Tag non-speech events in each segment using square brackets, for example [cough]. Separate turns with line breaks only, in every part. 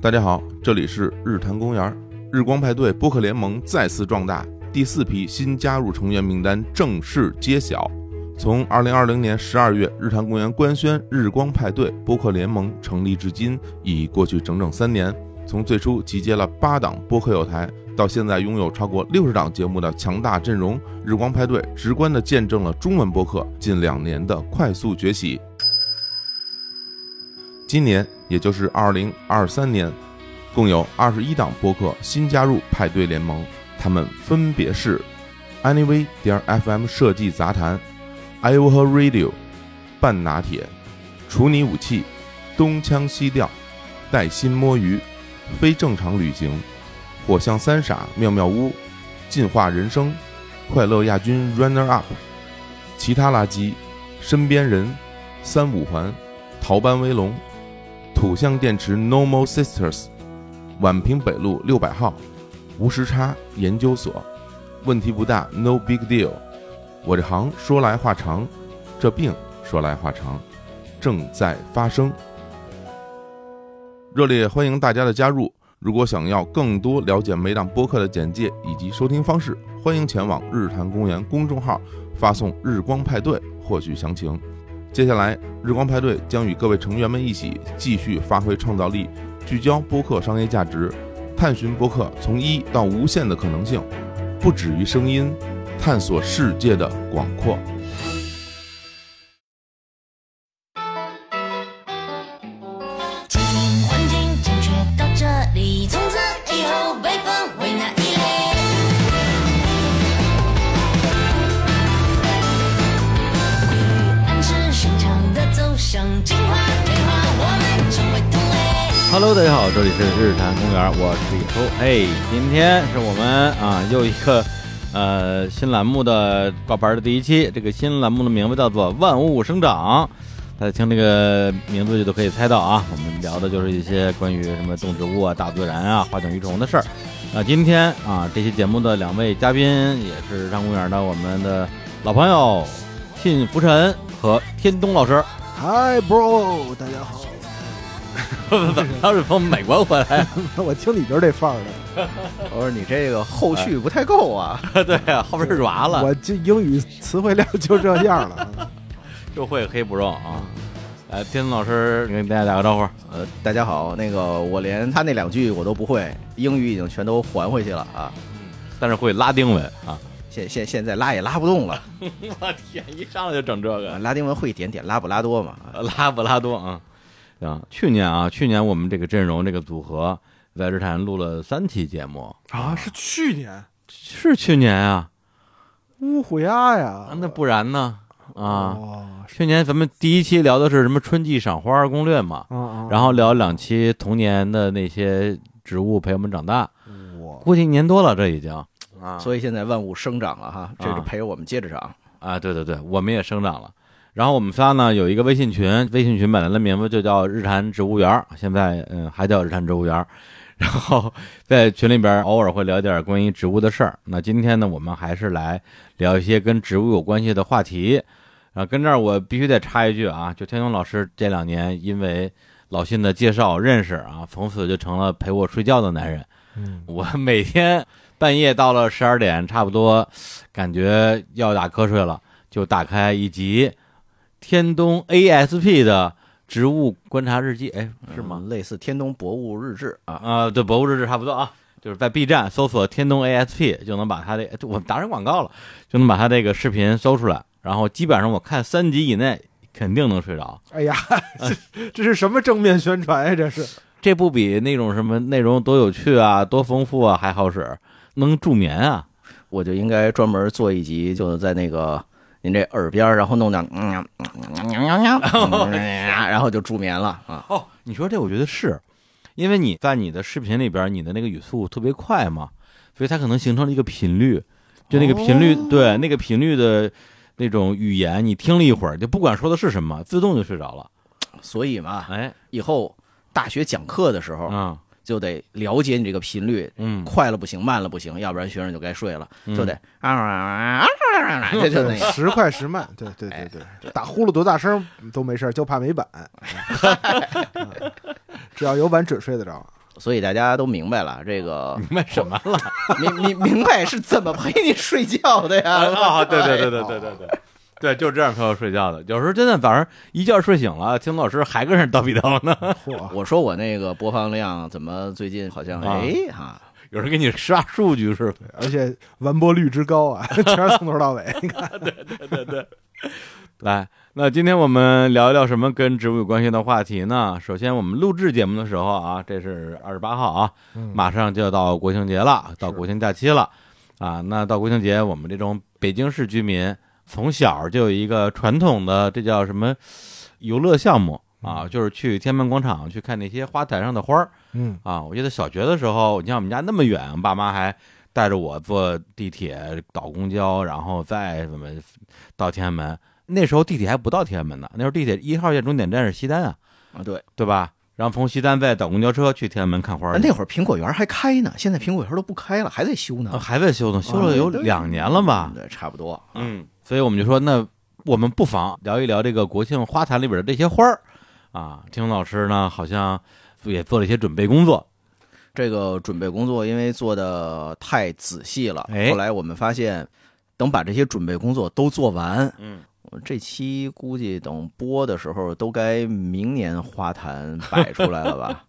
大家好，这里是日坛公园。日光派对播客联盟再次壮大，第四批新加入成员名单正式揭晓。从二零二零年十二月，日坛公园官宣日光派对播客联盟成立至今，已过去整整三年。从最初集结了八档播客友台，到现在拥有超过六十档节目的强大阵容，日光派对直观地见证了中文播客近两年的快速崛起。今年，也就是二零二三年，共有二十一档播客新加入派对联盟，他们分别是 Anyway 点 FM 设计杂谈、Iowa Radio、半拿铁、处女武器、东腔西调、带薪摸鱼、非正常旅行、火象三傻妙妙屋、进化人生、快乐亚军 Runner Up、其他垃圾、身边人、三五环、逃班威龙、土象电池 Normal Sisters。宛平北路六百号，无时差研究所，问题不大，No big deal。我这行说来话长，这病说来话长，正在发生。热烈欢迎大家的加入。如果想要更多了解每档播客的简介以及收听方式，欢迎前往日坛公园公众号发送“日光派对”获取详情。接下来，日光派对将与各位成员们一起继续发挥创造力，聚焦播客商业价值，探寻播客从一到无限的可能性，不止于声音，探索世界的广阔。
请环境正确到这里，从此以后被分为哪一类？规律暗示寻常的走向，进化退化，我们成为同类。
Hello，大家好，这里是日坛公园，我是李叔。哎，今天是我们啊又一个呃新栏目的挂牌的第一期，这个新栏目的名字叫做《万物生长》。大家听这个名字就都可以猜到啊，我们聊的就是一些关于什么动植物啊、大自然啊、花鸟鱼虫的事儿。那、今天啊，这期节目的两位嘉宾也是日坛公园的我们的老朋友信福臣和 [laughs] 天东老师。
嗨，bro，大家好。 [laughs]
他是从美国回来，
我听你就是这范儿的，
我说你这个后续不太够啊，
[laughs] 对啊，后边是软了。
我这英语词汇量就这样了。
又会黑不肉啊！呃，天子老师，你跟大家打个招呼。
呃，大家好，那个我连他那两句我都不会，英语已经全都还回去了啊，
但是会拉丁文啊！
现现现在拉也拉不动了，
我天，一上来就整这
啊
个，
拉丁文会一点点，拉布拉多嘛，啊
[laughs] 拉布拉多啊！啊，去年啊，去年我们这个阵容这个组合在日坛录了三期节目，
[laughs] 啊，是去年
是去年啊？
乌虎鸭呀
啊？那不然呢？啊，
哦
去年咱们第一期聊的是什么春季赏花攻略嘛，
啊啊！
然后聊两期童年的那些植物陪我们长大，
后我
估计一年多了这已经啊
所以现在万物生长了哈，这
啊
是陪着我们接着长，
啊，对对对，我们也生长了。然后我们仨呢有一个微信群，微信群本来的名字就叫日坛植物园儿，现在嗯还叫日坛植物园儿。 [laughs] 然后在群里边偶尔会聊点关于植物的事儿。那今天呢，我们还是来聊一些跟植物有关系的话题。啊，跟这儿我必须得插一句啊，就天东老师这两年因为老信的介绍认识啊，从此就成了陪我睡觉的男人。
嗯，
我每天半夜到了十二点，差不多感觉要打瞌睡了，就打开一集天东 ASP 的植物观察日记，哎，是吗？
嗯类似天东博物日志啊，
啊、对，博物志志差不多啊，就是在 B 站搜索“天东 ASP” 就能把它的，哎我们打上广告了，就能把它这个视频搜出来。然后基本上我看三集以内肯定能睡着，
哎呀，这这是什么正面宣传呀？这是
这不比那种什么内容多有趣啊、多丰富啊还好使，能助眠啊。
我就应该专门做一集，就在那个。您这耳边儿，然后弄点，嗯，然后就助眠了啊！
哦，你说这我觉得是，因为你在你的视频里边，你的那个语速特别快嘛，所以它可能形成了一个频率，就那个频率，对那个频率的那种语言，你听了一会儿，就不管说的是什么，自动就睡着了。
所以嘛，
哎，
以后大学讲课的时候，
嗯
就得了解你这个频率，
嗯，
快了不行，慢了不行，要不然学生就该睡了，
嗯
就得啊啊啊啊啊
[laughs]
啊，这就那个，
时快时慢，对对对对，打呼噜多大 [laughs] 声都没事儿，就怕没板。嗯只要有板准睡得着。
所以大家都明白了，这
[laughs]
个
明白嗯什么了？
明明明白是怎么陪你睡觉
[laughs]
的呀？
啊，对对对对对对对。对，就是这样陪我睡觉的。有时候真的早上一觉睡醒了，听老师还跟人叨逼叨呢。
嚯，
我说我那个播放量怎么最近好像
啊
哎哈，
有人给你刷数据是吧？
而且完播率之高啊， [laughs] 全是从头到尾。你看，
来，那今天我们聊一聊什么跟植物有关系的话题呢？首先，我们录制节目的时候啊，这是二十八号啊，
嗯
马上就要到国庆节了，到国庆假期了啊。那到国庆节，我们这种北京市居民从小就有一个传统的，这叫什么游乐项目啊？就是去天安门广场去看那些花坛上的花儿。
嗯，
啊，我记得小学的时候，你像我们家那么远，我爸妈还带着我坐地铁、倒公交，然后再怎么到天安门。那时候地铁还不到天安门呢，那时候地铁一号线终点站是西单啊，
啊对，
对吧？然后从西单再倒公交车去天安门看花
啊
去。
那会儿苹果园还开呢，现在苹果园都不开了，还在修
啊
呢，
还在修呢，修了有两年了吧？
对，差不多。
哦嗯，所以我们就说，那我们不妨聊一聊这个国庆花坛里边的这些花儿啊。听老师呢，好像也做了一些准备工作。
这个准备工作因为做的太仔细了，
哎
后来我们发现，等把这些准备工作都做完，
嗯，
我这期估计等播的时候都该明年花坛摆出来
[laughs]
了吧。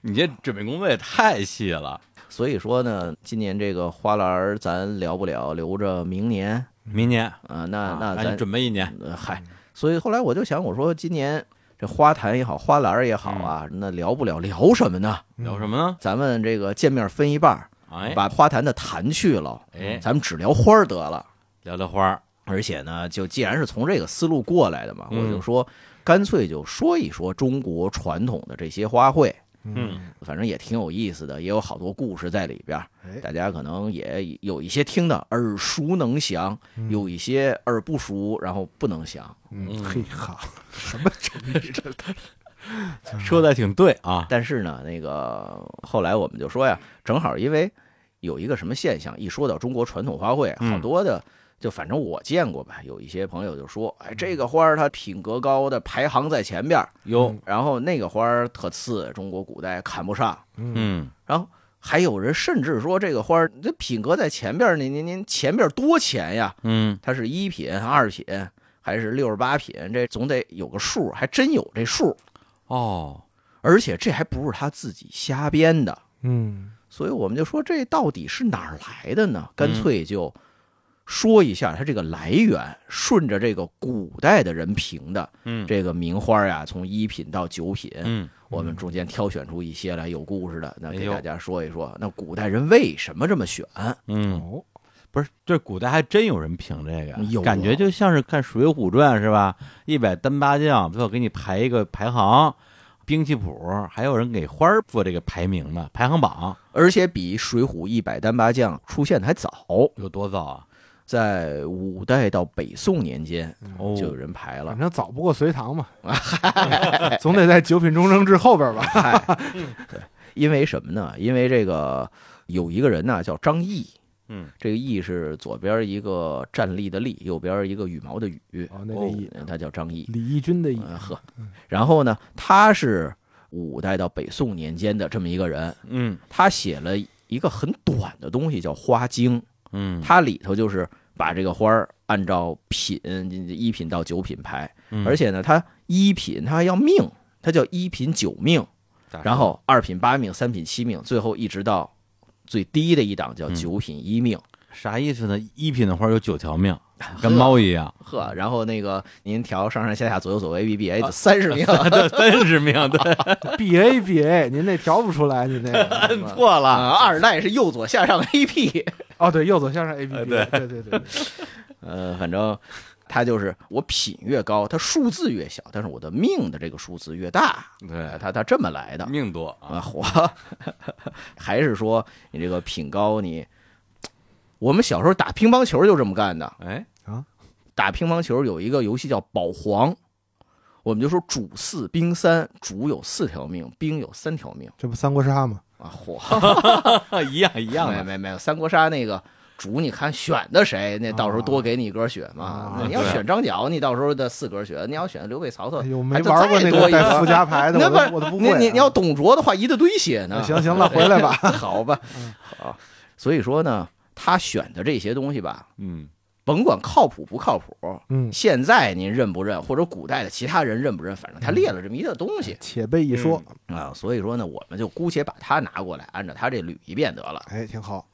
你这准备工作也太细了，
所以说呢，今年这个花篮儿咱聊不了，留着明年
明年
啊、呃那
啊
那
赶紧
咱
准备一年。
呃嗨，所以后来我就想，我说今年这花坛也好，花篮儿也好啊，
嗯
那聊不了聊什么呢？
聊什么呢？
咱们这个见面分一半儿，
哎，
把花坛的坛去了，
哎
咱们只聊花儿得了。
聊聊花儿，
而且呢，就既然是从这个思路过来的嘛，
嗯
我就说，干脆就说一说中国传统的这些花卉，
嗯，
反正也挺有意思的，也有好多故事在里边儿
哎。
大家可能也有一些听的耳熟能详，有一些耳不熟，然后不能详。
嗯，
嗯
嘿哈，什么成语？这
嗯说的挺对啊，
但是呢，那个后来我们就说呀，正好因为有一个什么现象，一说到中国传统花卉，
嗯
好多的。就反正我见过吧，有一些朋友就说，哎，这个花儿它品格高的排行在前边儿，
哟，
然后那个花儿特次，中国古代看不上。
嗯，
然后还有人甚至说这个花儿这品格在前边儿，您您您前边儿多钱呀？
嗯，
它是一品、二品还是六十八品？这总得有个数，还真有这数。
哦，
而且这还不是他自己瞎编的，
嗯，
所以我们就说这到底是哪儿来的
嗯
呢？干脆就说一下它这个来源，顺着这个古代的人评的
嗯，，
这个名花呀，从一品到九品，
嗯，
我们中间挑选出一些来有故事的，那
哎
给
呦
大家说一说，那古代人为什么这么选？
嗯，
哦，
不是，这古代还真有人评这个，
有啊
感觉就像是看《水浒传》是吧？一百单八将，最后给你排一个排行。兵器谱还有人给花儿做这个排名呢，排行榜
而且比《水浒》一百单八将出现的还早，
有多早啊？
在五代到北宋年间
哦，
嗯就有人排了
反。正早不过隋唐嘛，总得在九品中正制后边吧？
嗨，对，因为什么呢？因为这个有一个人呢、叫张毅，
嗯，
这个毅是左边一个站立的立，右边一个羽毛的羽，
哦，那得以
嗯他叫张毅。
李义军的义，
嗯呵，然后呢，他是五代到北宋年间的这么一个人，
嗯
他写了一个很短的东西叫《花经》，
嗯
它里头就是把这个花儿按照品一品到九品排，
嗯
而且呢，它一品它还要命，它叫一品九命，
咋说
然后二品八命，三品七命，最后一直到最低的一档
嗯
叫九品一命。
啥意思呢？一品的花有九条命， [laughs] 跟猫一
[laughs]
样，
呵，然后那个您调上上下下左右左为 B B
啊
A 三十命，
对，三十命，
[laughs]
对，
B A B A，您那调不出来，您那个
摁 [laughs] 错了，
啊，二代是右左下上 A
[laughs]
P，
哦，对，右左向上 A B
呃
B，
对
对对对对，
呃，反正它就是我品越高，它数字越小，但是我的命的这个数字越大，
对，
它它这么来的。
命多啊，
啊，火， [laughs] 还是说你这个品高你？我们小时候打乒乓球就这么干的，
哎， [laughs]
打乒乓球有一个游戏叫保皇，我们就说主四兵三，主有四条命，兵有三条命
这不三国杀吗？
啊，火，
一样一样
没
的，
没没有三国杀那个主你看选的谁，那到时候
哦
多给你一格血嘛
啊。
那你要
对啊
选张角，你到时候的四格血；你要选刘备、曹操
哎，呦，没
还得
玩过那
再多
个
一
带
格
附加牌的，
那
我
不是
都我都不
你
会。啊哎
你你要董卓的话，一大堆血呢。
行行了，回来吧。
[laughs]
嗯
好吧，好。所以说呢，他选的这些东西吧，
嗯，
甭管靠谱不靠谱，
嗯，
现在您认不认，或者古代的其他人认不认，反正他
嗯
列了这么一个东西
且被一说，
啊，所以说呢，我们就姑且把它拿过来，按照他这捋一遍得了。
哎，挺好。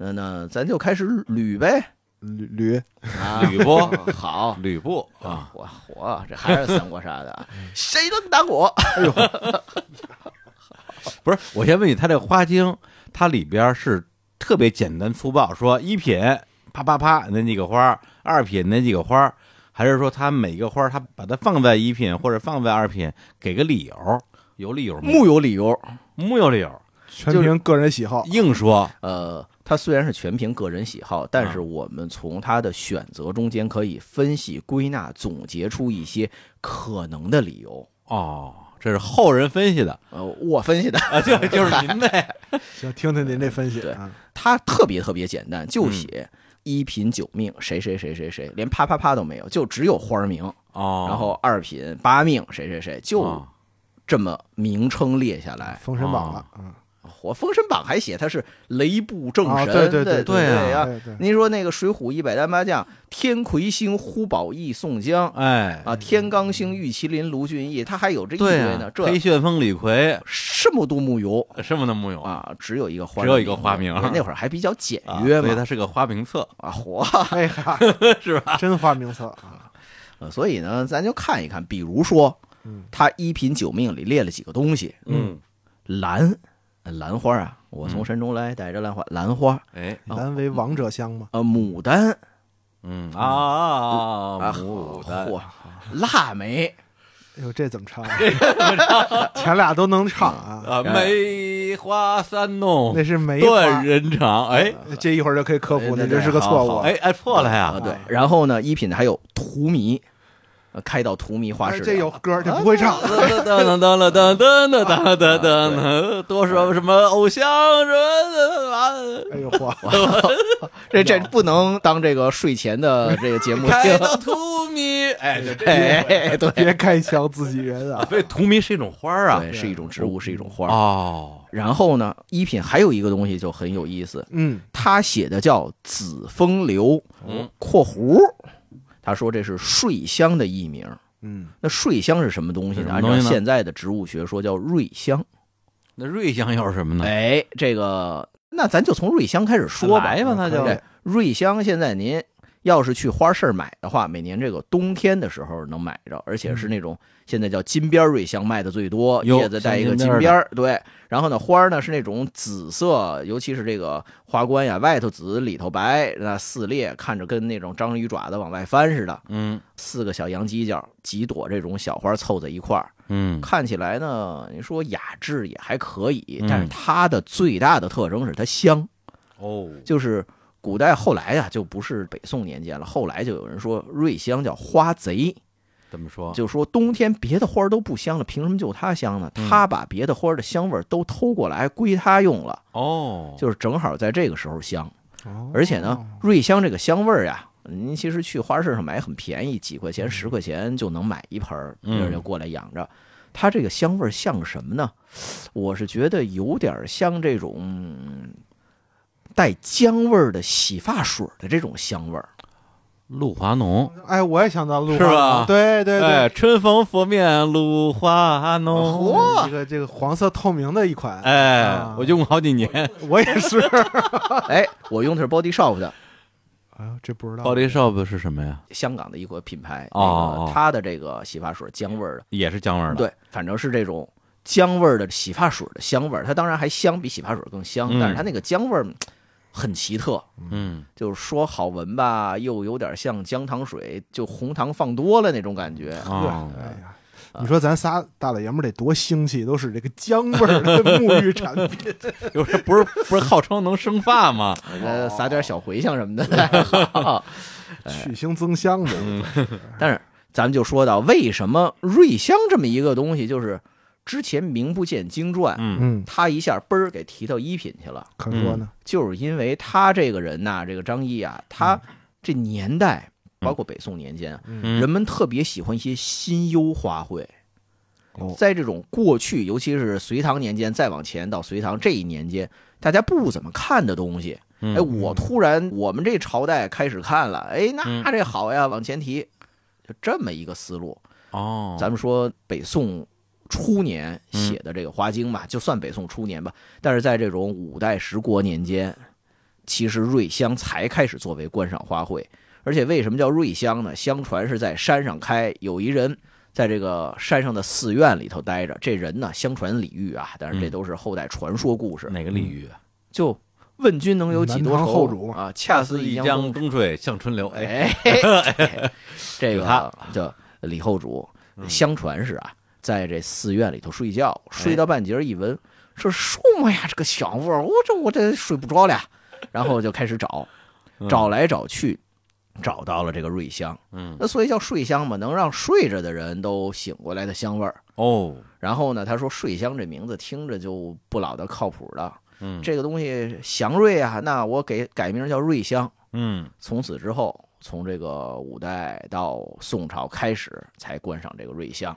那那咱就开始捋呗。
吕吕，
啊，
吕布
[laughs] 好
吕布啊，
啊，我火，这还是三国杀的啊，谁能打我？
不是，我先问你，它这花精，它里边是特别简单粗暴，说一品啪啪啪那几个花儿，二品那几个花儿，还是说它每个花儿它把它放在一品或者放在二品，给个理由，有理由吗？
木有理由。
木有理由，
全
就是
凭个人喜好。
硬说，
呃，他虽然是全凭个人喜好，但是我们从他的选择中间可以分析、归纳、总结出一些可能的理由。
哦，这是后人分析的
呃，我分析的，
啊，就就是您呗，
行，听听您这分析
对
啊。
他特别特别简单，就写一品九命，谁谁谁谁谁，连啪啪啪都没有，就只有花名，
哦，
然后二品八命，谁谁谁，就
哦
这么名称列下来。
封神榜了，嗯，
我《封神榜》还写他是雷部正
啊
神，
对对
对
对
对啊
呀。
对对，
您说那个《水浒》一百单八将，天魁星呼保义宋江
哎，
啊，天罡星玉麒麟卢俊义，他还有这一堆
对
呢。
啊，
这
黑旋风李逵
什么都木有
什么的木有，
啊，只有一个花，
只有一个花名
那会儿还比较简
啊
约
所以
嘛，
它是个花名册，
啊，火。
哎呀，
是吧？
真花名册啊，
呃，所以呢，咱就看一看，比如说
嗯，
他一品九命里列了几个东西，
嗯，
兰，呃兰花啊，我从山中来，带着兰花，兰花，
哎，
啊
难为王者香嘛。
呃，牡丹
嗯啊，
啊，
牡丹，啊
嚯，腊梅，
哎呦，这怎么唱啊？前俩都能唱啊，
啊，梅花三弄
那是梅
断
花。
人肠，哎
这一会儿就可以科
哎
普，
对
你这
对
是个
好
错
好
误。
哎哎错了呀
啊，，对，然后呢，一品的还有荼蘼，呃开到荼蘼花
哎
市，
这有歌儿，这不会唱。
噔噔噔噔噔噔噔噔噔噔，多说什么偶像什么
哎呦嚯，
这这不能当这个睡前
[laughs]
的这个节目
的，嗯开
听，
到荼蘼，哎，对
哎，哎对，
别开枪自己人啊！
所以荼蘼是一种花儿啊，
对，是一种植物，是一种花儿。
哦，
然后呢，一品还有一个东西就很有意思，
嗯，
他写的叫《紫风流》，
嗯，
括弧，他说这是睡香的艺名。
嗯，
那睡香是什么东西
是
呢？
什么
按
东
照
西呢
现在的植物学说叫瑞香。
那瑞香又是什么呢？
哎，这个，那咱就从瑞香开始说吧。
来吧，那就
对，瑞香现在您要是去花市买的话，每年这个冬天的时候能买着，而且是那种现在叫金边瑞香卖的最多，
嗯哟
叶子带一个
镶金
金
边儿的
边儿，对。然后呢，花儿呢是那种紫色，尤其是这个花冠呀，外头紫里头白，那四裂，看着跟那种章鱼爪子往外翻似的。
嗯
四个小洋犄角，几朵这种小花凑在一块儿，
嗯
看起来呢，你说雅致也还可以
嗯，
但是它的最大的特征是它香。
哦，
就是古代后来呀、就不是北宋年间了，后来就有人说瑞香叫花贼，
怎么说？
就说冬天别的花儿都不香了，凭什么就它香呢？
嗯
它把别的花儿的香味儿都偷过来归它用了，
哦，
就是正好在这个时候香。
哦
而且呢，瑞香这个香味儿呀。您其实去花市上买很便宜，几块钱、十块钱就能买一盆儿，
嗯
人就过来养着。它这个香味儿像什么呢？我是觉得有点像这种嗯带姜味儿的洗发水的这种香
[laughs]
味儿。
露华浓，
哎，我也想到鹿
是吧
对对对，
哎，春风拂面露华浓。
哦这个这个黄色透明的一款，
哎
啊，
我用过好几年
我也是。
哎，我用的是 Body Shop 的
哎呦，这不知道。
，Body Shop 是什么呀？
香港的一个品牌，
哦
那个
哦
它的这个洗发水姜味儿的，
也是姜味儿的。
对，反正是这种姜味儿的洗发水的香味儿。它当然还香，比洗发水更香，
嗯
但是它那个姜味儿嗯很奇特，
嗯，
就是说好闻吧，又有点像姜糖水，就红糖放多了那种感觉。
啊，
哎呀，
啊
你说咱仨大老爷们儿得多兴气，都是这个姜味儿的沐浴产品。
有时候不是不是号称能生发吗？
呃，撒点小茴香什么
哦
[laughs] 的。
取腥增香的，
但是咱们就说到为什么瑞香这么一个东西，就是之前名不见经传，
嗯
嗯，
他一下嘣儿给提到一品去了，
可说呢，
就是因为他这个人呐、这个张毅啊，他这年代，包括北宋年间啊，
嗯，
人们特别喜欢一些新优花卉
哦。
在这种过去，尤其是隋唐年间，再往前到隋唐这一年间，大家不怎么看的东西，
嗯
哎，我突然我们这朝代开始看了，哎，
嗯
那这好呀，往前提，就这么一个思路。
哦，
咱们说北宋初年
嗯
写的这个《花经》吧，就算北宋初年吧，但是在这种五代十国年间，其实瑞香才开始作为观赏花卉。而且为什么叫瑞香呢？相传是在山上开，有一人在这个山上的寺院里头待着。这人呢，相传李煜啊，但是这
嗯
都是后代传说故事。
哪个鲤
嗯
鱼啊？
就问君能有几多
南
愁
唐后主
啊？恰似
一
一
江
江
东水向春流。哎，
哎，
[laughs]
这
有他
个叫李后主，
嗯哎
相传是啊，在这寺院里头睡觉，睡到半截儿一闻，说什么呀？这个香味儿，我这我这睡不着了呀。 [laughs] 然后就开始找，找来找去，找到了这个瑞香。
嗯
那所以叫睡香嘛，能让睡着的人都醒过来的香味儿。
哦，
然后呢，他说睡香这名字听着就不老的靠谱的，
嗯
这个东西祥瑞啊，那我给改名叫瑞香。
嗯
从此之后，从这个五代到宋朝开始，才观赏这个瑞香。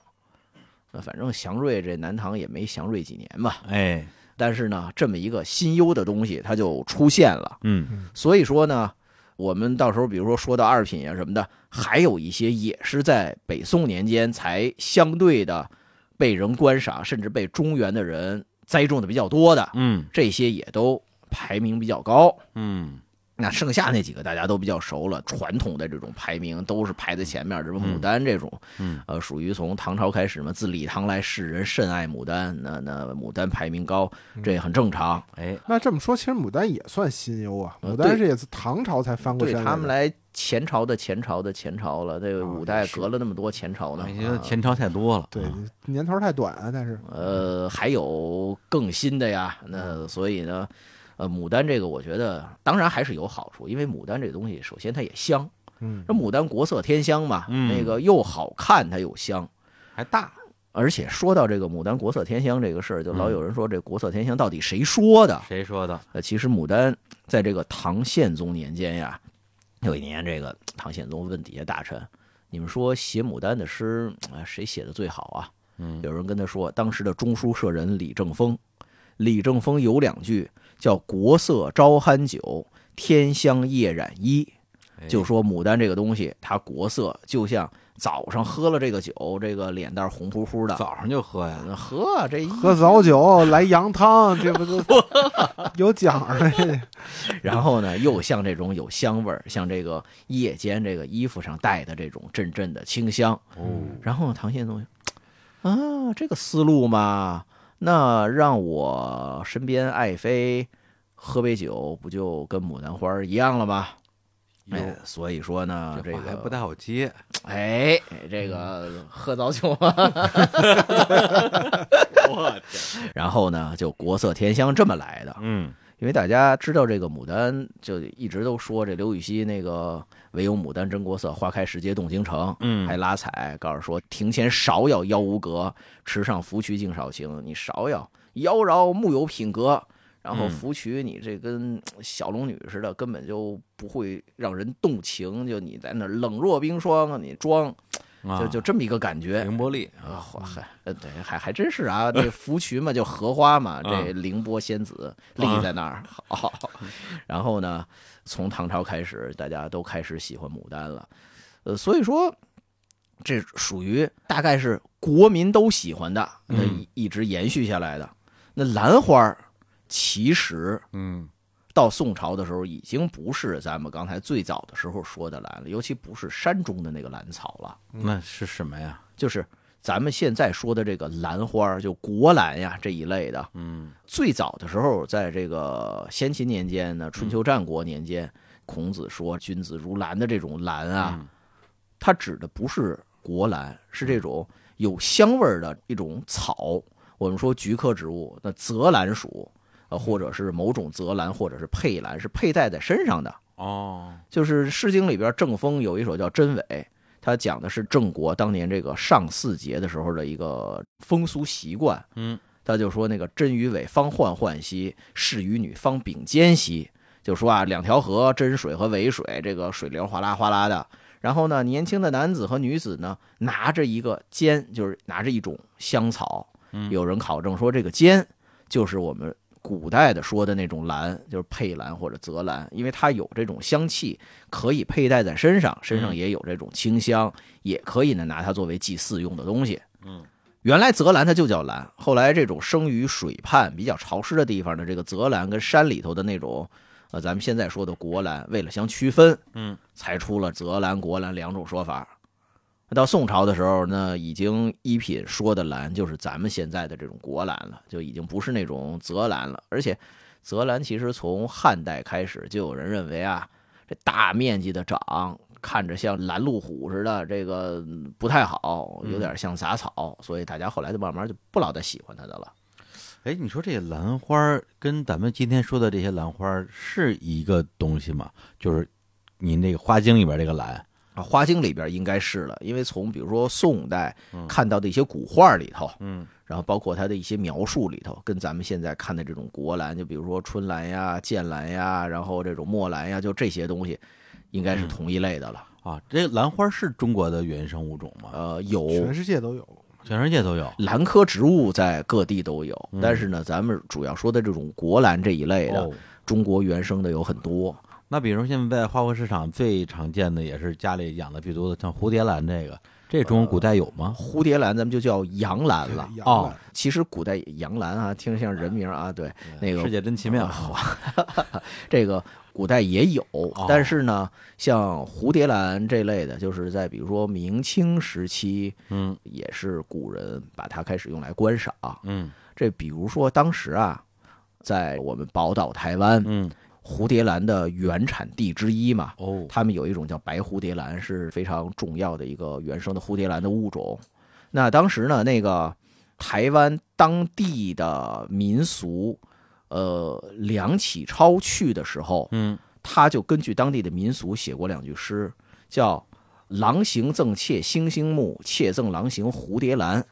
那反正祥瑞这南唐也没祥瑞几年吧，
哎
但是呢，这么一个新优的东西它就出现了。
嗯
所以说呢，我们到时候比如说说到二品啊什么的，还有一些也是在北宋年间才相对的被人观赏，甚至被中原的人栽种的比较多的，
嗯
这些也都排名比较高。
嗯
那剩下那几个大家都比较熟了，传统的这种排名都是排在前面，什么牡丹这种，
嗯
呃，属于从唐朝开始嘛，自李唐来世人甚爱牡丹，那那牡丹排名高，这也很正常。
哎
那这么说，其实牡丹也算新优啊，
呃
牡
对
丹是也是唐朝才翻过
对
山
他们
来
来前朝的前朝的前朝了，这个
啊
五代
也是
隔了那么多前朝呢
哎，这
啊
前朝太多了。
的，
啊
对，年头太短啊，但是
呃，还有更新的呀。那所以呢，呃，牡丹这个我觉得当然还是有好处，因为牡丹这个东西，首先它也香，
嗯
这牡丹国色天香嘛，
嗯
那个又好看，它又香。
还大。
而且说到这个牡丹国色天香这个事儿，就老
嗯
有人说这国色天香到底谁说的？
谁说的？
呃，其实牡丹在这个唐宪宗年间呀，有一年这个唐宪宗问底下大臣，你们说写牡丹的诗，啊，谁写的最好啊？
嗯
有人跟他说，当时的中书舍人李正风，李正风有两句叫“国色朝酣酒，天香夜染衣”。
哎
就说牡丹这个东西，它国色就像早上喝了这个酒，这个脸蛋儿红扑扑的，
早上就喝呀。
那喝啊这一
喝早酒来羊汤，这不都 [laughs] 有讲儿了？
哦然后呢，又像这种有香味儿，像这个夜间这个衣服上带的这种阵阵的清香。
哦，
然后唐宪宗就，啊，这个思路嘛，那让我身边爱妃喝杯酒，不就跟牡丹花儿一样了吗？哎
哟，
所以说呢，这
这话还不
个
太好接。
哎，这个喝早酒啊嘛，
[laughs] 我天。
[laughs] 然后呢，就国色天香这么来的。
嗯
因为大家知道这个牡丹，就一直都说这刘禹锡那个“唯有牡丹真国色，花开时节动京城”，
嗯
还拉踩告诉说庭前芍药妖无格，池上芙蕖净少情。你芍药妖娆木有品格，然后
嗯
芙蕖你这跟小龙女似的，根本就不会让人动情，就你在那儿冷若冰霜啊，你装
啊，
就就这么一个感觉。
凌波丽
啊，花还呃对，还还真是啊，这芙蕖嘛，就荷花嘛，这
嗯
凌波仙子立在那儿，好。然后呢，从唐朝开始，大家都开始喜欢牡丹了，呃，所以说这属于大概是国民都喜欢的，那
嗯
一一直延续下来的。那兰花儿其实
嗯
到宋朝的时候，已经不是咱们刚才最早的时候说的兰了，尤其不是山中的那个兰草了。
嗯那是什么呀？
就是咱们现在说的这个兰花儿，就国兰呀这一类的，
嗯
最早的时候，在这个先秦年间呢，春秋战国年间，孔子说“君子如兰”的这种兰啊，它指的不是国兰，是这种有香味儿的一种草。我们说菊科植物，那泽兰属，呃，或者是某种泽兰，或者是佩兰，是佩戴在身上的。
哦
就是《诗经》里边正风有一首叫《真伪》，他讲的是郑国当年这个上巳节的时候的一个风俗习惯。
嗯，
他就说那个真与伪方涣涣兮，是与女方秉兼兮。就说啊，两条河真水和伪水，这个水流哗啦哗啦的。然后呢，年轻的男子和女子呢，拿着一个尖，就是拿着一种香草。
嗯
有人考证说，这个尖就是我们古代的说的那种兰，就是佩兰或者泽兰，因为它有这种香气，可以佩戴在身上，身上
嗯
也有这种清香，也可以呢拿它作为祭祀用的东西。
嗯，
原来泽兰它就叫兰，后来这种生于水畔比较潮湿的地方的这个泽兰跟山里头的那种，呃，咱们现在说的国兰，为了相区分，
嗯，
才出了泽兰、国兰两种说法。到宋朝的时候呢，已经一品说的兰就是咱们现在的这种国兰了，就已经不是那种泽兰了。而且，泽兰其实从汉代开始就有人认为啊，这大面积的长，看着像拦路虎似的，这个嗯不太好，有点像杂草，所以大家后来就慢慢就不老再喜欢它的了。
哎，你说这兰花儿跟咱们今天说的这些兰花儿是一个东西吗？就是你那个花茎里边这个兰，
啊，花经里边应该是了，因为从比如说宋代
嗯
看到的一些古画里头，
嗯
然后包括它的一些描述里头，跟咱们现在看的这种国兰，就比如说春兰呀、剑兰呀，然后这种墨兰呀，就这些东西，应该是同一类的了。
啊，这个兰花是中国的原生物种吗？
呃，有
全世界都有。
全世界都有。
兰科植物在各地都有，
嗯
但是呢，咱们主要说的这种国兰这一类的，
哦，
中国原生的有很多。
那比如现在花卉市场最常见的也是家里养的最多的，像蝴蝶兰这个，这中国古代有吗？
蝴蝶兰咱们就叫洋兰了。
洋
哦
兰
其实古代洋兰啊，听着像人名啊，对，那个呃
世界真奇妙。啊
[laughs] 这个古代也有
哦，
但是呢，像蝴蝶兰这类的，就是在比如说明清时期，
嗯
也是古人把它开始用来观赏。
嗯
这比如说当时啊，在我们宝岛台湾，
嗯
蝴蝶兰的原产地之一嘛，
哦
他们有一种叫白蝴蝶兰，是非常重要的一个原生的蝴蝶兰的物种。那当时呢，那个台湾当地的民俗，呃，梁启超去的时候，
嗯
他就根据当地的民俗写过两句诗，叫“郎行赠妾星星木，妾赠郎行蝴蝶兰”，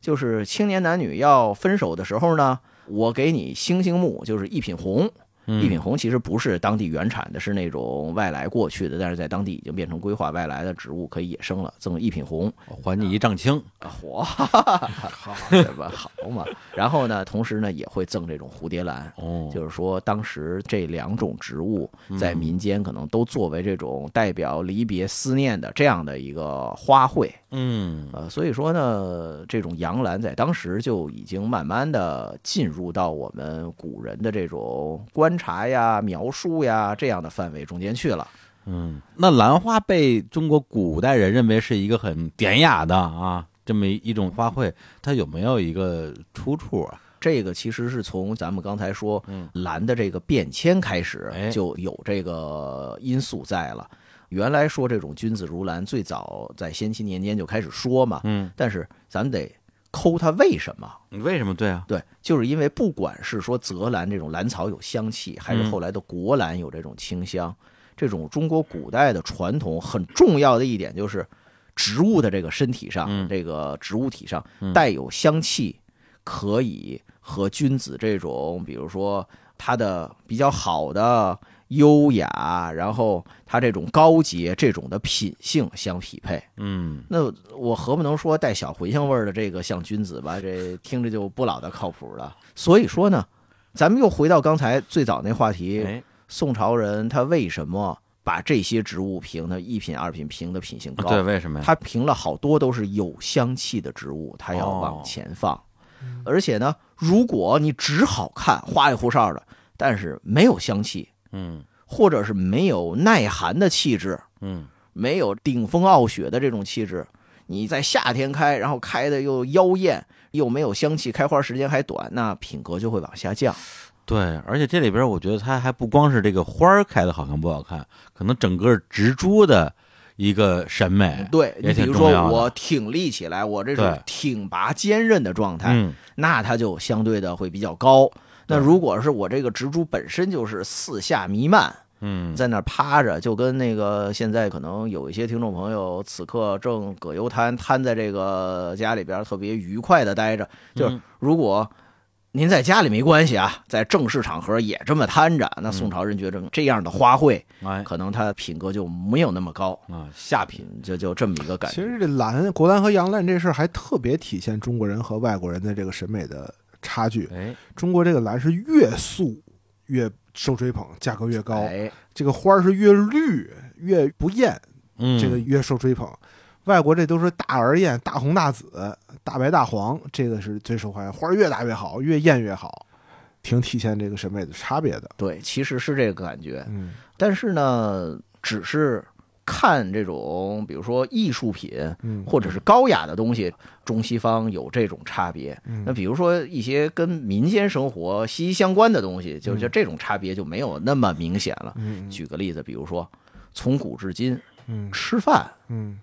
就是青年男女要分手的时候呢，我给你星星木，就是一品红。
嗯，
一品红其实不是当地原产的，是那种外来过去的，但是在当地已经变成规划外来的植物，可以野生了，赠一品红。
还你一丈青。
啊，火， [laughs] 好对吧？好嘛。然后呢，同时呢也会赠这种蝴蝶兰，
哦，
就是说，当时这两种植物
嗯
在民间可能都作为这种代表离别思念的这样的一个花卉，
嗯
呃，所以说呢，这种洋兰在当时就已经慢慢的进入到我们古人的这种观察呀、描述呀这样的范围中间去了。
嗯，那兰花被中国古代人认为是一个很典雅的啊，这么一种花卉，它有没有一个出处啊？
这个其实是从咱们刚才说
嗯
兰的这个变迁开始
哎，
就有这个因素在了。原来说这种君子如兰，最早在先秦年间就开始说嘛，
嗯，
但是咱们得抠它为什么？
你为什么对啊？
对，就是因为不管是说泽兰这种兰草有香气，还是
嗯
后来的国兰有这种清香，这种中国古代的传统很重要的一点就是，植物的这个身体上，
嗯
这个植物体上带有香气，可以和君子这种，比如说它的比较好的。优雅，然后它这种高洁这种的品性相匹配，
嗯，
那我何不能说带小茴香味儿的这个像君子吧？这听着就不老的靠谱了。所以说呢，咱们又回到刚才最早那话题，
哎，
宋朝人他为什么把这些植物评的一品、二品评的品性高？
啊对，为什么呀？
他评了好多都是有香气的植物，他要
哦
往前放。而且呢，如果你只好看花里胡哨的，但是没有香气，
嗯
或者是没有耐寒的气质，
嗯，
没有顶风傲雪的这种气质。你在夏天开，然后开的又妖艳，又没有香气，开花时间还短，那品格就会往下降。
对，而且这里边我觉得它还不光是这个花儿开的好看不好看，可能整个植株的一个审美。
对
也
你比
挺
如
重
说
要的
我挺立起来，我这
对
种挺拔坚韧的状态，
嗯，
那它就相对的会比较高。那
对
如果是我这个植株本身就是四下弥漫，
嗯，
在那儿趴着，就跟那个现在可能有一些听众朋友此刻正葛优瘫瘫在这个家里边儿特别愉快的待着。就是
嗯
如果您在家里没关系啊，在正式场合也这么瘫着，那宋朝人觉得这样的花卉，
哎
可能他品格就没有那么高，
啊，下品
就就这么一个感
其
觉。
实这蓝国蓝和洋蓝这事儿还特别体现中国人和外国人的这个审美的差距。
哎，
中国这个蓝是越素越受追捧，价格越高；
哎，
这个花儿是越绿越不艳，
嗯，
这个越受追捧。外国这都是大而艳、大红大紫、大白大黄，这个是最受欢迎，花儿越大越好，越艳越好，挺体现这个审美的差别的。
对，其实是这个感觉。
嗯，
但是呢，只是看这种，比如说艺术品
嗯
或者是高雅的东西，中西方有这种差别。
嗯
那比如说一些跟民间生活息息相关的东西，就就这种差别就没有那么明显了。
嗯
举个例子，比如说从古至今
嗯
吃饭，
嗯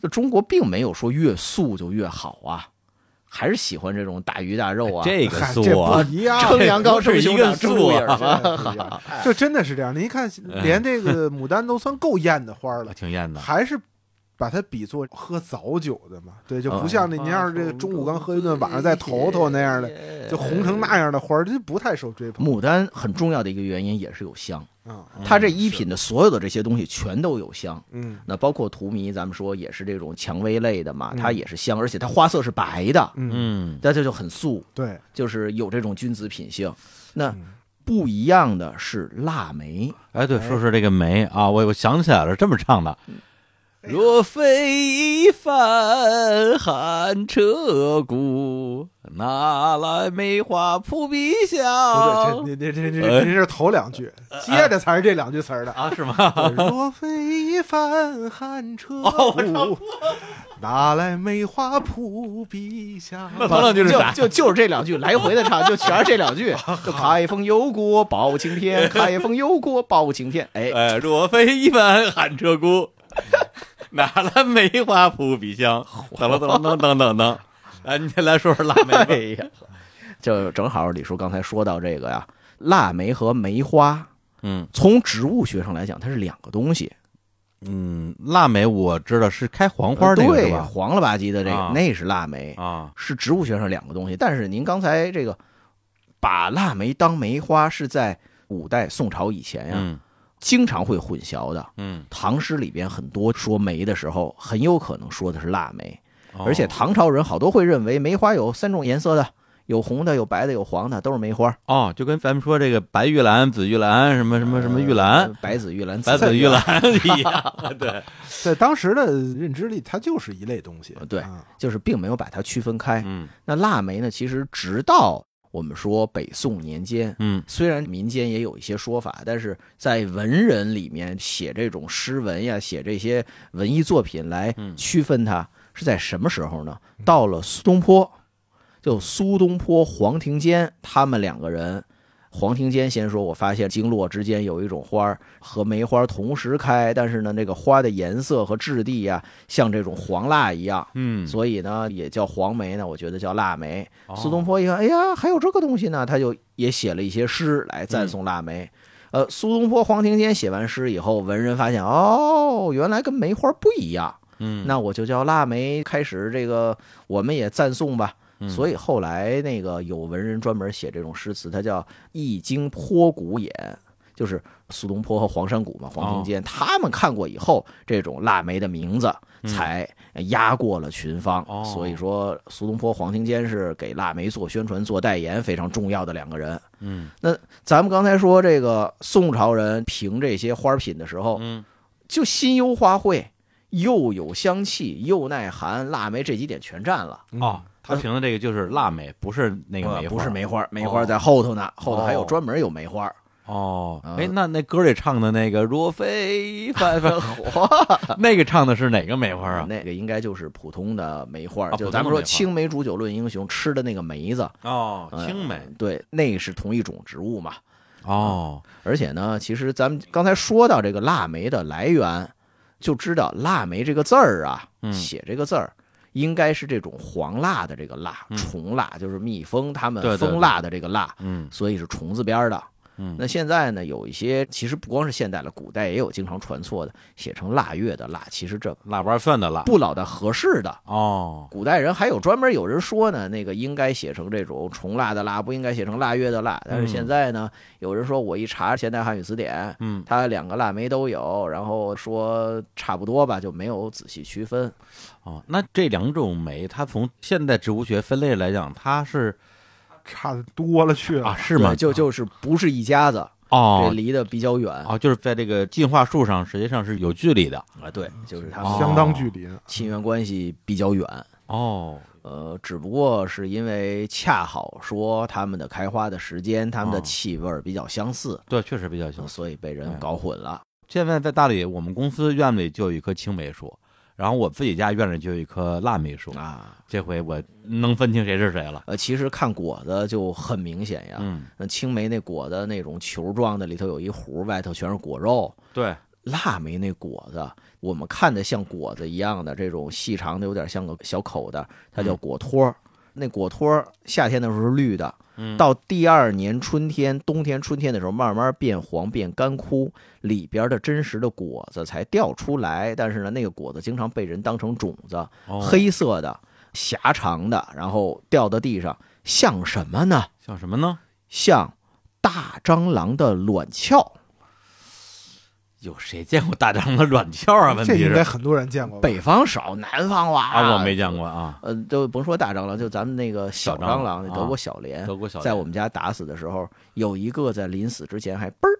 那中国并没有说越素就越好啊，还是喜欢这种大鱼大肉啊。
这个
嗨，
素啊
这，不一
[laughs]
样，
称量高，称胸长，
这
称
不是
肚
一个
影
素啊
儿
不一
[laughs]
样这真的是这样。您看，连这个牡丹都算够艳的花
[laughs]
了，
挺艳的，
还是把它比作喝早酒的嘛？对，
嗯
就不像那您要是这个中午刚喝一顿，晚上再头头那样的，
的
就红成那样的花儿，这不太受追捧
牡丹很重要的一个原因也是有香，
啊。
它
嗯
这一品的所有的这些东西全都有香。
嗯
那包括荼蘼，咱们说也是这种蔷薇类的嘛，
嗯
它也是香，而且它花色是白的，
嗯，
嗯
那这就很素，
对，
就是有这种君子品性。那
嗯
不一样的是
[laughs]
腊梅，
哎，对，说说这个梅啊，我我想起来了，这么唱的。若非一番寒彻骨，哪来梅花扑鼻
不
哦香？
哦对，这这这这这这是头两句，接着才是这两句词儿的。
哎呃啊，是吗？
若非一番寒彻
哦
骨，哪来梅花扑鼻
[laughs]
香？
头两句是啥
就就就是这两句来回的唱，就全是这两
[laughs]
句。就开封油锅包青天，开封油锅包青天。哎，
[laughs] 哎，若非一番寒彻骨， [laughs] 哪来梅花扑鼻香？等了等了等等等等，来，你先来说说腊 [laughs]
哎
梅吧。
呀，就正好李叔刚才说到这个呀，腊梅和梅花，
嗯
从植物学上来讲，它是两个东西。
嗯，腊梅我知道是开黄花那个是
对，
吧？
黄了吧唧的这个，
啊
那是腊梅，
啊，
是植物学上两个东西。但是您刚才这个把腊梅当梅花，是在五代宋朝以前呀，
嗯
经常会混淆的。
嗯，
唐诗里边很多说梅的时候，很有可能说的是腊梅，
哦
而且唐朝人好多会认为梅花有三种颜色的，有红的，有白的，有黄的，都是梅花。
哦，就跟咱们说这个白玉兰、紫玉兰，什么什么什么玉兰
呃、白子玉兰，
白
紫
紫玉兰一
[laughs]
样，对，
在当时的认知里，它就是一类东西
呃。对
啊
就是并没有把它区分开。
嗯
那腊梅呢，其实直到我们说北宋年间，
嗯
虽然民间也有一些说法，但是在文人里面写这种诗文呀，写这些文艺作品来
嗯
区分它，是在什么时候呢？到了苏东坡，就苏东坡、黄庭坚他们两个人。黄庭坚先说：“我发现经络之间有一种花儿和梅花同时开，但是呢，那个花的颜色和质地呀，像这种黄蜡一样，
嗯，
所以呢，也叫黄梅呢，我觉得叫腊梅。
哦
苏东坡一看，哎呀，还有这个东西呢，他就也写了一些诗来赞颂腊
嗯
梅。呃，苏东坡、黄庭坚写完诗以后，文人发现，哦，原来跟梅花不一样，
嗯
那我就叫腊梅。开始这个，我们也赞颂吧。
嗯
所以后来那个有文人专门写这种诗词，他叫《易经坡谷眼》，就是苏东坡和黄山谷嘛，黄庭
哦
坚、他们看过以后，这种腊梅的名字才压过了群芳。
嗯哦
所以说，苏东坡、黄庭坚是给腊梅做宣传、做代言非常重要的两个人。
嗯
那咱们刚才说这个宋朝人评这些花品的时候，
嗯
就心忧花卉，又有香气，又耐寒，腊梅这几点全占了。
哦，他评的这个就是腊梅，不是那个
嗯呃
梅花，
不是梅花，梅
哦
花在后头呢，后头还有
哦
专门有
[laughs]
梅花。
哦，
啊
哎，那那歌里唱的那个若非凡凡
[laughs] 呃
那个唱的是哪个梅花啊？
那个应该就是普通的梅花，
啊
就
普通的
咱们说
梅花
青梅煮酒论英雄吃的那个梅子，
哦，
呃
青梅
对，那是同一种植物嘛。
哦，
而且呢，其实咱们刚才说到这个腊梅的来源，就知道腊梅这个字儿啊，
嗯
写这个字儿。应该是这种黄蜡的这个蜡，
嗯
虫蜡就是蜜蜂它
对
们
对对
蜂蜡的这个蜡，
嗯
所以是虫字边儿的。
嗯
那现在呢，有一些其实不光是现代了，古代也有经常传错的，写成腊月的腊，其实这
腊八蒜的腊
不老的合适的。
哦，
古代人还有专门有人说呢，那个应该写成这种重腊的腊，不应该写成腊月的
嗯
腊。但是现在呢，有人说我一查现代汉语词典，
嗯，
它两个腊梅都有，然后说差不多吧，就没有仔细区分。
哦，那这两种酶，它从现代植物学分类来讲，它是
差的多了去了。
啊是吗？
对就就是不是一家子，这
哦
离得比较远
哦，就是在这个进化树上实际上是有距离的
啊。对，就是他
哦
们
相当距离呢。
亲缘关系比较远。
哦，
呃，只不过是因为恰好说它们的开花的时间、它们的
哦
气味儿比较相似，
对，确实比较相似。
所以被人
哎
搞混了。
现在在大理，我们公司院里就有一棵青梅树，然后我自己家院里就有一棵腊梅树，
啊，
这回我能分清谁是谁了。
呃，其实看果子就很明显呀。
嗯，
那青梅那果子那种球状的，里头有一核，外头全是果肉。
对，
腊梅那果子，我们看的像果子一样的这种细长的，有点像个小口的，它
嗯
叫果托儿。那果托儿夏天的时候是绿的，
嗯
到第二年春天、冬天、春天的时候，慢慢变黄、变干枯，里边的真实的果子才掉出来。但是呢，那个果子经常被人当成种子，
哦、
黑色的、狭长的，然后掉到地上，像什么呢？
像什么呢？
像大蟑螂的卵鞘。
有谁见过大张的软壳啊？问
这
题
应该
是
很多人见过吧？
北方少，南方哇，
啊，我没见过啊。
呃，都甭说大蟑螂，就咱们那个
小
小
蟑
蟑
螂
螂，
啊
德国小蠊，
德国小
在我们家打死的时候，有一个在临死之前还嘣儿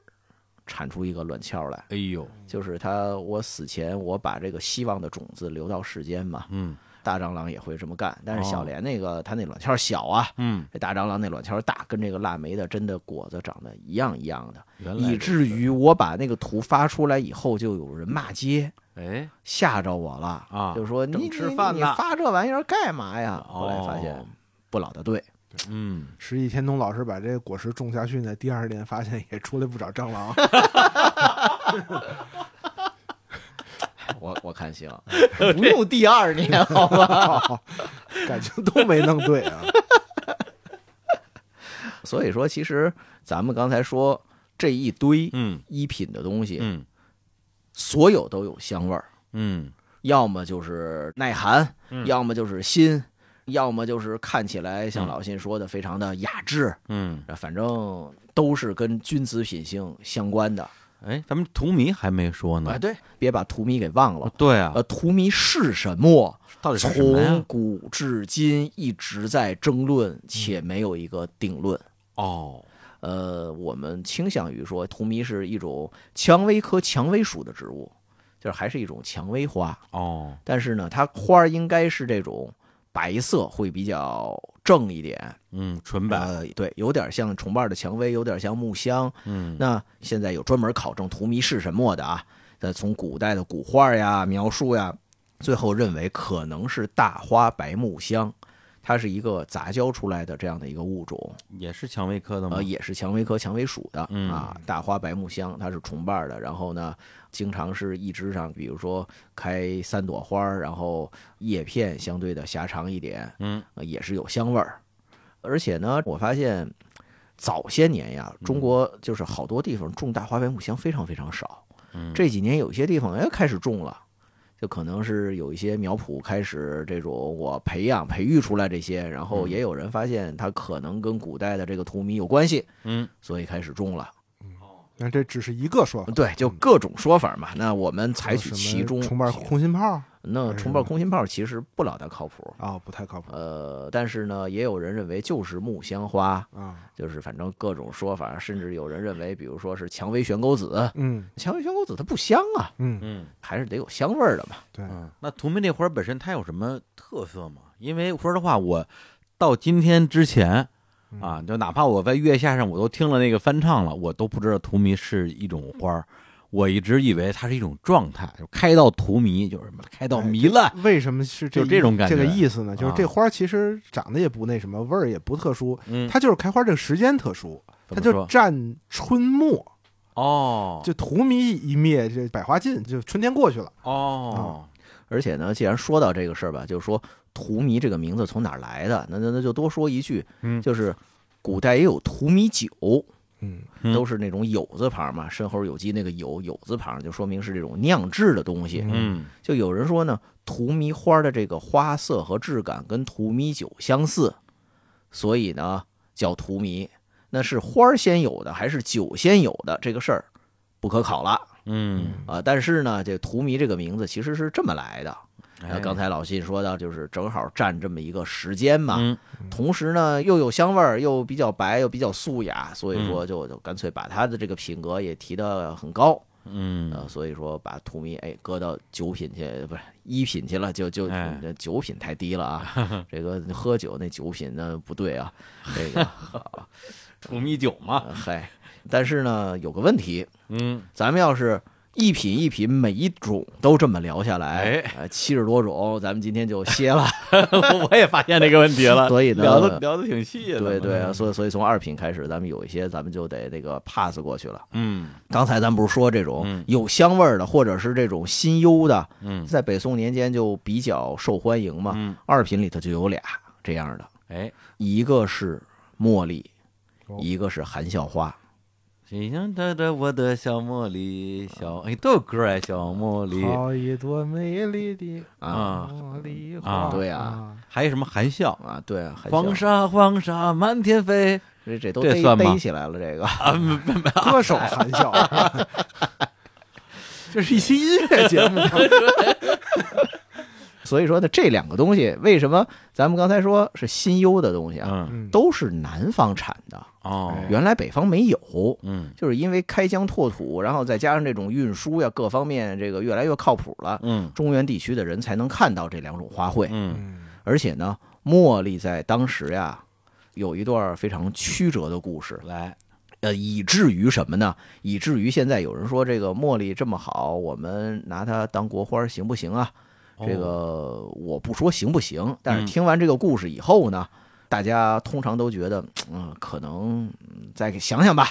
产出一个卵鞘来，
哎呦，
就是它我死前我把这个希望的种子留到世间嘛。
嗯
大蟑螂也会这么干，但是
哦
小蠊那个它那卵鞘小啊，
嗯，
这大蟑螂那卵鞘大，跟这个腊梅的真的果子长得一样一样的，
原来
以至于我把那个图发出来以后，就有人骂街。
哎
吓着我了
啊
就说
正
你
吃饭呢
你你发这玩意儿干嘛呀？
哦
后来
[laughs]
发现不老的对，
嗯。
十亿天通老师把这个果实种下去呢，第二年发现也出来不少蟑螂。
我我
[laughs]
看行，不用第二年哦好吧？
[laughs] 感情都没弄对啊。
[laughs] 所以说，其实咱们刚才说这一堆
嗯
一品的东西，
嗯
所有都有香味儿，
嗯
要么就是耐寒，要么就是新，要么就是看起来像
嗯
老信说的非常的雅致，
嗯，
反正都是跟君子品性相关的。
哎，咱们荼蘼还没说呢
哎，。对，别把荼蘼给忘
哦。
了
啊对啊
呃，，荼蘼是什么？
到底是什么
从
呀？嗯
古至今一直在争论，且没有一个定论。
哦，
呃，我们倾向于说，荼蘼是一种蔷薇科蔷薇属的植物，就是还是一种蔷薇花。
哦，
但是呢，它花儿应该是这种白色，会比较正一点。
嗯，纯白，
呃，对，有点像重瓣的蔷薇，有点像木香。
嗯，
那现在有专门考证荼蘼是什么的啊？呃，从古代的古画呀、描述呀，最后认为可能是大花白木香，它是一个杂交出来的这样的一个物种，
也是蔷薇科的吗
呃，？也是蔷薇科蔷薇属的
嗯
啊。大花白木香它是重瓣的，然后呢，经常是一枝上，比如说开三朵花儿，然后叶片相对的狭长一点，
嗯
呃，也是有香味儿。而且呢，我发现早些年呀，中
嗯
国就是好多地方种大花白木香非常非常少。
嗯
这几年有些地方哎开始种了，就可能是有一些苗圃开始这种我培养培育出来这些，然后
嗯
也有人发现它可能跟古代的这个荼蘼有关系，
嗯，
所以开始种了。
但这只是一个
[laughs]
说法，
对，就各种说法嘛。那我们采取其中，
哦重瓣空心炮
那重瓣空心炮其实不老的靠谱。
啊、不太靠谱
呃，但是呢，也有人认为就是木香花，
啊。
就是反正各种说法，甚至有人认为，比如说是蔷薇悬钩子，
嗯
蔷薇悬钩子它不香啊，
嗯，
嗯
还是得有香味儿的嘛。
对，
嗯。那荼蘼这花儿本身它有什么特色吗？因为说实话，我到今天之前
嗯
啊，就哪怕我在月下上我都听了那个翻唱了，我都不知道荼蘼是一种花儿。我一直以为它是一种状态，就开到荼蘼，就是什么开
哎
到糜烂。
为什么是这
嗯就这种感觉
这个意思呢？就是
啊
这花其实长得也不那什么，味儿也不特殊，
嗯，
它就是开花这个时间特殊，
怎么
它就
说
占春末，
哦
就荼蘼一灭，这百花尽，就春天过去了。
哦
而且呢，既然说到这个事儿吧，就是说荼蘼这个名字从哪儿来的？那那那就多说一句，
嗯
就是古代也有荼蘼酒，
嗯
嗯
都是那种酉字旁嘛，申猴酉鸡那个酉酉字旁，就说明是这种酿制的东西。
嗯
就有人说呢，荼蘼花的这个花色和质感跟荼蘼酒相似，所以呢叫荼蘼。那是花儿先有的还是酒先有的这个事儿，不可考了
嗯，
啊。但是呢，这荼蘼这个名字其实是这么来的。
哎
呃，刚才老信说到，就是正好占这么一个时间嘛，
嗯
同时呢又有香味儿，又比较白，又比较素雅，所
嗯
以说就就干脆把他的这个品格也提得很高，
嗯
呃，所以说把荼蘼哎搁到九品去，不是一品去了，就就
哎
这九品太低
[laughs]
了啊，这个喝酒那九品那不对啊，这个啊
荼蘼酒嘛，
呃嗨，但是呢有个问题，
嗯
咱们要是一品一品每一种都这么聊下来，
哎 [laughs]
呃，七十多种，咱们今天就歇了。
我也发现这个问题了，
所以呢
聊的聊的挺细的，
对对啊，所以所以从二品开始，咱们有一些咱们就得那个 pass 过去了。
嗯
刚才咱不是说这种
嗯
有香味儿的，或者是这种新优的，
嗯
在北宋年间就比较受欢迎嘛。
嗯，
二品里头就有俩这样的，
哎，
一个是茉莉
哦，
一个是含笑花。
谁让他的我的小茉莉小哎都有歌哎，小茉莉，
好一朵美丽的
啊
啊
茉莉
啊
花，
对啊
啊，
还有什么含笑，
啊，对啊，含笑
黄沙黄沙满天飞
这这都
这
逮
算吗
逮起来了，这个
啊，没没没
歌手含
[laughs]
笑，
这是一期音乐
[laughs] 这节目
所以说呢，这两个东西为什么咱们刚才说是新优的东西啊，
嗯
嗯
都是南方产的，
哦
原来北方没有。
嗯
就是因为开疆拓土，然后再加上这种运输呀各方面，这个越来越靠谱了，
嗯
中原地区的人才能看到这两种花卉。
嗯
嗯
而且呢，茉莉在当时呀，有一段非常曲折的故事，
来
呃，以至于什么呢？以至于现在有人说这个茉莉这么好，我们拿它当国花行不行啊？
哦
这个我不说行不行，但是
嗯
听完这个故事以后呢，大家通常都觉得，嗯，可能嗯再给想想吧，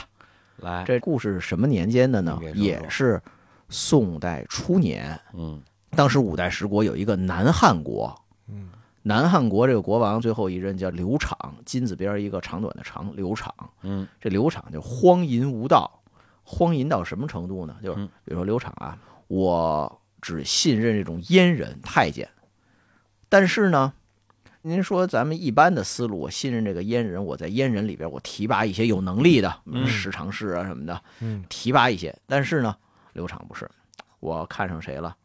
来
这故事是什么年间的呢
哎你给？说说
也是宋代初年。
嗯
当时五代十国有一个南汉国，
嗯
南汉国这个国王最后一任叫刘昶，金字边一个长短的长，刘昶。
嗯，
这刘昶就荒淫无道，荒淫到什么程度呢？就是
嗯
比如说刘昶啊，我只信任这种阉人太监，但是呢。您说咱们一般的思路，我信任这个阉人，我在阉人里边我提拔一些有能力的，
嗯
十常侍啊什么的，
嗯
提拔一些。但是呢，刘昶不是，我看上谁了？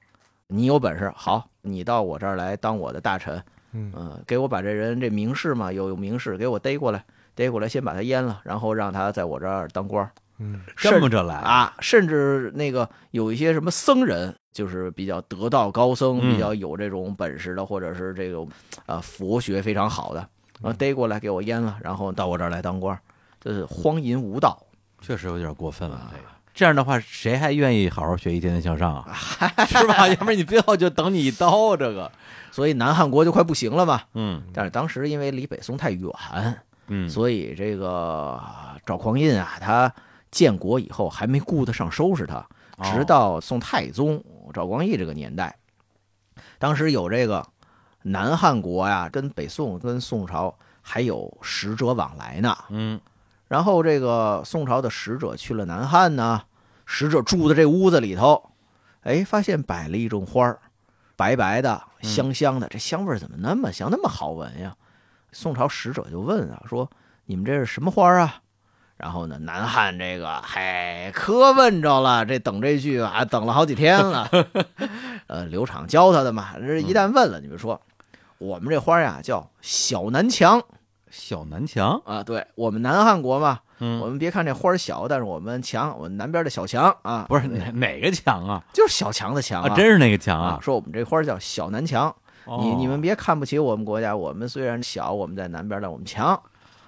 你有本事，好，你到我这儿来当我的大臣，
嗯
嗯、给我把这人这名士嘛，有有名士，给我逮过来，逮过来，先把他阉了，然后让他在我这儿当官儿，
嗯，
这么着来
甚啊，甚至那个有一些什么僧人，就是比较得道高僧，
嗯
比较有这种本事的，或者是这种啊佛学非常好的，然后逮过来给我阉了，然后到我这儿来当官儿，就是荒淫无道。啊
确实有点过分了，这个。这样的话，谁还愿意好好学习、天天向上啊？ [laughs] 是吧？要不然你最后就等你一刀啊这个。
所以南汉国就快不行了嘛，
嗯
但是当时因为离北宋太远，
嗯
所以这个赵匡胤啊，他建国以后还没顾得上收拾他，
哦
直到宋太宗赵光义这个年代，当时有这个南汉国呀、跟北宋跟宋朝还有使者往来呢。
嗯
然后这个宋朝的使者去了南汉呢，使者住的这屋子里头，哎，发现摆了一种花儿，白白的、香香的，这香味儿怎么那么香，那么好闻呀？宋朝使者就问啊，说你们这是什么花儿啊？然后呢，南汉这个，嗨，磕问着了，这等这句啊，等了好几天了。呃，刘昶教他的嘛，这一旦问了，你们说，我们这花儿呀叫小南墙
小南墙，
啊，对我们南汉国嘛，我
嗯，
们别看这花儿小，但是我们墙，我们南边的小墙啊，
不是哪哪个墙啊？
就是小墙的墙
啊，真是那个墙
啊！！说我们这花儿叫小南墙，
哦
你你们别看不起我们国家，我们虽然小，我们在南边，但我们强。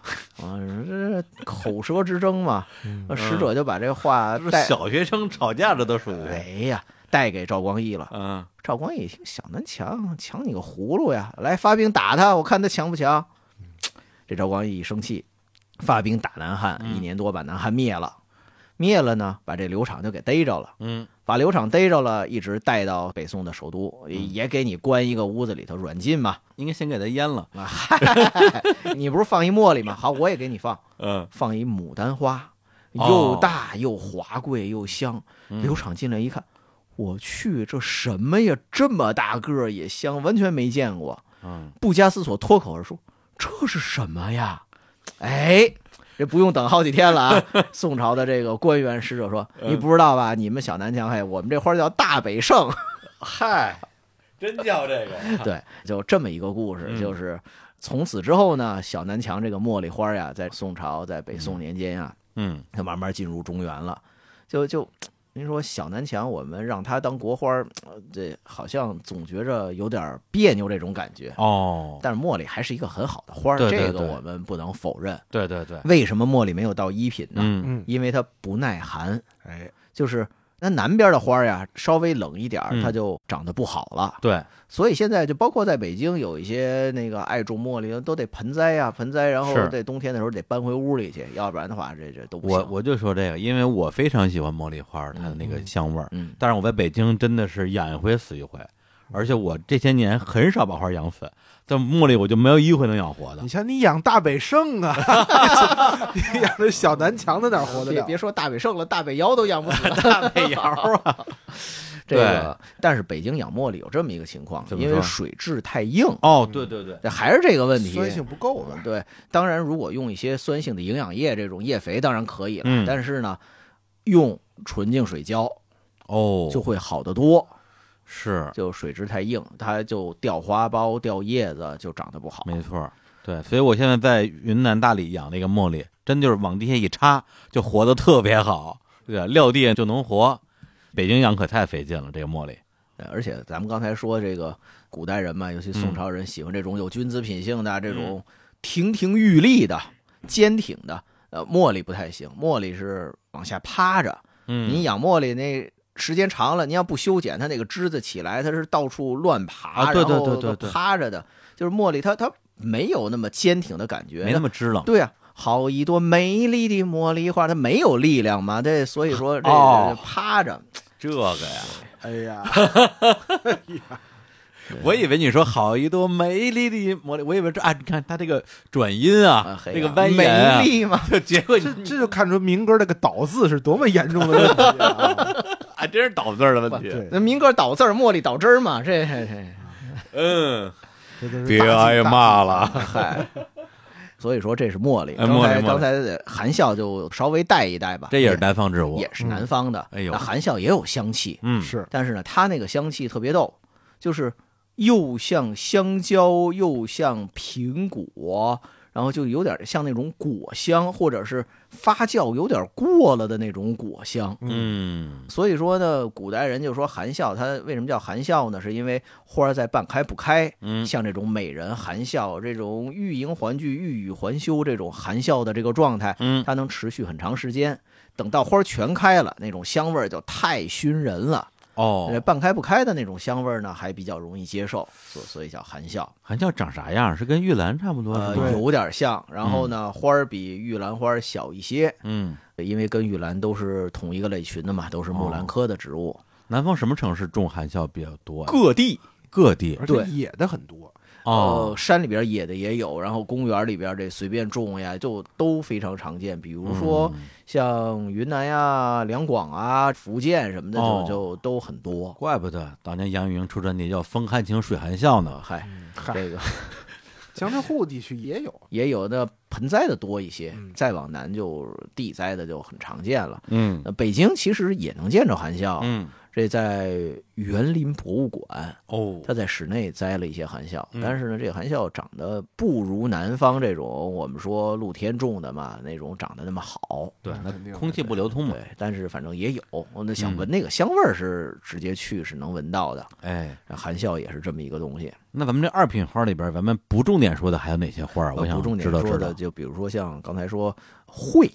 [laughs] 啊，这口舌之争嘛，
嗯
使者就把这话
嗯是
带，
小学生吵架这都属
哎
于。
呀，带给赵光义了。
嗯
赵光义一听小南强，强你个葫芦呀！来发兵打他，我看他强不强。这赵光义一生气，发兵打南汉，
嗯
一年多把南汉灭了。灭了呢，把这刘昶就给逮着了，
嗯
把刘昶逮着了，一直带到北宋的首都，也给你关一个屋子里头软禁嘛。 [laughs]
应该先给他阉了。
你不是放一茉莉吗？好，我也给你放，
嗯
放一牡丹花，又大又华贵又香。刘昶进来一看，我去，这什么呀？这么大个儿也香，完全没见过。
嗯，
不加思索，脱口而出：“这是什么呀？”哎，这不用等好几天了
[laughs]
啊！宋朝的这个官员使者说：“
嗯
你不知道吧？你们小南墙，嘿，我们这花儿叫大北胜。
[laughs] 嗨，真叫这个，”
[laughs] 对，就这么一个故事，
嗯
就是从此之后呢，小南墙这个茉莉花呀，在宋朝，在北宋年间呀，
嗯
它慢慢进入中原了，就就。您说小南墙，我们让它当国花儿，呃这好像总觉着有点别扭这种感觉。
哦，
但是茉莉还是一个很好的花儿，
对对
这个
对
我们不能否认。
对对对，
为什么茉莉没有到一品呢？
嗯
嗯，
因为它不耐寒，
哎，
就是那南边的花儿呀，稍微冷一点儿
嗯
它就长得不好了。
对，
所以现在就包括在北京，有一些那个爱种茉莉的都得盆栽呀、盆栽，然后
是
在冬天的时候得搬回屋里去，要不然的话这这都不行。
我我就说这个，因为我非常喜欢茉莉花它的那个香味儿，
嗯
但是我在北京真的是养一回死一回，而且我这些年很少把花养死，但茉莉我就没有一回能养活的
你。像你养大北胜啊， [laughs] 你养这小南墙的哪儿活得 [laughs]
别
了？
别说大北胜了，大北窑都养不 [laughs] 死大北窑啊。这个，但是北京养茉莉有这么一个情况，
怎么
因
说
为水质太硬，
[laughs] 哦，对对对，
这还是这个问题。
酸性不够吧？
对，当然如果用一些酸性的营养液这种液肥当然可以了，
嗯
但是呢，用纯净水胶
哦，
就会好得多，
是
就水质太硬，它就掉花苞、掉叶子，就长得不好。
没错儿，对，所以我现在在云南大理养那个茉莉，真就是往地下一插就活得特别好，对吧，撂地就能活。北京养可太费劲了，这个茉莉，
呃而且咱们刚才说这个古代人嘛，尤其
嗯
宋朝人喜欢这种有君子品性的、这种亭亭玉立的、坚挺的。呃，茉莉不太行，茉莉是往下趴着，
嗯
你养茉莉那时间长了，你要不修剪，它那个枝子起来，它是到处乱爬，
啊对对
然后
对对对
趴着的，就是茉莉它它没有那么坚挺的感觉，
没那么支棱
它。对啊。好一朵美丽的茉莉花，它没有力量嘛？这所以说这
哦
这趴着，
这个呀，
哎呀，
我以为你说好一朵美丽的茉莉，我以为这啊，你看它这个转音啊
啊，嘿呀
这个蜿蜒啊
美，丽嘛？ [laughs]
就结果
这
你
这就看出民歌这个“倒”字是多么严重的问题啊！
[laughs] 啊，真是倒字儿的问题。
对，
那民歌倒字儿，茉莉倒汁儿嘛？这这这
[laughs] 嗯，
这都是
别
大忌
挨骂。了。
啊嗨，所以说这是茉莉。
哎
刚才
茉莉茉莉
刚才含笑就稍微带一带吧，
这也是南方植物
也，是南方的。
哎呦
那含笑也有香气，
嗯
大忌，是
但是呢，它那个香气特别逗，就是又像香蕉，又像苹果，然后就有点像那种果香，或者是发酵有点过了的那种果香。
嗯，
所以说呢，古代人就说含笑，它为什么叫含笑呢？是因为花儿在半开不开，
嗯
像这种美人含笑，这种欲迎还拒、欲语还休这种含笑的这个状态，
嗯
它能持续很长时间。等到花儿全开了，那种香味儿就太熏人了。呃
哦，
半开不开的那种香味儿呢，还比较容易接受，所所以叫含笑，
含笑长啥样？是跟玉兰差不多
呃
是吧？
对
有点像。然后呢，花儿比玉兰花儿小一些，
嗯，
因为跟玉兰都是同一个类群的嘛，都是木
哦
兰科的植物。
南方什么城市种含笑比较多呀？
各地
各地
而且
对
野的很多，
哦
呃，，山里边野的也有，然后公园里边这随便种呀，就都非常常见。比如说
嗯
像云南呀、两广啊、福建什么的，
哦
就就都很多。
怪不得当年杨钰莹出专辑叫《风含情水含笑》
呃
呢。
嗨，
嗨，
这个
江浙沪地区也有。
也有的盆栽的多一些
嗯，
再往南就地栽的就很常见了。
嗯
那北京其实也能见着含笑，
嗯
这在园林博物馆，
哦
它在室内栽了一些含笑，
嗯
但是呢，这个含笑长得不如南方这种我们说露天种的嘛那种长得那么好。
对，
那肯定
那
的
空气不流通嘛
对。，但是反正也有，我那想
嗯
闻那个香味儿是直接去是能闻到的。
哎，
含笑也是这么一个东西。
那咱们这二品花里边，咱们不重点说的还有哪些花儿？啊
呃
我想
不重点
知道
说
知
的，
道。
就比如说像刚才说会，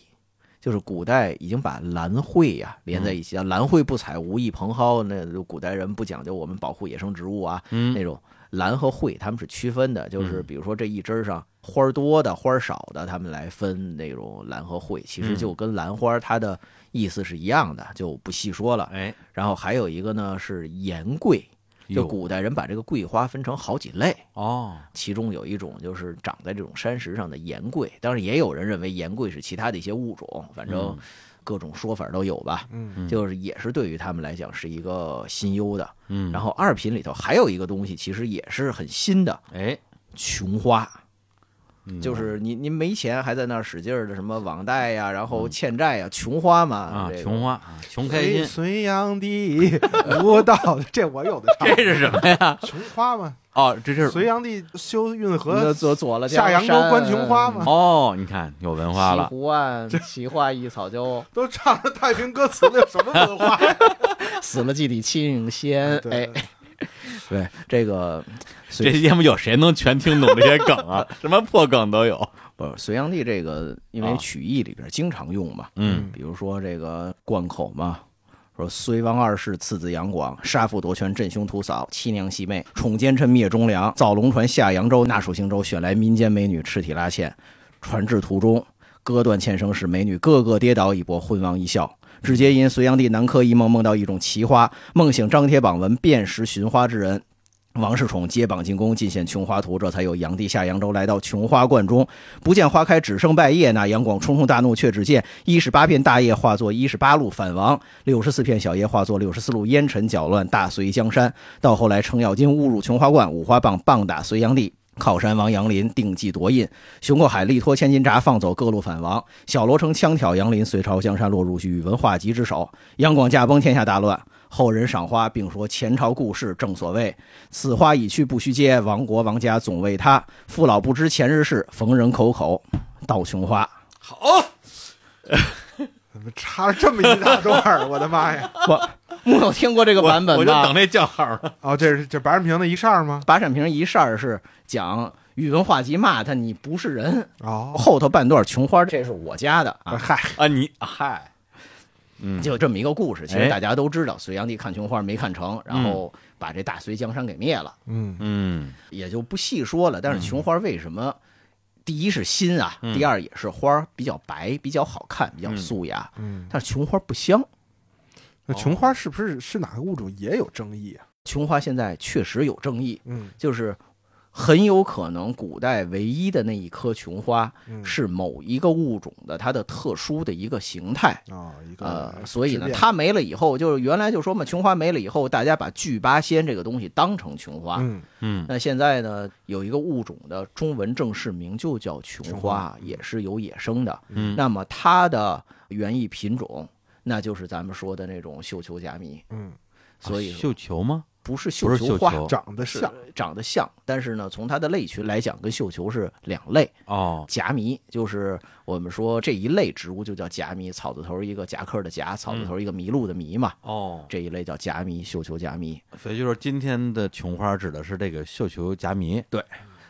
就是古代已经把兰蕙呀、
嗯
连在一起啊，兰蕙不采，无意蓬蒿。那就古代人不讲究我们保护野生植物啊，那
嗯
种兰和蕙它们是区分的，就是
嗯
比如说这一枝儿上花儿多的、花儿少的，他们来分那种兰和蕙，其实
嗯
就跟兰花它的意思是一样的，就不细说了。
哎，
然后还有一个呢是盐桂，就
有
古代人把这个桂花分成好几类。
哦，
其中有一种就是长在这种山石上的岩桂，当然也有人认为岩桂是其他的一些物种，反正
嗯
各种说法都有吧，
嗯
就是也是对于他们来讲是一个新优的。
嗯，
然后二品里头还有一个东西，其实也是很新的，
哎，
琼花。
嗯
就是您您没钱还在那儿使劲儿的什么网贷呀，然后欠债呀，穷花嘛
嗯啊，
这个
琼花，啊穷开
隋
心，
隋炀帝无道，这我有的唱。
[laughs] 这是什么呀？
琼花嘛，
哦，这是
隋炀帝修运
那
河，
左左了
下扬州观琼花嘛，
哦，你看有文化了
西。湖岸奇花异草洲，
都唱着太平歌词了，有什么文化呀？
死了几滴清仙。哎，
[laughs]
对，
对这个
这期节目有谁能全听懂这些梗
[laughs]
啊？什么破梗都有。
不，隋炀帝这个因为
啊
曲艺里边经常用嘛，
嗯
比如说这个贯口嘛，说隋王二世赐子杨广，杀父夺权，镇凶屠嫂，欺娘戏妹，宠奸臣，灭忠良，造龙船下扬州，纳蜀行州，选来民间美女，赤体拉纤，传至途中，割断纤绳，使美女个个跌倒，以博昏王一笑。至皆因隋炀帝南柯一梦，梦到一种奇花，梦醒张贴榜文，辨识寻花之人。王世充接榜进宫，进献琼花图，这才有炀帝下扬州，来到琼花观中，不见花开只剩败叶。那杨广冲冲大怒，却只见一十八片大叶化作一十八路反王，六十四片小叶化作六十四路烟尘搅乱大隋江山。到后来，程咬金误入琼花观，五花棒棒打隋炀帝。靠山王杨林定计夺印，熊过海力托千斤闸，放走各路反王。小罗成枪挑杨林，隋朝江山落入宇文化及之手。杨广驾崩，天下大乱。后人赏花，并说前朝故事，正所谓此花已去不须接，亡国亡家总为他。父老不知前日事，逢人口口道琼花。
[laughs]
[laughs]
怎么插着这么一大段 [laughs] 儿？我的妈呀！
木有听过这个版
我我
本
就
吧
等？这叫号呢。
哦，这是这白占平的一扇吗？
把闪屏一扇儿是讲宇文化及骂他你不是人，
哦，呃
后头半段琼花这是我家的啊，
嗨，
[laughs] 啊！你嗨，嗯，
就这么一个故事。其
哎
实大家都知道，隋炀帝看琼花没看成，然后把这大隋江山给灭了，
嗯，
嗯
也就不细说了。但是琼花为什么？第一是新啊，
嗯
第二也是花儿比较白，比较好看，比较
嗯
素雅。
嗯，
但是琼花不香，
那琼花是不是是哪个物种也有争议啊？
琼花现在确实有争议，
嗯
就是很有可能古代唯一的那一棵琼花
嗯
是某一个物种的它的特殊的一个形态。
哦，一个
呃，所以
质
呢，
变
它没了以后，就是原来就说嘛，琼花没了以后，大家把聚八仙这个东西当成琼花。
嗯
嗯
那现在呢，有一个物种的中文正式名就叫琼
琼
花
花，
也是有野生的。
嗯，
那么它的园艺品种，那就是咱们说的那种绣球夹米，
嗯，
所以
啊绣球吗？
不是
不
绣
是
球
绣
花，
球
长得
是哦
像，
长得像，但是呢，从它的类群来讲，跟绣球是两类。
哦，
夹迷就是我们说这一类植物就叫夹迷，草字头一个夹克的夹，草字头一个麋鹿的麋嘛，
哦，
这一类叫夹迷，绣球夹迷。
所以就是今天的琼花指的是这个绣球夹迷，
对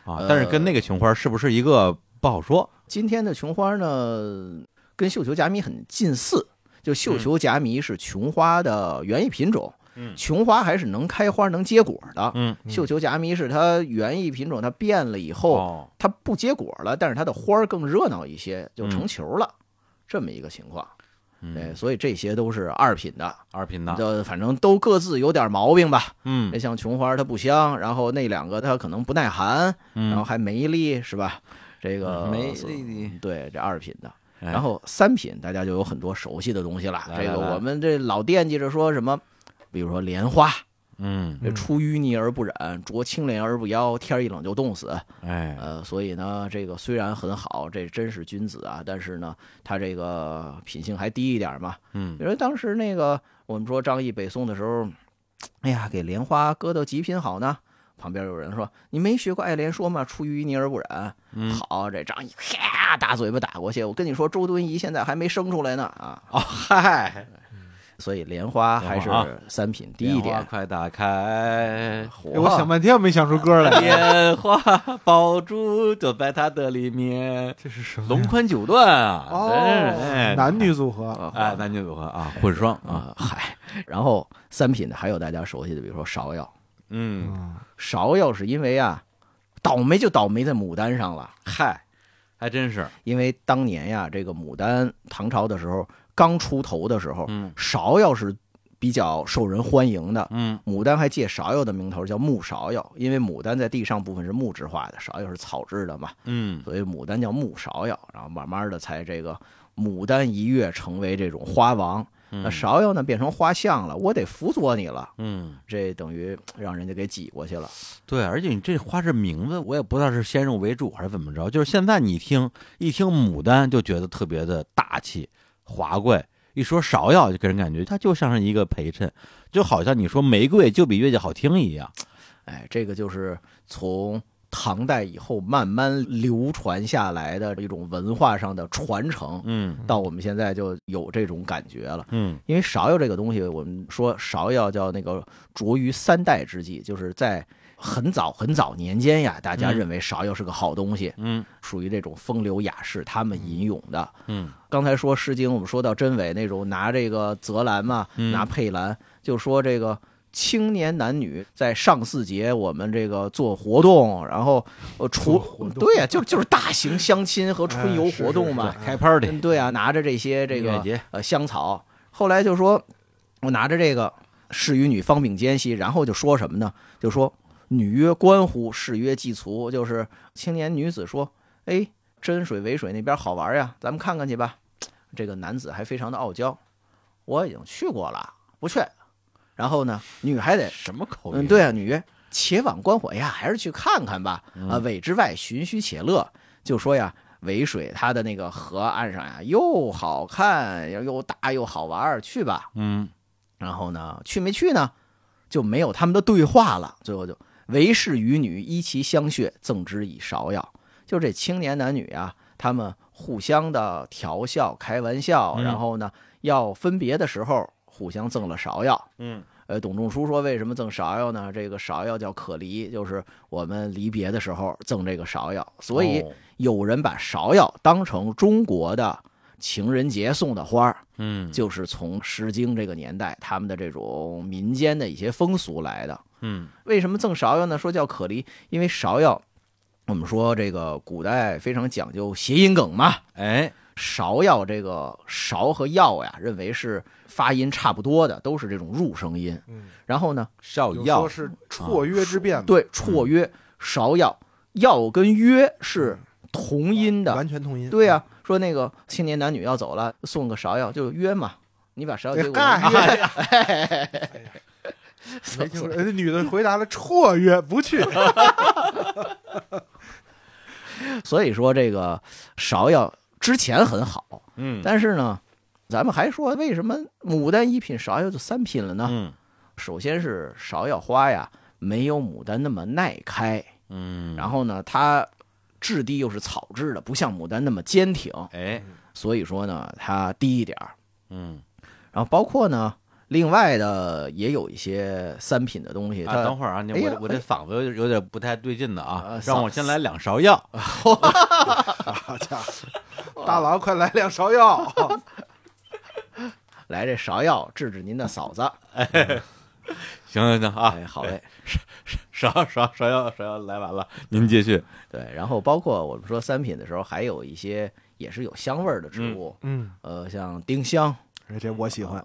啊，
呃
但是跟那个琼花是不是一个不好说？
今天的琼花呢，跟绣球夹迷很近似，就绣球夹迷是琼花的园艺品种，
嗯
琼花还是能开花能结果的，
嗯，
绣球夹迷是它园艺品种，它变了以后，
哦，
它不结果了，但是它的花儿更热闹一些，就成
嗯
球了，这么一个情况。哎，
嗯，
所以这些都是二品的，
二品的，
就反正都各自有点毛病吧。
嗯
那像琼花它不香，然后那两个它可能不耐寒，然后
嗯，
还梅粒是吧？这个
梅粒
对，这二品的。
哎
然后三品大家就有很多熟悉的东西了，
来
这个
来来
我们这老惦记着说什么，比如说莲花，
嗯，
这
嗯
出淤泥而不染，濯清涟而不妖，天一冷就冻死。
哎，
呃，所以呢，这个虽然很好，这真是君子啊，但是呢，他这个品性还低一点嘛。
嗯
比如当时那个我们说张毅北宋的时候，哎呀，给莲花搁到极品好呢。旁边有人说：“你没学过《爱莲说》吗？出淤泥而不染。
嗯，
好，这张毅啪大嘴巴打过去。我跟你说，周敦颐现在还没生出来呢啊！
哦嗨，
所以莲花还是
莲花啊
三品低一
莲花
点。
快打开，
火
哎我想半天没想出歌来，
莲花宝珠就在它的里面，
这是什么呀？
龙宽九段啊，真是哎
哦，男女组合，
啊
哎，男女组合啊，混双啊，
啊，嗨，然后三品的还有大家熟悉的，比如说芍药。
嗯，
嗯，
芍药是因为啊，倒霉就倒霉在牡丹上了，
嗨，还真是，
因为当年呀，这个牡丹唐朝的时候刚出头的时候，
嗯
芍药是比较受人欢迎的。
嗯
牡丹还借芍药的名头叫木芍药，因为牡丹在地上部分是木质化的，芍药是草制的嘛，
嗯
所以牡丹叫木芍药。然后慢慢的才这个牡丹一跃成为这种花王，那
那，
芍药呢变成花相了，我得辅佐你了，
嗯，
这等于让人家给挤过去了。
对，而且你这花这名字，我也不知道是先入为主还是怎么着，就是现在你听一听牡丹就觉得特别的大气华贵，一说芍药就给人感觉它就像是一个陪衬，就好像你说玫瑰就比月季好听一样。
哎，这个就是从唐代以后慢慢流传下来的一种文化上的传承，
嗯
到我们现在就有这种感觉了。
嗯
因为芍药这个东西，我们说芍药叫那个着于三代之际，就是在很早很早年间呀，大家
嗯
认为芍药是个好东西，
嗯
属于这种风流雅士他们吟咏的。
嗯
刚才说《诗经》，我们说到真伪那种拿这个泽兰嘛，
嗯
拿佩兰，就说这个青年男女在上巳节我们这个做活动，然后呃除
活动
对呀、就就是大型相亲和春游活动嘛，
哎
开
嗯
party
对啊，拿着这些这
音乐
个
节
呃香草，后来就说我拿着这个是与女方秉奸兮，然后就说什么呢？就说女曰观乎，士曰祭俗，就是青年女子说，哎，真水伪水那边好玩呀，咱们看看去吧。这个男子还非常的傲娇，我已经去过了，不去。然后呢，女还得
什么口音？
嗯，对啊，女曰：“且往观火呀，还是去看看吧。啊，苇之外寻虚且乐。”就说呀，苇水它的那个河岸上呀，又好看，又又大又好玩儿，去吧。
嗯
然后呢，去没去呢，就没有他们的对话了。最后就为是与女依其相谑，赠之以芍药。就这青年男女啊，他们互相的调笑、开玩笑，
嗯
然后呢，要分别的时候互相赠了芍药。
嗯
呃，董仲舒说为什么赠芍药呢？这个芍药叫可离，就是我们离别的时候赠这个芍药。所以
哦
有人把芍药当成中国的情人节送的花儿，
嗯
就是从《诗经》这个年代他们的这种民间的一些风俗来的。
嗯
为什么赠芍药呢？说叫可离，因为芍药，我们说这个古代非常讲究谐音梗嘛，
哎
芍药这个芍和药呀，认为是发音差不多的，都是这种入声音。
嗯，
然后呢，
芍
有
药
说是绰约之变嘛，
嗯对，绰约芍药，药跟约是同音的。
完全同音。
对啊呀、说那个青年男女要走了，送个芍药就约嘛，你把芍
[laughs]
药
哎，
给我。
干
啊
约呀，
送
[laughs] 没听说。人家女的回答了绰约，不去。 [laughs]
所以说这个芍药之前很好，
嗯
但是呢，咱们还说为什么牡丹一品，芍药就三品了呢？
嗯
首先是芍药花呀，没有牡丹那么耐开，
嗯，
然后呢，它质地又是草质的，不像牡丹那么坚挺，
哎
所以说呢，它低一点儿。
嗯
然后包括呢，另外的也有一些三品的东西，
啊，等
它
会儿啊，你
哎
我
呀
这我这
哎
嗓子有点有点不太对劲的啊
啊，
让
嗓呃
我先来两勺药。
好家伙，大郎快来两芍 [laughs] 药。
来这芍药治治您的嫂
啊
子。
行行行啊，
哎，好嘞。
芍芍芍药芍药来完了，您继续。
对，然后包括我们说三品的时候，还有一些也是有香味儿的植物，
嗯，
呃，像丁香。
哎这我喜欢。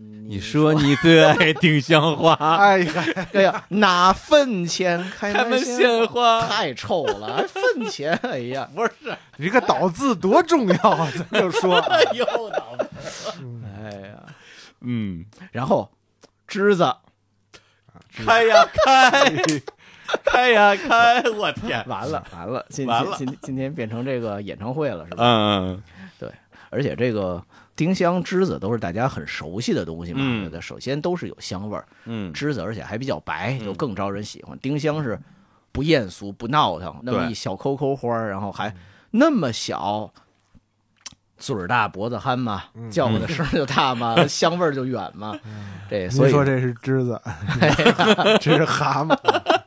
你说你最爱丁香
[laughs]
花，
哎呀，
哎呀，拿粪钱开
开门
门
献花，
太臭了，还粪钱，哎呀，
不
[laughs]
是，
你这个倒字多重要啊！咱就 [laughs] 说，
又倒
[laughs]
霉。
哎呀，
嗯，
然后栀子
开呀
[laughs]
开，开呀开，我天，[laughs]
完了完了，今
完了
今今今天变成这个演唱会了是吧？
嗯
而且这个丁香、栀子都是大家很熟悉的东西嘛，
嗯
对不对？首先都是有香味儿，
嗯
栀子而且还比较白，
嗯
就更招人喜欢。丁香是不艳俗、不闹腾，那么
对
一小抠抠花儿，然后还那么小，嘴儿大脖子憨嘛，
嗯
叫唤的
嗯
声儿就大嘛，
[laughs]
香味儿就远嘛。这所
您
以
说这是栀子， [laughs] 这是蛤蟆。 [laughs]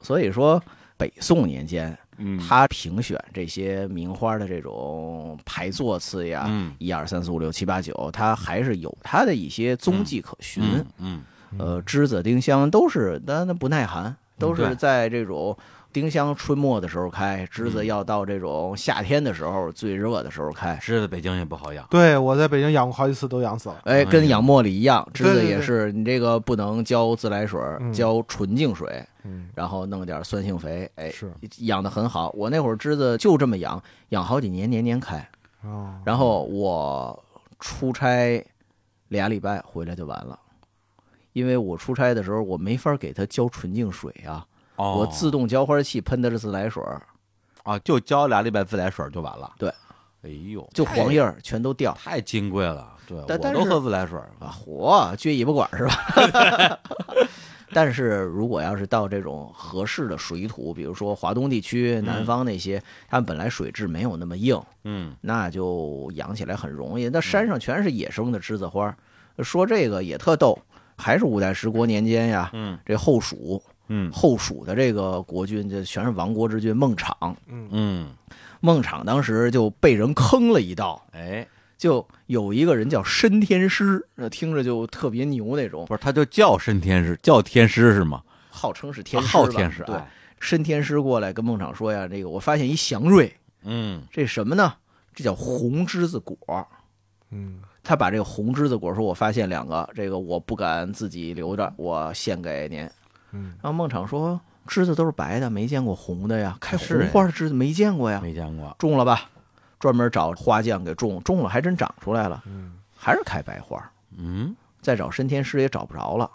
所以说北宋年间，
嗯
他评选这些名花的这种排座次呀。
嗯
一二三四五六七八九，它还是有它的一些踪迹可循。
嗯嗯
呃，栀子、丁香都是，但它不耐寒，都
对
是在这种丁香春末的时候开，栀子要到这种夏天的时候最热的时候开。哎
知道北京也不好养，
对我在北京养过好几次，都养死了。
哎，跟养茉莉一样，栀
对
子
对
也
对
是，你这个不能浇自来水，
嗯
浇纯净水，
嗯，
然后弄点酸性肥，哎，
是
养的很好。我那会儿栀子就这么养，养好几年，年年开。
啊，
然后我出差俩礼拜回来就完了，因为我出差的时候我没法给它浇纯净水啊，
哦
我自动浇花器喷的是自来水儿，
啊就浇俩礼拜自来水儿就完了。
对，
哎呦，
就
太
黄叶儿全都掉。
太金贵了，对，
但但
我
是
都喝自来水儿。
啊，火撅尾巴管是吧？ [laughs] 但是如果要是到这种合适的水土，比如说华东地区、南方那些，他们本来水质没有那么硬，
嗯，
那就养起来很容易。那山上全是野生的栀子花儿，说这个也特逗，还是五代十国年间呀，
嗯，
这后蜀，
嗯
后蜀的这个国君，这全是亡国之君孟昶，
嗯，
孟昶当时就被人坑了一道，
哎，
就有一个人叫申天师，那听着就特别牛那种，
不是，他就叫申天师，叫天师是吗？
号称是天师吧，
号天师，
对
哎，
申天师过来跟孟昶说呀，这个我发现一祥瑞，
嗯，
这什么呢？这叫红栀子果。
嗯
他把这个红栀子果说，我发现两个，这个我不敢自己留着，我献给您。
嗯，
然后孟昶说，栀子都是白的，没见过红的呀，开
啊是哎
红花的栀子没见过呀，
没见过，
种了吧？专门找花匠给种，种了还真长出来了，
嗯
还是开白花。
嗯，
再找申天师也找不着了。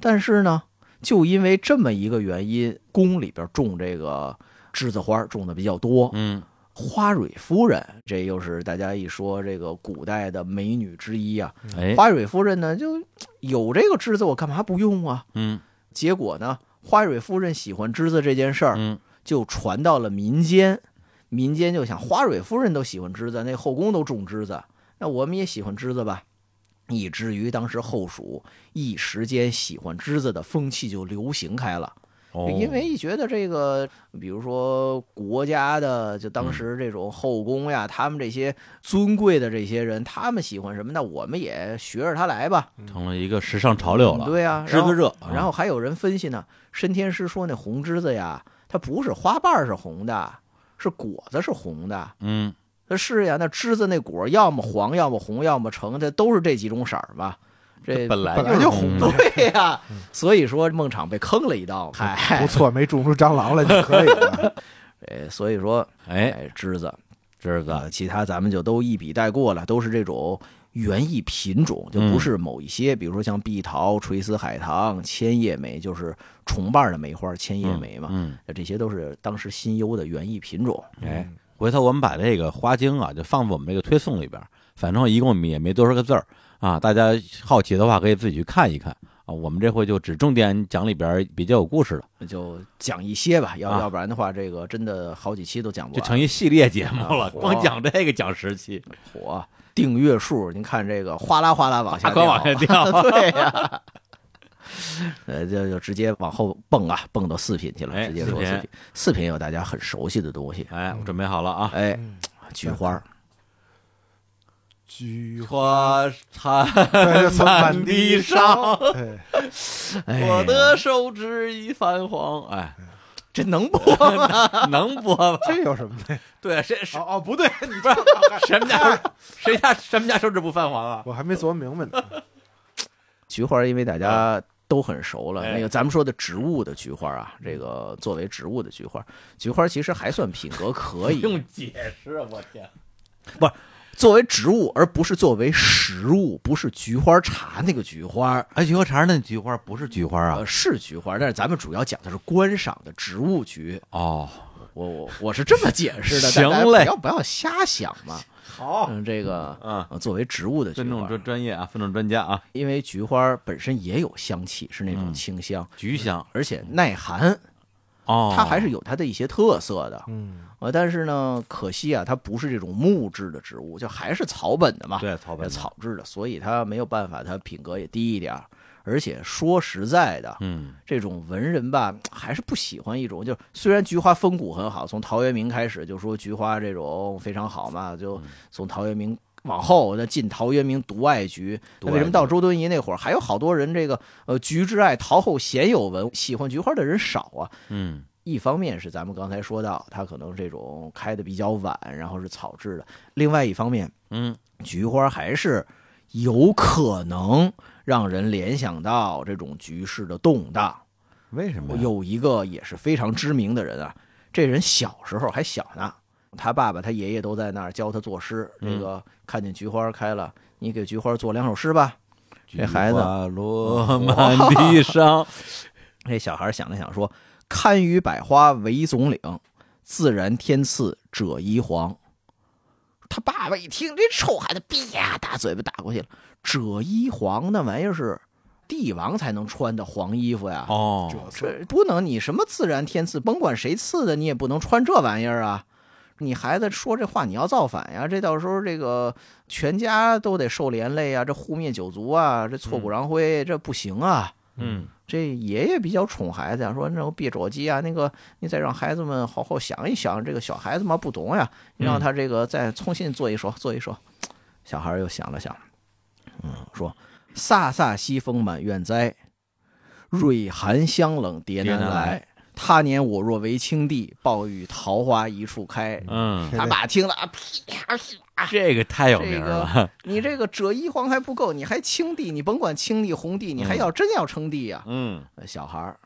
但是呢，就因为这么一个原因，宫里边种这个栀子花种的比较多。
嗯，
花蕊夫人，这又是大家一说这个古代的美女之一啊。
哎，
花蕊夫人呢，就有这个栀子，我干嘛不用啊？
嗯
结果呢，花蕊夫人喜欢栀子这件事儿，
嗯，
就传到了民间，民间就想花蕊夫人都喜欢栀子，那后宫都种栀子，那我们也喜欢栀子吧。以至于当时后蜀一时间喜欢栀子的风气就流行开了，
哦，
因为一觉得这个，比如说国家的，就当时这种后宫呀，他们这些尊贵的这些人，他们喜欢什么，那我们也学着他来吧。
成了一个时尚潮流了，
嗯对呀、
知
然后
子热，啊
然后还有人分析呢，申天师说那红栀子呀，它不是花瓣儿是红的，是果子是红的。
嗯，
那是呀，那栀子那果儿要么黄，要么红，要么橙，这都是这几种色儿嘛。这
本来嗯
本来就红
的，
对呀、所以说孟昶被坑了一刀。嗨，
不错，没种出蟑螂来就可以 [laughs] 了。
哎，所以说
哎，
哎，栀子
知子，
啊，其他咱们就都一笔带过了，都是这种园艺品种，就
嗯
不是某一些，比如说像碧桃、垂丝海棠、千叶梅，就是重瓣儿的梅花，千叶梅嘛。
嗯，
这些都是当时新优的园艺品种。
哎，回头我们把这个花精啊，就放在我们这个推送里边儿，反正一共也没多少个字儿啊，大家好奇的话可以自己去看一看啊。我们这回就只重点讲里边儿比较有故事的，
那就讲一些吧，要、
啊
要不然的话，这个真的好几期都讲不
就
完。
成一系列节目了，
啊
光讲这个讲十期，
火订阅数，您看这个哗啦哗啦往下
大管啊往下
掉，啊
掉。
[laughs] 对呀、呃，就就直接往后蹦啊，蹦到四品去了，
哎
直接说
四品
四品。四品有大家很熟悉的东西，
哎，我准备好了啊！
哎，
嗯 [laughs]
菊花儿，
菊花
花残
满
地伤，
对，
[laughs]
哎，
我的手指已泛黄。哎，
这能播吗？
能播吗？
这有什么的？
对，谁谁
哦哦，不对，
不是什么家谁家什么家手指不泛黄啊？
我还没琢磨明白呢。
菊花儿因为大家都很熟了，
啊哎嗯
那个咱们说的植物的菊花儿啊，这个作为植物的菊花儿，菊花儿其实还算品格可以，
用解释，我天！
作为植物，而不是作为食物，不是菊花茶那个菊花，
哎，菊花茶那菊花不是菊花啊
呃，？是菊花，但是咱们主要讲的是观赏的植物菊。
哦，
我我我是这么解释的，
行
大家
嘞
不要不要瞎想嘛。
好，
嗯，这个
嗯，
呃作为植物的菊
尊重
花，
专专业啊，尊重专家啊，
因为菊花本身也有香气，是那种
嗯
清香，
菊香
而且耐寒，
哦
它还是有它的一些特色的。
嗯，
呃，但是呢，可惜啊，它不是这种木质的植物，就还是草本的嘛。
对草本的
草制的，所以它没有办法，它品格也低一点儿。而且说实在的，
嗯
这种文人吧，还是不喜欢一种，就是虽然菊花风骨很好，从陶渊明开始就说菊花这种非常好嘛，
嗯
就从陶渊明往后，那晋陶渊明独爱菊，
独
那
爱
为什么到周敦颐那会儿还有好多人这个呃菊之爱，陶后鲜有闻，喜欢菊花的人少啊，
嗯
一方面是咱们刚才说到，它可能这种开的比较晚，然后是草制的；另外一方面，
嗯，
菊花还是有可能让人联想到这种局势的动荡。
为什么呀？
有一个也是非常知名的人啊，这人小时候还小呢，他爸爸、他爷爷都在那儿教他作诗。这个看见菊花开了，你给菊花做两首诗吧。
[laughs]
这孩子
菊花 [laughs] 落满地伤，
这小孩想了想说：“堪与百花为总领，自然天赐者衣黄。”他爸爸一听，这臭孩子，啪、大嘴巴打过去了。者衣黄那玩意儿是帝王才能穿的黄衣服呀。
哦，
这是
这不能，你什么自然天赐，甭管谁赐的，你也不能穿这玩意儿啊！你孩子说这话，你要造反呀！这到时候这个全家都得受连累啊！这护灭九族啊，这挫骨扬灰，这不行啊！
嗯，
这爷爷比较宠孩子呀、说那我别着急啊，那个你再让孩子们好好想一想，这个小孩子嘛不懂呀，你让他这个再重新做一首，做一首。小孩儿又想了想，嗯，说：“飒飒西风满院栽，蕊寒香冷蝶难
蝶难来
来。他年我若为青帝，报与桃花一处开。”
嗯，
他爸听了，啊，啪啪！
这个太有名了，
你这个者一皇还不够，你还青帝，你甭管青帝红帝，你还要真要称帝呀、
嗯，
呃小孩儿，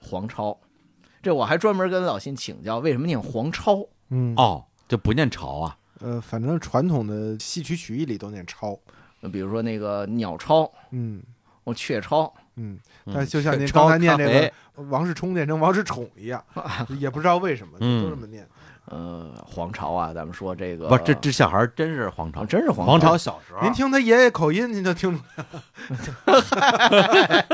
黄超，这我还专门跟老辛请教，为什么念黄超？
嗯
哦，就不念朝啊，
呃，反正传统的戏曲曲艺里都念超，
呃比如说那个鸟超，
嗯
哦，雀超，
嗯，
嗯
但就像您
超
刚才念这
咖啡
个王世充念成王世宠一 [laughs] 样，也不知道为什么
嗯
就都这么念。
呃，黄朝啊，咱们说这个
不，这这小孩儿真呃是皇朝
啊，真是黄
皇朝小时候，啊
您听他爷爷口音，您就听出来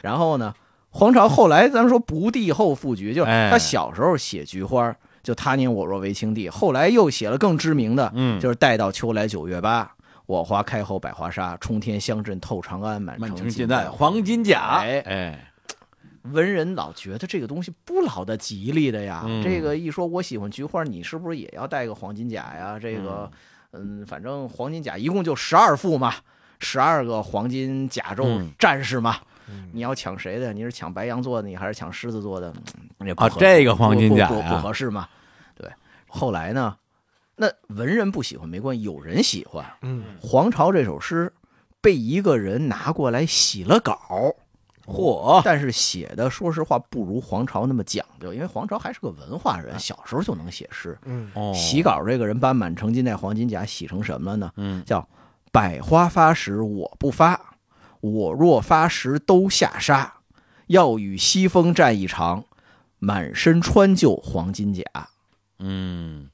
然后呢，黄巢后来咱们说不帝后复菊，就是
哎
他小时候写菊花，就他年我若为青帝，后来又写了更知名的，
嗯
就是待到秋来九月八，我花开后百花杀，冲天香阵透长安，满
满城
城
尽
尽
带
带
黄金甲，
哎
哎，
文人老觉得这个东西不老的吉利的呀。
嗯
这个一说我喜欢菊花，你是不是也要戴个黄金甲呀？这个，嗯，反正黄金甲一共就十二副嘛，十二个黄金甲胄
嗯
战士嘛。
嗯
你要抢谁的？你是抢白羊座的，你还是抢狮子座的？嗯也不
啊
合
这个黄金甲
不不不
呀
不合适嘛。对，后来呢，那文人不喜欢没关系，有人喜欢。
嗯，
黄巢这首诗被一个人拿过来洗了稿。
嚯，
[laughs] 但是写的说实话不如黄巢那么讲究，因为黄巢还是个文化人，小时候就能写诗。
嗯
哎哦
洗稿这个人把满城尽带黄金甲洗成什么了呢？
嗯，
叫百花发时我不发，我若发时都下沙，要与西风战一场，满身穿就黄金甲，
嗯，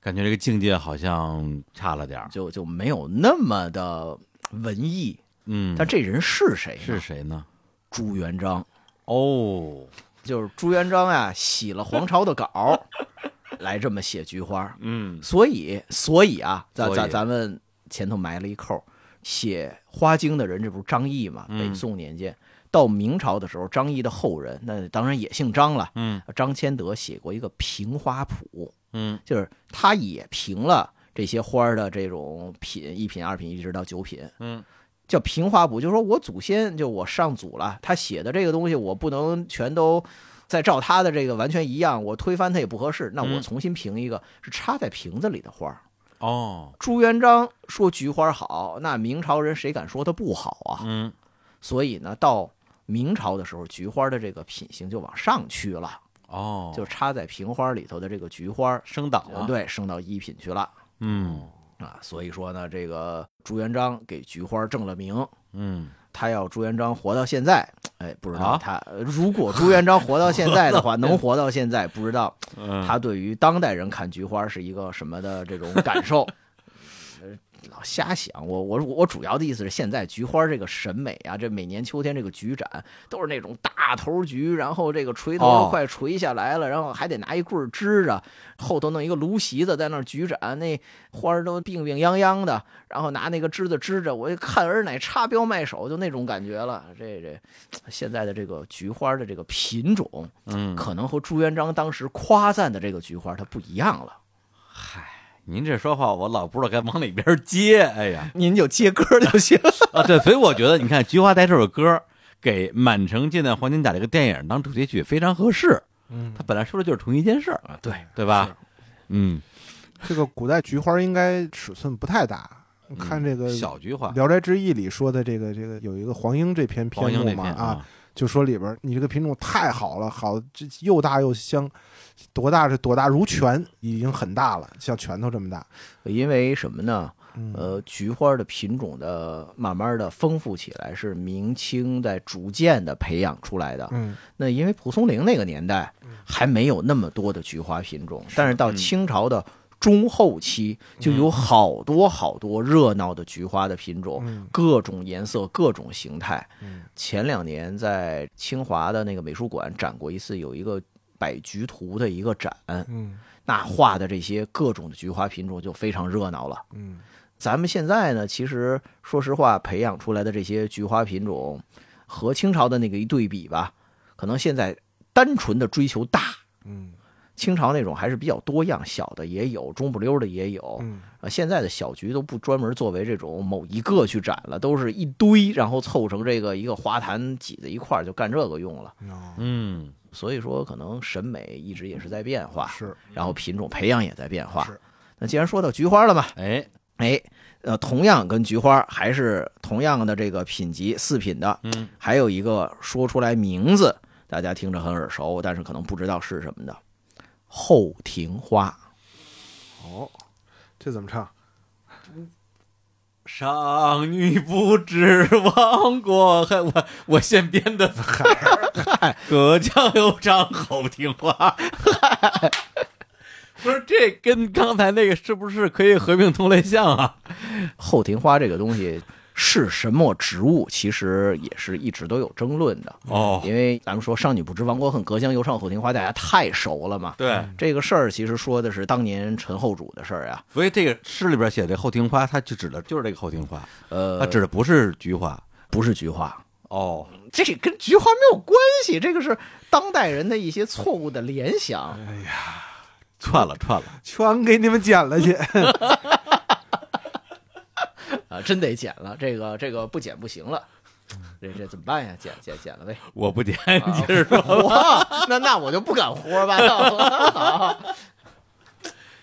感觉这个境界好像差了点儿，
就就没有那么的文艺。
嗯，
但这人是谁呢？
是谁呢？
朱元璋。
哦，
就是朱元璋呀、洗了黄巢
[laughs]
的稿，来这么写菊花。
嗯，
所以，所以啊，咱
所以
咱咱们前头埋了一扣，写《花经》的人，这不是张毅嘛？
嗯
北宋年间，到明朝的时候，张毅的后人，那当然也姓张了。
嗯，
张谦德写过一个《评花谱》，
嗯，
就是他也评了这些花儿的这种品，一品、二品，一直到九品。
嗯，
叫评花谱，就是说我祖先就我上祖了，他写的这个东西，我不能全都再照他的这个完全一样，我推翻它也不合适。那
嗯
我重新评一个，是插在瓶子里的花儿。
哦，
朱元璋说菊花好，那明朝人谁敢说它不好啊？
嗯，
所以呢，到明朝的时候，菊花的这个品行就往上去了，
哦，啊
就插在瓶花里头的这个菊花儿，
升档了，，
对，升到一品去了
嗯
啊。所以说呢，这个朱元璋给菊花正了名，
嗯，
他要朱元璋活到现在，哎，不知道
啊
他、呃如果朱元璋活到现在的话，能 [laughs] 活到现在，不知道
嗯
他对于当代人看菊花是一个什么的这种感受。呃老瞎想，我我我主要的意思是，现在菊花这个审美啊，这每年秋天这个菊展都是那种大头菊，然后这个垂头
哦
都快垂下来了，然后还得拿一棍儿支着，后头弄一个芦席子在那儿菊展，那花儿都病病殃殃的，然后拿那个枝子支着，我就看儿乃插标卖首，就那种感觉了。这这现在的这个菊花的这个品种，
嗯，
可能和朱元璋当时夸赞的这个菊花它不一样了。
您这说话我老不知道该往哪边接，哎呀，
您就接歌就行。
[laughs] 啊，对，所以我觉得你看《菊花台》这首歌给《满城尽带黄金甲》这个电影当主题曲非常合适，
嗯
它，本来说的就是同一件事儿，
啊，对，
对吧？嗯，
这个古代菊花应该尺寸不太大，看这个
小菊花，
《聊斋志异》里说的这个这个有一个黄英这篇
黄英
篇目
那
嘛
篇
啊，，就说里边儿你这个品种太好了，好这又大又香，多大是多大如拳，已经很大了，像拳头这么大。
因为什么呢？
嗯，
呃，菊花的品种的慢慢的丰富起来，是明清在逐渐的培养出来的。
嗯
那因为蒲松龄那个年代还没有那么多的菊花品种，但是到
嗯
清朝的中后期就
嗯
有好多好多热闹的菊花的品种，
嗯
各种颜色、各种形态。
嗯
前两年在清华的那个美术馆展过一次，有一个百菊图的一个展，
嗯
那画的这些各种的菊花品种就非常热闹了。
嗯
咱们现在呢，其实说实话，培养出来的这些菊花品种，和清朝的那个一对比吧，可能现在单纯的追求大，
嗯
清朝那种还是比较多样，小的也有，中不溜儿的也有。
嗯
啊，现在的小菊都不专门作为这种某一个去展了，都是一堆，然后凑成这个一个花坛挤在一块儿就干这个用了。
哦
嗯，
所以说，可能审美一直也是在变化，
是
然后品种培养也在变化
是。
那既然说到菊花了嘛，
哎，
哎，呃，同样跟菊花还是同样的这个品级四品的，
嗯，
还有一个说出来名字，大家听着很耳熟，但是可能不知道是什么的，后庭花。
哦，这怎么唱？
商女不知亡国恨，我我现编的词
[laughs]
儿，嗨，隔江犹唱后庭花，不是这跟刚才那个是不是可以合并同类项啊？
后庭花这个东西是什么植物，其实也是一直都有争论的，
哦，
因为咱们说“商女不知亡国恨，隔江犹唱后庭花”，大家太熟了嘛。
对，
这个事儿其实说的是当年陈后主的事儿啊，
所以这个诗里边写这后庭花，它就指的就是这个后庭花，它
呃，
指的不是菊花。
不是菊花，
哦，
这跟菊花没有关系，这个是当代人的一些错误的联
[laughs]
想。
串了串了，
全给你们剪 [laughs] 了去。
啊，真得剪了，这个这个不剪不行了，这这怎么办呀？剪剪剪了呗。
我不
[laughs]
点，哎接着说。
我那那我就不敢胡说八道了。好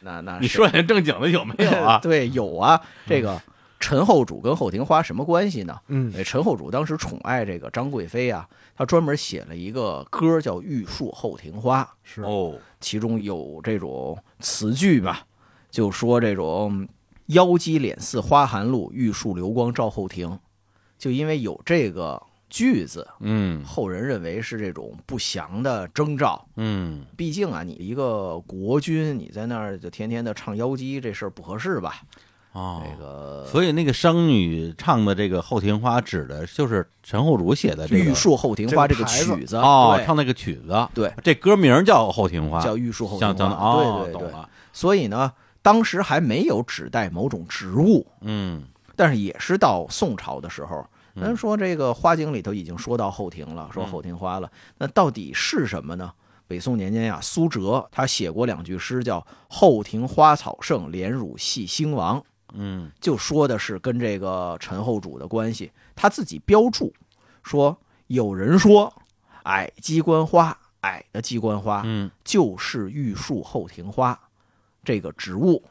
那那
你
谁
说点正经的有没有 [laughs] 啊？
对有啊，这个陈后主跟后庭花什么关系呢？
嗯
哎陈后主当时宠爱这个张贵妃啊，他专门写了一个歌叫《玉树后庭花》。
是
哦，
其中有这种词句吧，就说这种“妖姬脸似花含露，玉树流光照后庭”，就因为有这个句子，
嗯
后人认为是这种不祥的征兆。
嗯，
毕竟啊，你一个国君，你在那儿就天天的唱妖姬，这事儿不合适吧？
哦，
这个
所以那个商女唱的这个《后庭花》，指的就是陈后主写的
《
这个
玉树后庭花》
这
哎这
个
个
牌子
曲子
哦，
对
唱那个曲子，
对，
这歌名叫《后庭花》，
叫《玉树后
像
庭
像
花》。
哦，
对对
懂
对，
了，
所以呢，当时还没有指代某种植物，
嗯
但是也是到宋朝的时候，
嗯
咱说这个花经里头已经说到后庭了，说
嗯
后庭花了，那到底是什么呢？北宋年间呀、啊苏辙他写过两句诗，叫“后庭花草盛，莲乳系兴亡
嗯”，
就说的是跟这个陈后主的关系。他自己标注说，有人说，矮鸡冠花，矮的鸡冠花
嗯，
就是玉树后庭花这个植物，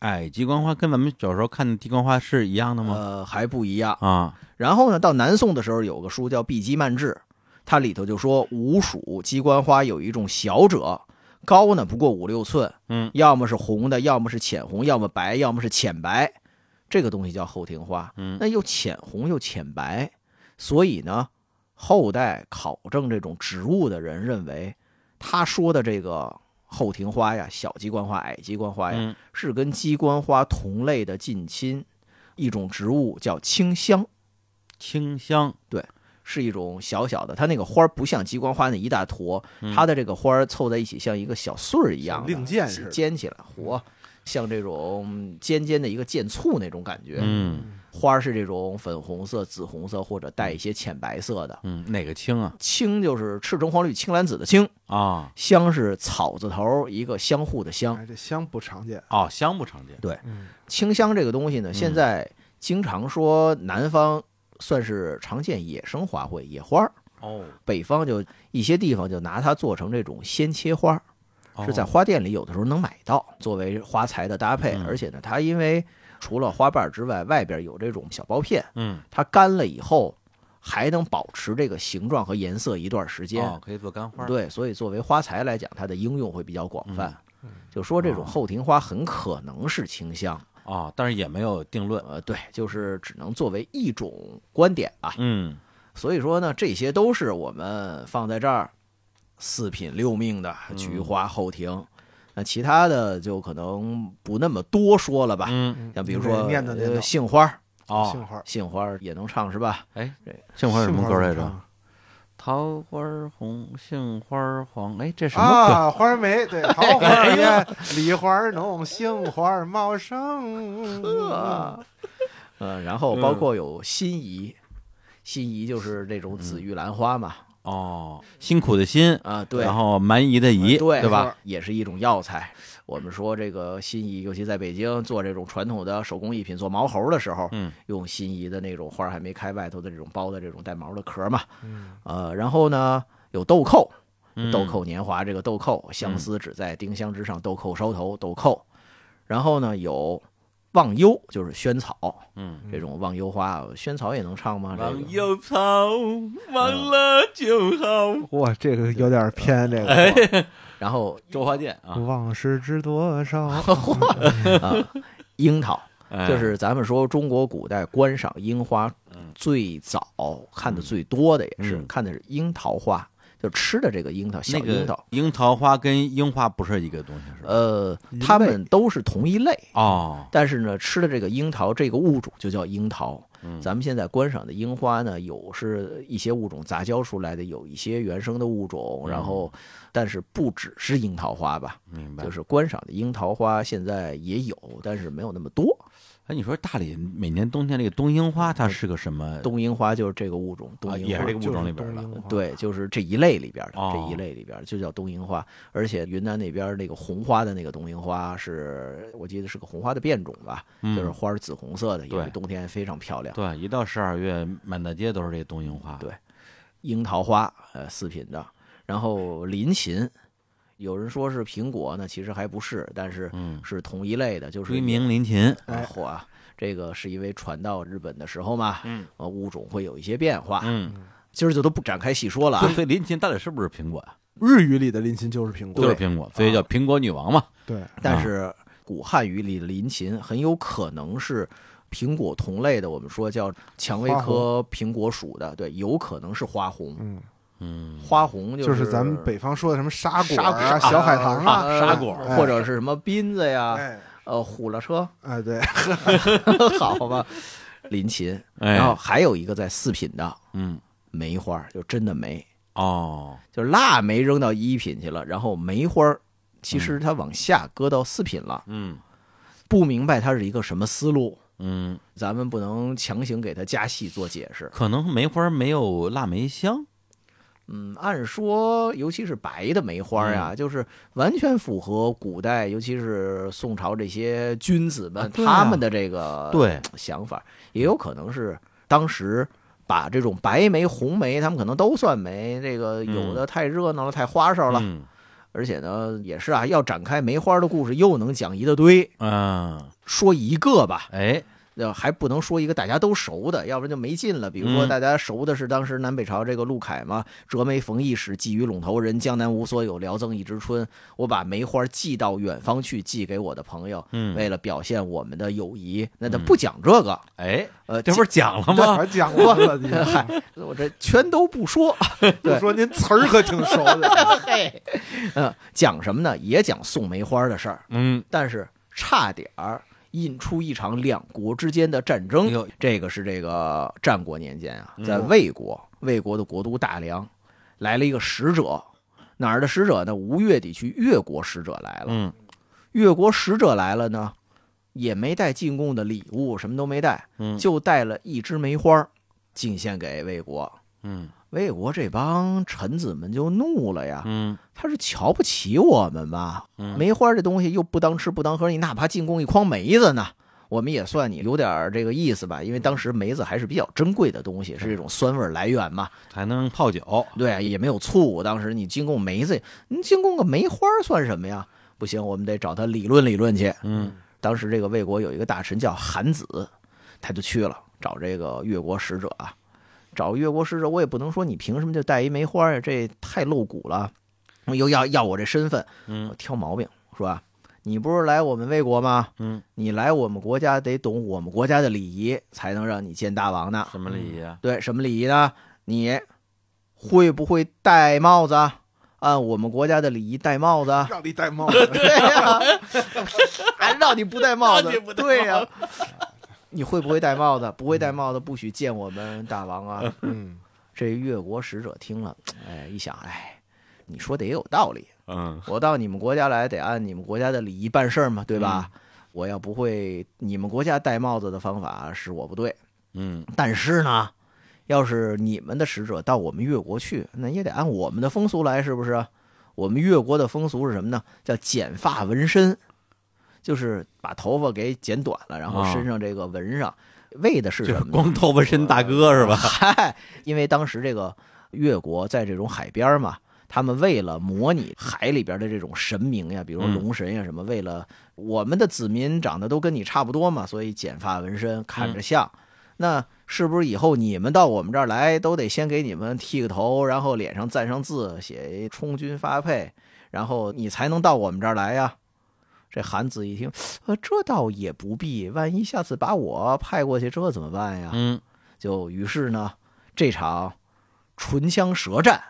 哎，鸡冠花跟咱们小时候看的鸡冠花是一样的吗？
呃，还不一样。
啊，
然后呢，到南宋的时候，有个书叫《碧鸡漫志》，它里头就说吴蜀鸡冠花有一种小者，高呢不过五六寸，
嗯，
要么是红的，要么是浅红，要么白，要么是浅白，这个东西叫后庭花。
嗯
那又浅红又浅白，所以呢，后代考证这种植物的人认为，他说的这个后庭花呀，小鸡冠花、矮鸡冠花呀，
嗯
是跟鸡冠花同类的近亲，一种植物叫清香。
清香，
是一种小小的，它那个花儿不像鸡冠花那一大坨，它的这个花儿凑在一起像一个小穗儿一样的，
嗯像令箭似的
尖起来，活，像这种尖尖的一个箭簇那种感觉。
嗯
花儿是这种粉红色、紫红色或者带一些浅白色的。
嗯，哪个清啊？
青就是赤橙黄绿青蓝紫的青，
啊
香是草字头一个相互的香。
哎，这香不常见。
哦，香不常见，
嗯
清香这个东西呢，现在经常说南方算是常见野生花卉，野花儿。
哦，
北方就一些地方就拿它做成这种鲜切花儿，
哦
是在花店里有的时候能买到，作为花材的搭配。
嗯
而且呢，它因为除了花瓣儿之外，外边有这种小苞片，
嗯
它干了以后，还能保持这个形状和颜色一段时间。
哦，可以做干花。，
对，所以作为花材来讲，它的应用会比较广泛。
嗯
就说这种
哦
后庭花很可能是清香，
哦，但是也没有定论。
呃，对，就是只能作为一种观点啊。
嗯，
所以说呢，这些都是我们放在这儿四品六命的
嗯
菊花后庭。那其他的就可能不那么多说了吧，
嗯，
像比如说
念叨念
呃
叨
杏花儿，
杏
哦，
花儿，
杏花儿也能唱是吧？
杏花有什么
杏
歌
儿
来
怎么
着？桃花红，杏花黄。哎，这什
唱
么歌？哎
啊，花儿梅对，桃
[laughs]
花儿艳，梨花儿浓，杏花儿茂盛。
呃，呃，然后
嗯
包括有心仪，心仪就是这种
嗯
紫玉兰花嘛，
哦，辛苦的辛，
啊，对，
嗯
嗯
然后蛮夷的夷，
对，
嗯对吧？？
也是一种药材。我们说这个心仪，尤其在北京做这种传统的手工艺品，做毛猴的时候，
嗯，
用心仪的那种花儿还没开，外头的这种包的这种带毛的壳嘛，
嗯
呃，然后呢有豆蔻，
嗯
豆蔻年华这个豆蔻，相思只在丁香之上，豆蔻梢头，豆蔻。然后呢有忘忧，就是萱草，
嗯，
这种忘忧花，萱草也能唱吗？这个
忘忧草，忘了就好。
[laughs] 哇，这个有点偏这
哎
个
然后
周华健啊，
往事知多少？
啊，樱桃，
哎
就是咱们说中国古代观赏樱花
嗯，
最早看的最多的也是、
嗯
看的是樱桃花，就吃的这个樱桃小
哎那
樱桃
个。樱桃花跟樱花不是一个东西，是吧？
呃
一，
它
类
们都是同一类，
哦，
但是呢，吃的这个樱桃这个物种就叫樱桃。
嗯
咱们现在观赏的樱花呢，有是一些物种杂交出来的，有一些原生的物种，
嗯
然后，但是不只是樱桃花吧，
明白。
就是观赏的樱桃花现在也有，但是没有那么多。
哎，你说大理每年冬天那个冬樱花，它是个什么？
冬樱花就是这个物种，冬樱
哎
花、
啊也是 [laughs] 这个物
就是
种里边儿的
冬樱花，
对，就是这一类里边的、
啊哦
这一类里边的就叫冬樱花，而且云南那边那个红花的那个冬樱花是，我记得是个红花的变种吧，
嗯
就是花儿紫红色的，也
对
是冬天非常漂亮。
对，一到十二月，满大街都是这冬樱花。
对樱桃花，呃，四品的，然后林檎，有人说是苹果呢，其实还不是，但是
嗯，
是同一类的，就是
追名林檎，
啊
哎
火啊。这个是因为传到日本的时候嘛，
嗯，
呃，物种会有一些变化，
嗯，
今儿就都不展开细说了啊
所。以所以林檎到底是不是苹果呀？
日语里的林檎就是苹
都
果，
是苹果，所以叫苹果女王嘛。
对，
但是古汉语里的林檎很有可能是苹果同类的，我们说叫蔷薇
花
科苹果属的，对，有可能是花红。
嗯，
嗯，
花红
就是是咱们北方说的什么沙果
沙
儿
果
啊、小海棠啊，
呃
沙果
或者是什么斌子呀，
哎
呃，虎了车， [laughs]
哎，对，
好吧，林檎。
哎
然后还有一个在四品的
嗯，
梅花，就真的梅，
哦，
就是腊梅扔到一品去了，然后梅花儿其实
嗯
它往下搁到四品了，
嗯
不明白它是一个什么思路。
嗯，
咱们不能强行给它加戏做解释。
可能梅花没有腊梅香。
嗯，按说，尤其是白的梅花
嗯
呀、就是完全符合古代，尤其是宋朝这些君子们、
啊对啊
他们的这个
对
想法，也有可能是当时。把这种白梅、红梅，他们可能都算梅。这个有的太热闹了，太花哨了，
嗯
而且呢，也是啊，要展开梅花的故事，又能讲一大堆。
啊，
说一个吧，
哎，
呃，还不能说一个大家都熟的，要不然就没劲了。比如说，
嗯
大家熟的是当时南北朝这个陆凯嘛，“折梅逢驿使，寄于陇头人。江南无所有，聊赠一枝春。”我把梅花寄到远方去，寄给我的朋友，
嗯，
为了表现我们的友谊。那他
嗯
不讲这个，
哎，
呃，
这不是讲了
这
吗？
还讲过了，你
嗨，我这全都
[laughs]
不说。对
[laughs] 就说您词儿可挺熟
[laughs]
的，
嘿，呃，讲什么呢？也讲送梅花的事儿，
嗯，
但是差点儿引出一场两国之间的战争
哎。呦，
这个是这个战国年间啊
嗯，
在魏国，魏国的国都大梁来了一个使者，哪儿的使者呢？吴越地区越国使者来了。
嗯
越国使者来了呢，也没带进贡的礼物，什么都没带，
嗯
就带了一枝梅花儿进献给魏国。
嗯
魏国这帮臣子们就怒了呀，
嗯
他是瞧不起我们吧？
嗯
梅花这东西又不当吃不当喝，你哪怕进贡一筐梅子呢，我们也算你有点儿这个意思吧？因为当时梅子还是比较珍贵的东西，是这种酸味儿来源嘛。
才能泡酒。
对，啊也没有醋，当时你进贡梅子，你进贡个梅花算什么呀？不行，我们得找他理论理论去。
嗯
当时这个魏国有一个大臣叫韩子，他就去了找这个越国使者啊，找越国使者，我也不能说你凭什么就带一梅花呀，这太露骨了，又要要我这身份，我
嗯
挑毛病是吧？你不是来我们魏国吗？
嗯，
你来我们国家得懂我们国家的礼仪，才能让你见大王呢。
什么礼仪啊？
对，什么礼仪呢？你会不会戴帽子啊？按我们国家的礼仪戴帽子啊。
让你戴帽子，
[laughs] 对呀、
[laughs]
还让你不戴帽子
让你不，戴帽子
对呀、你会不会戴帽 [laughs] 子？不会戴帽子，不许见我们大王啊！
嗯，
这越国使者听了，哎，一想，哎，你说的也有道理。
嗯
我到你们国家来，得按你们国家的礼仪办事儿嘛，对吧？我要不会你们国家戴帽子的方法是我不对，
嗯
但是呢，要是你们的使者到我们越国去，那也得按我们的风俗来，是不是？我们越国的风俗是什么呢？叫剪发纹身，就是把头发给剪短了，然后
啊
身上这个纹上，为的是
就是
什么呢？
光头纹身大哥是吧？
[laughs] 嗨，因为当时这个越国在这种海边儿嘛，他们为了模拟海里边的这种神明呀，比如说
嗯
龙神呀什么，为了我们的子民长得都跟你差不多嘛，所以剪发纹身，看着像。那是不是以后你们到我们这儿来，都得先给你们剃个头，然后脸上赞上字，写一充军发配，然后你才能到我们这儿来呀？这韩子一听，呃，这倒也不必，万一下次把我派过去，这怎么办呀？
嗯
就于是呢，这场唇枪舌战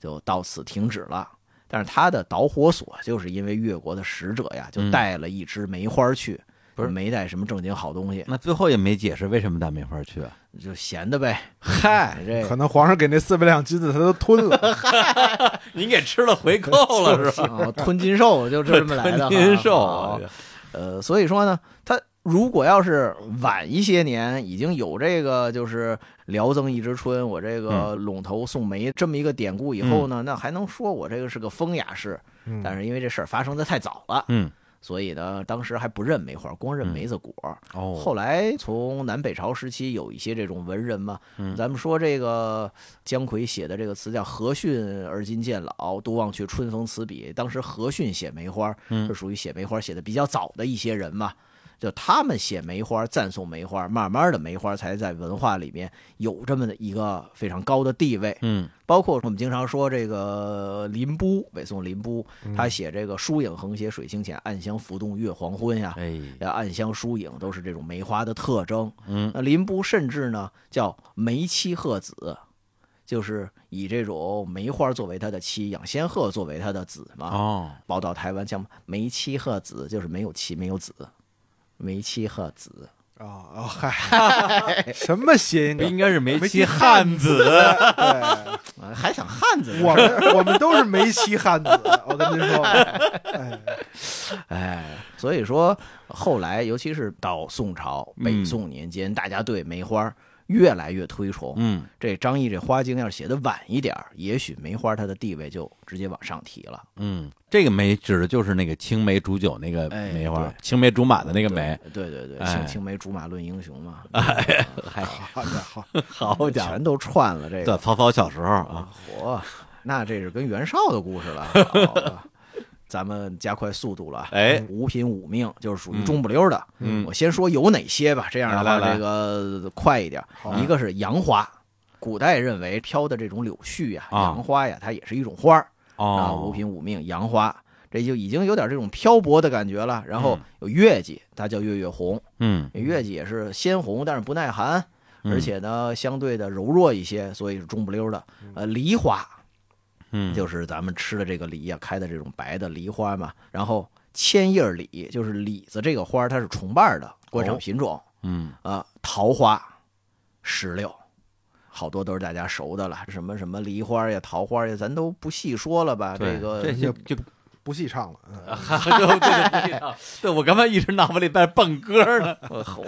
就到此停止了。但是他的导火索就是因为越国的使者呀，就
嗯
带了一支梅花去，
不是
没带什么正经好东西，
那最后也没解释为什么带梅花去啊？
就闲的呗。嗨，
可
这
能皇上给那四百两金子他都吞了，
您给吃了
[laughs]
回扣了是吧？
啊吞金兽就是这么来的哈。
您受
好
啊，
呃，所以说呢，他如果要是晚一些年，已经有这个就是“聊赠一枝春”，我这
嗯
个陇头送梅这么一个典故以后呢，那还能说我这个是个风雅事。
嗯
但是因为这事儿发生的太早了，
嗯
所以呢，当时还不认梅花，光认梅子果。
哦，
后来从南北朝时期有一些这种文人嘛，
嗯
咱们说这个姜夔写的这个词叫“何逊而今渐老，独忘却春风词笔”。当时何逊写梅花，
嗯
是属于写梅花写的比较早的一些人嘛。就他们写梅花，赞颂梅花，慢慢的梅花才在文化里面有这么的一个非常高的地位。
嗯
包括我们经常说这个林逋，北宋林逋，
嗯
他写这个“疏影横斜水清浅，暗香浮动月黄昏”呀，
哎
呃暗香疏影都是这种梅花的特征。
嗯
那林逋甚至呢叫梅妻鹤子，就是以这种梅花作为他的妻，养仙鹤作为他的子嘛。
哦
报道台湾叫梅妻鹤子，就是没有妻没有子，梅妻鹤子。
啊啊嗨，什么谐音
不 [laughs]
梗
应？该是梅
梅
妻
妻
汉子
对，
啊还想汉子呢？
我们我们都是梅西汉子，我跟您说，哎，
哎，所以说后来，尤其是到宋朝、
嗯
北宋年间，大家对梅花越来越推崇。
嗯
这张毅这花经要是写的晚一点儿，也许梅花它的地位就直接往上提了。
嗯，这个梅指的就是那个青梅煮酒那个
哎
梅花
对，
青梅竹马的那个
对
梅。，
对对对，
哎
青青梅竹马论英雄嘛，嗯
好家
[laughs]
伙，
好家伙，
全都串了这
对
个。 [laughs]
曹操小时候啊，
嚯，那这是跟袁绍的故事了。好
[laughs]
吧咱们加快速度了啊，
哎
五品五命就是属于中不溜的。
嗯
我先说有哪些吧，这样的
来
话
来来
这个快一点。
好
一个是杨花，古代认为飘的这种柳絮呀、
啊
杨花呀，它也是一种花儿啊，
哦，
五品五命杨花，这就已经有点这种漂泊的感觉了。然后有月季，它叫月月红，
嗯
月季也是鲜红，但是不耐寒，
嗯
而且呢相对的柔弱一些，所以是中不溜的。呃，梨花
嗯，
就是咱们吃的这个梨呀、开的这种白的梨花嘛。然后千叶李就是李子这个花儿，它是重瓣儿的观赏品种。
嗯
啊，桃花、石榴，好多都是大家熟的了，什么什么梨花呀、桃花呀，咱都不细说了吧。
对
这个
这些就
不细唱了，嗯
对 [laughs] 对，我刚才一直脑子里在蹦歌呢，
火，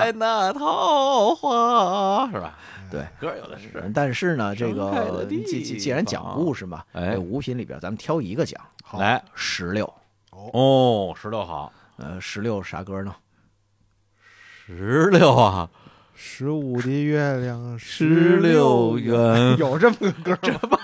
在那桃花是吧？
对，
歌有的是。
但是呢，这
盛开的
个
地
既既既然讲
方
故事嘛，
哎
这五品里边咱们挑一个讲，
好，
来
石榴。
哦，石榴好，
呃，石榴啥歌呢？
石榴啊，
十五的月亮，
十六
圆，
圆，
有这么个歌吗？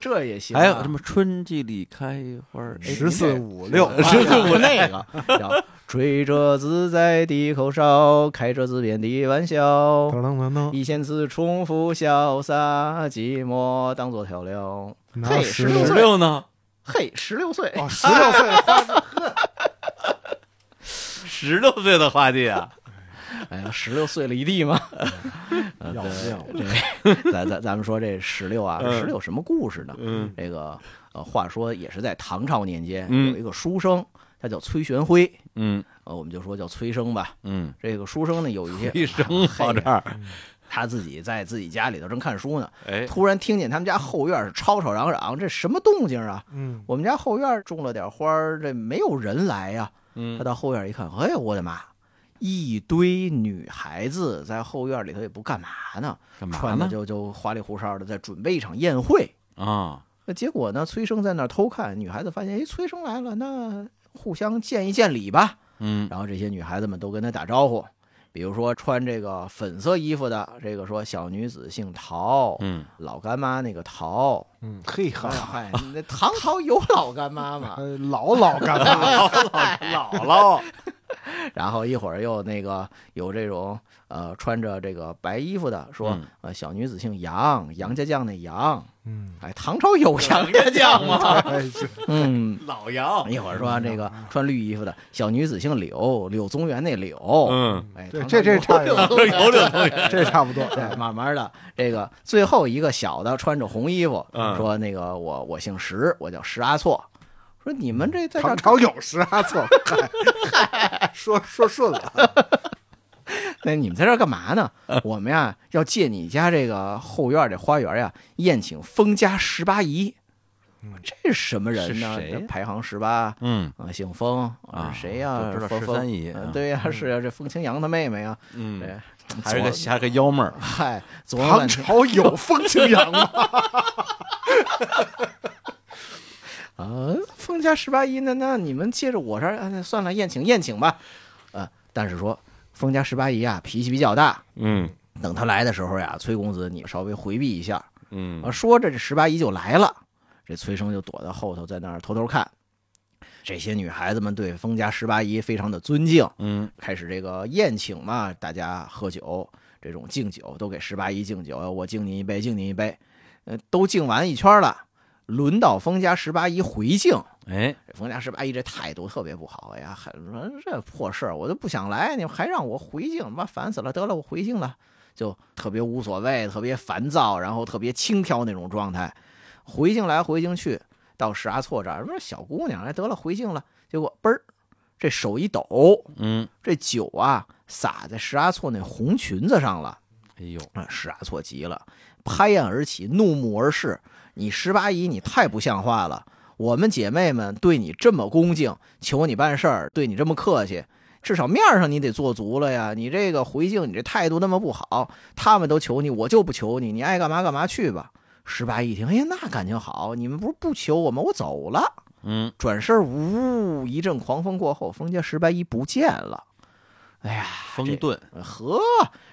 这也
哎
行啊。
还有什么春季里开花儿，哎
十四
您
五六，
十四五那啊个叫“吹着自在的口哨，开着自编的玩笑
噔，噔噔
一线自重复潇洒，寂寞当作调料。
噔，
嘿
拿十
16
这十
岁
六呢？”
嘿，十六岁，
哦，十六岁 [laughs] 花
十六岁的花季啊，
哎呀，十六碎了
[laughs]
一地嘛。
嗯
[laughs] 呃
要命，
这咱咱咱们说这石榴啊，
嗯
石榴什么故事呢？
嗯，
这个呃，话说也是在唐朝年间，
嗯
有一个书生，他叫崔玄辉，
[laughs] 嗯
呃，我们就说叫崔生吧。
嗯，
这个书生呢，有一天
一生
[laughs]
嘿
到这儿，
他自己在自己家里头正看书呢，
哎，
突然听见他们家后院是吵吵嚷嚷，这什么动静啊？
嗯，
我们家后院种了点花儿，这没有人来啊呀、
嗯
他到后院一看，哎呦我的妈！一堆女孩子在后院里头也不干嘛呢，
干嘛
穿的
呢？
就就花里胡哨的，在准备一场宴会。
啊，
那结果呢？崔生在那儿偷看，女孩子发现，哎，崔生来了，那互相见一见礼吧。
嗯
然后这些女孩子们都跟他打招呼，比如说穿这个粉色衣服的，这个说小女子姓陶，
嗯，
老干妈那个陶。
嗯，嘿哈
哎，嗨，那唐 [laughs] 朝有老干妈吗？
呃老老干嘛？
[laughs]
姥姥，
然后一会儿又那个有这种呃穿着这个白衣服的说
[laughs]
嗯，
呃小女子姓杨，杨家将那杨。
嗯，
哎，唐朝有杨家将吗？
[laughs] 哎是
嗯。
老杨，
一会儿说这个
嗯
穿绿衣服的小女子姓柳，柳宗元那柳，
[laughs]
嗯，
哎，
对
唐
这这
朝
差
有
不
有
多，
柳宗元，
这差不多，
对，慢慢的，这个最后一个小的穿着红衣服，
嗯
说那个我我姓石，我叫石阿错，说你们这
[laughs]
在这
唐
儿
朝有十阿错， [laughs] 嗨说说顺了，啊
那你们在这儿干嘛呢？
嗯
我们呀要借你家这个后院这花园呀宴请封家十八姨
嗯，
这是什么人
是
呢？
谁
这
呀
排行十八
嗯
啊，姓封
啊
是谁呀？
就知道
封
十
封
三姨
呃
嗯
对呀，是呀，这风清扬他妹妹啊呀，
嗯，
对，
还是个
左
还是个幺妹儿，
嗨，左右
唐
乱听
朝有风清 [laughs] 扬吗？
啊，封家十八姨，那那你们借着我这儿，啊那算了，宴请宴请吧，呃，但是说封家十八姨啊脾气比较大，
嗯
等她来的时候呀，崔公子你稍微回避一下，啊，
嗯
说着这十八姨就来了，这崔生就躲到后头，在那儿偷偷看。这些女孩子们对封家十八姨非常的尊敬，
嗯
开始这个宴请嘛，大家喝酒，这种敬酒都给十八姨敬酒，我敬您一杯，敬您一杯，呃，都敬完一圈了，轮到封家十八姨回敬。
哎，
这封家十八姨这态度特别不好，哎呀，很说这破事儿我都不想来，你们还让我回敬，妈烦死了！得了，我回敬了，就特别无所谓，特别烦躁，然后特别轻佻那种状态，回敬来回敬去，到石阿错这儿，说小姑娘，哎，得了，回敬了，结果嘣儿，这手一抖，
嗯，
这酒啊洒在石阿错那红裙子上了。
哎呦，
啊，石阿错急了，拍案而起，怒目而视：“你十八姨，你太不像话了！我们姐妹们对你这么恭敬，求你办事儿，对你这么客气，至少面儿上你得做足了呀！你这个回敬，你这态度那么不好，他们都求你，我就不求你，你爱干嘛干嘛去吧。”十八姨一听，哎呀，那感情好，你们不是不求我吗？我走了。
嗯
转身，呜，一阵狂风过后，封家十八姨不见了。哎呀，
风
这
遁，
呵，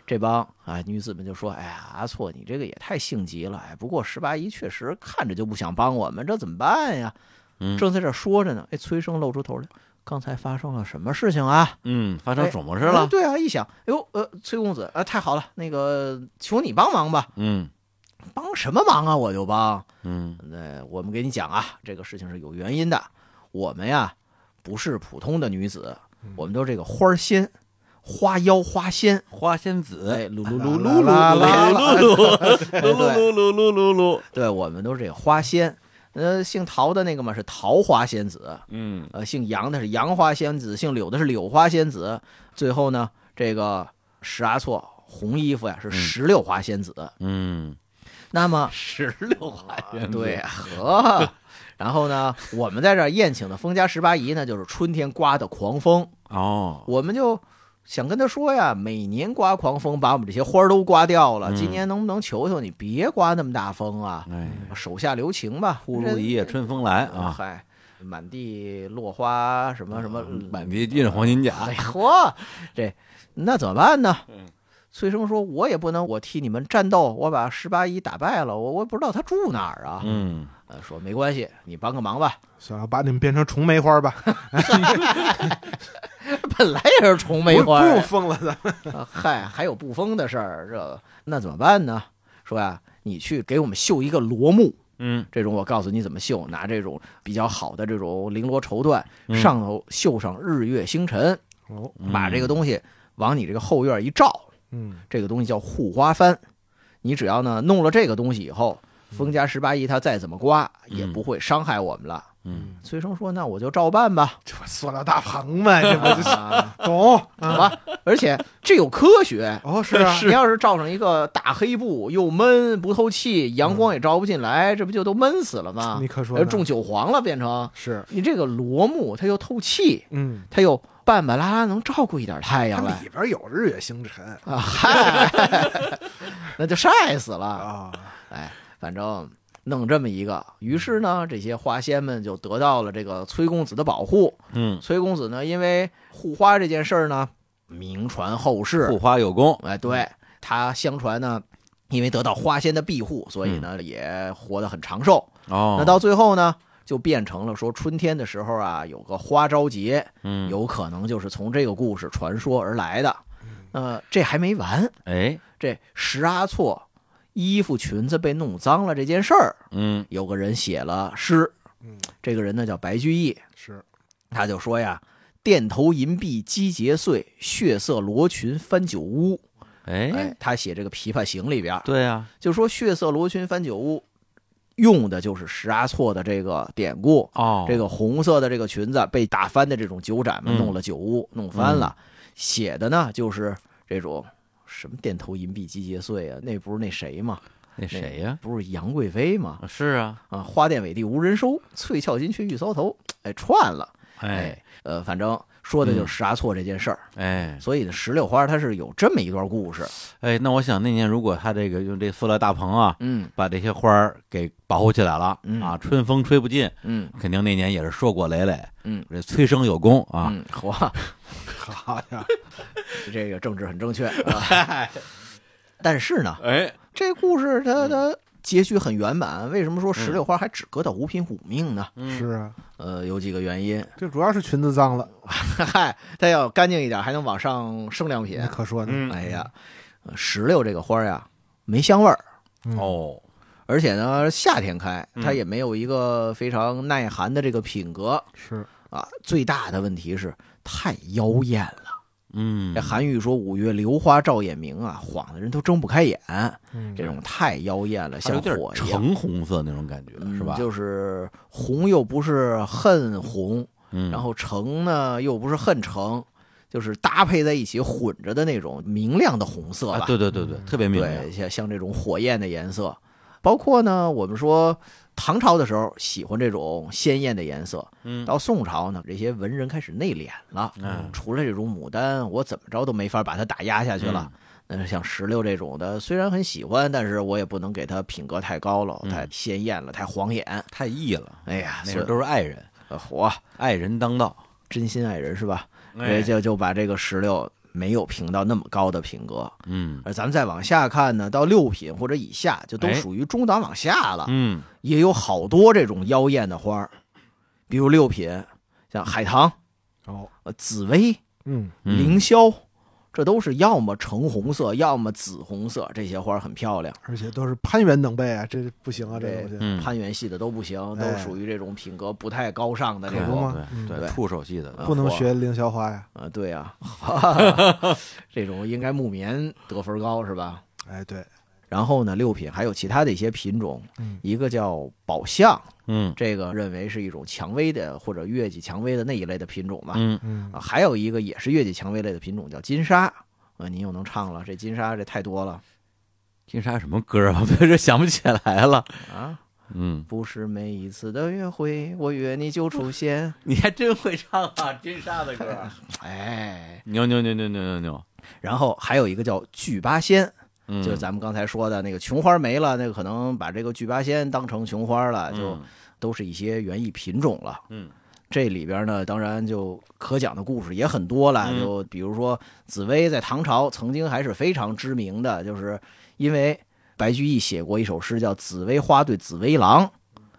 这帮啊女子们就说：“哎呀，阿错，你这个也太性急了。哎，不过十八姨确实看着就不想帮我们，这怎么办呀？”
嗯
正在这说着呢，哎，崔生露出头来，刚才发生了什么事情啊？
嗯，发生
哎
什么事
哎
了？
对啊，一想，哎呦，呃，崔公子，啊、太好了，那个求你帮忙吧，
嗯
帮什么忙啊？我就帮。
嗯
那我们给你讲啊，这个事情是有原因的。我们呀，不是普通的女子，我们都这个花仙、花妖、花仙。
花仙子，
哎，噜噜
噜噜
噜噜
噜噜
噜噜
噜
噜
噜噜噜噜噜噜，
对，我们都是这个花仙。呃，姓陶的那个嘛是桃花仙子，
嗯
呃，姓杨的是杨花仙子，姓柳的是柳花仙子。最后呢，这个石阿错红衣服呀是石榴花仙子。
嗯，
那么，
石榴花仙子，
对，呵，然后呢，我们在这儿宴请的封家十八姨呢，就是春天刮的狂风，
哦，
我们就想跟他说呀，每年刮狂风，把我们这些花儿都刮掉了，今
嗯
年能不能求求你别刮那么大风啊？
哎，
手下留情吧，
忽如一夜春风来啊，
嗨，满地落花，
嗯
嗯
什么什么，嗯哎
满地尽是黄金甲，
哎嚯，这那怎么办呢？崔生说：“我也不能，我替你们战斗，我把十八姨打败了，我我也不知道他住哪儿啊。
嗯，
呃，说没关系，你帮个忙吧。 [laughs]
想要把你们变成虫梅花吧？
本来也是崇梅花
不
呀，
用疯了的，
啊，嗨，还有不封的事儿，这那怎么办呢？说呀、你去给我们绣一个罗幕，
嗯，
这种我告诉你怎么绣，拿这种比较好的这种绫罗绸缎，
嗯
上头绣上日月星辰，
哦，
嗯
把这个东西往你这个后院一照，
嗯，
这个东西叫护花幡。你只要呢弄了这个东西以后，封家十八姨她再怎么刮也不会伤害我们了。
嗯，
崔生说：“那我就照办吧。
这不塑料大棚呗，这不就是
啊
懂？
好吧，而且这有科学，
哦， [laughs] 是啊，
你要是罩上一个大黑布，又闷不透气，阳光也照不进来，这不就都闷死了吗
你？可说
呃
呢
中韭黄了，变成
是，
你这个罗幕，它又透气，
嗯，
它又半半拉拉能照顾一点太
它
阳来
里边有日月星辰
[laughs] 啊，嗨，那就晒死了。
啊，
哎，反正弄这么一个，于是呢，这些花仙们就得到了这个崔公子的保护。
嗯，
崔公子呢，因为护花这件事儿呢，名传后世，
护花有功，
哎，对他相传呢，因为得到花仙的庇护，所以呢、也活得很长寿。
嗯哦，
那到最后呢，就变成了说春天的时候啊，有个花朝节，
嗯，
有可能就是从这个故事传说而来的。
嗯
呃，这还没完，
哎，
这石阿错衣服裙子被弄脏了这件事儿，
嗯
有个人写了诗，
嗯，
这个人呢叫白居易，
是，
他就说呀：“钿头银篦击节碎，血色罗裙翻酒污。”
哎
哎，，他写这个《琵琶行》里边儿，
对啊呀，
就说“血色罗裙翻酒污”，用的就是石阿错的这个典故。
哦，
这个红色的这个裙子被打翻的这种酒盏嘛，
嗯
弄了酒污，弄翻了。写的呢就是这种什么钿头银篦击节碎啊，那不是那谁吗？
那
那
谁呀？
不是杨贵妃吗？
啊是啊，
啊，花钿委地无人收，翠翘金雀玉搔头。哎，串了。
哎嗯
哎，呃，反正说的就是石阿错这件事儿。
哎
所以呢，石榴花它是有这么一段故事。
哎，那我想那年如果他这个用这塑料大棚啊，
嗯
把这些花儿给保护起来了
嗯
啊，春风吹不进，
嗯
肯定那年也是硕果累累。
嗯，
这催生有功啊，
嗯，哇，
好家伙，
[laughs] 这个政治
[laughs]
很正确。啊、但是呢，
哎，
这故事它
嗯
它结局很圆满。为什么说石榴花还只割到五品五命呢？
嗯
是啊，
呃，有几个原因。 [laughs]
这主要是裙子脏了，
嗨，它要干净一点，还能往上升两品
你。可说呢，
嗯
哎呀，呃石榴这个花呀，没香味儿，
嗯，
哦，
而且呢，夏天开，
嗯
它也没有一个非常耐寒的这个品格
是，
啊。最大的问题是太妖艳了。
嗯
这，韩愈说“五月榴花照眼明”啊，晃的人都睁不开眼。
嗯
这种太妖艳了，
它有
像
点
火一样，
橙红色那种感觉
嗯
是吧？
就是红又不是恨红，
嗯，
然后橙呢又不是恨橙，就是搭配在一起混着的那种明亮的红色吧。
啊，对对对对，特别明亮
嗯对，像像这种火焰的颜色，包括呢，我们说唐朝的时候喜欢这种鲜艳的颜色，
嗯
到宋朝呢，这些文人开始内敛了，
嗯
除了这种牡丹，我怎么着都没法把它打压下去了。
嗯
那像石榴这种的，虽然很喜欢，但是我也不能给它品格太高了，
嗯
太鲜艳了，太晃眼。
太异了，
哎呀，
那
所
时
以
候嗯都是爱人，
呃火，
爱人当道，
真心爱人是吧？所
哎
以就就把这个石榴没有评到那么高的品格。
嗯
而咱们再往下看呢，到六品或者以下，就都
哎
属于中档往下了。
嗯，
也有好多这种妖艳的花儿，比如六品，像海棠、
哦，
呃紫薇、
嗯，
嗯
凌霄，这都是要么橙红色，要么紫红色，这些花儿很漂亮。
而且都是攀援等辈啊，这不行啊，这
对
东西，
嗯
攀援系的都不行，都
哎
属于这种品格不太高尚的
可
那
不
种。
吗
对
嗯
对
对
触手系的，
不能学凌霄花呀，
啊，对啊，哈哈 [laughs] 这种应该木棉得分高是吧？
哎，对，
然后呢，六品还有其他的一些品种，
嗯
一个叫宝相，
嗯
这个认为是一种蔷薇的或者月季蔷薇的那一类的品种吧。
嗯，
嗯
啊，，还有一个也是月季蔷薇类的品种叫金沙。啊，您又能唱了，这金沙这太多了
金沙什么歌啊？我 [laughs] 这想不起来了，
啊！
嗯，
不是每一次的约会，我约你就出现。
你还真会唱啊，金沙的歌， [laughs]
哎，
牛牛牛牛牛牛牛，
然后还有一个叫聚八仙，
嗯
就是咱们刚才说的那个琼花没了，那个可能把这个聚八仙当成琼花了，就
嗯
都是一些园艺品种了。
嗯，
这里边呢，当然就可讲的故事也很多了，
嗯
就比如说紫薇在唐朝曾经还是非常知名的，就是因为白居易写过一首诗叫《紫薇花对紫薇郎》，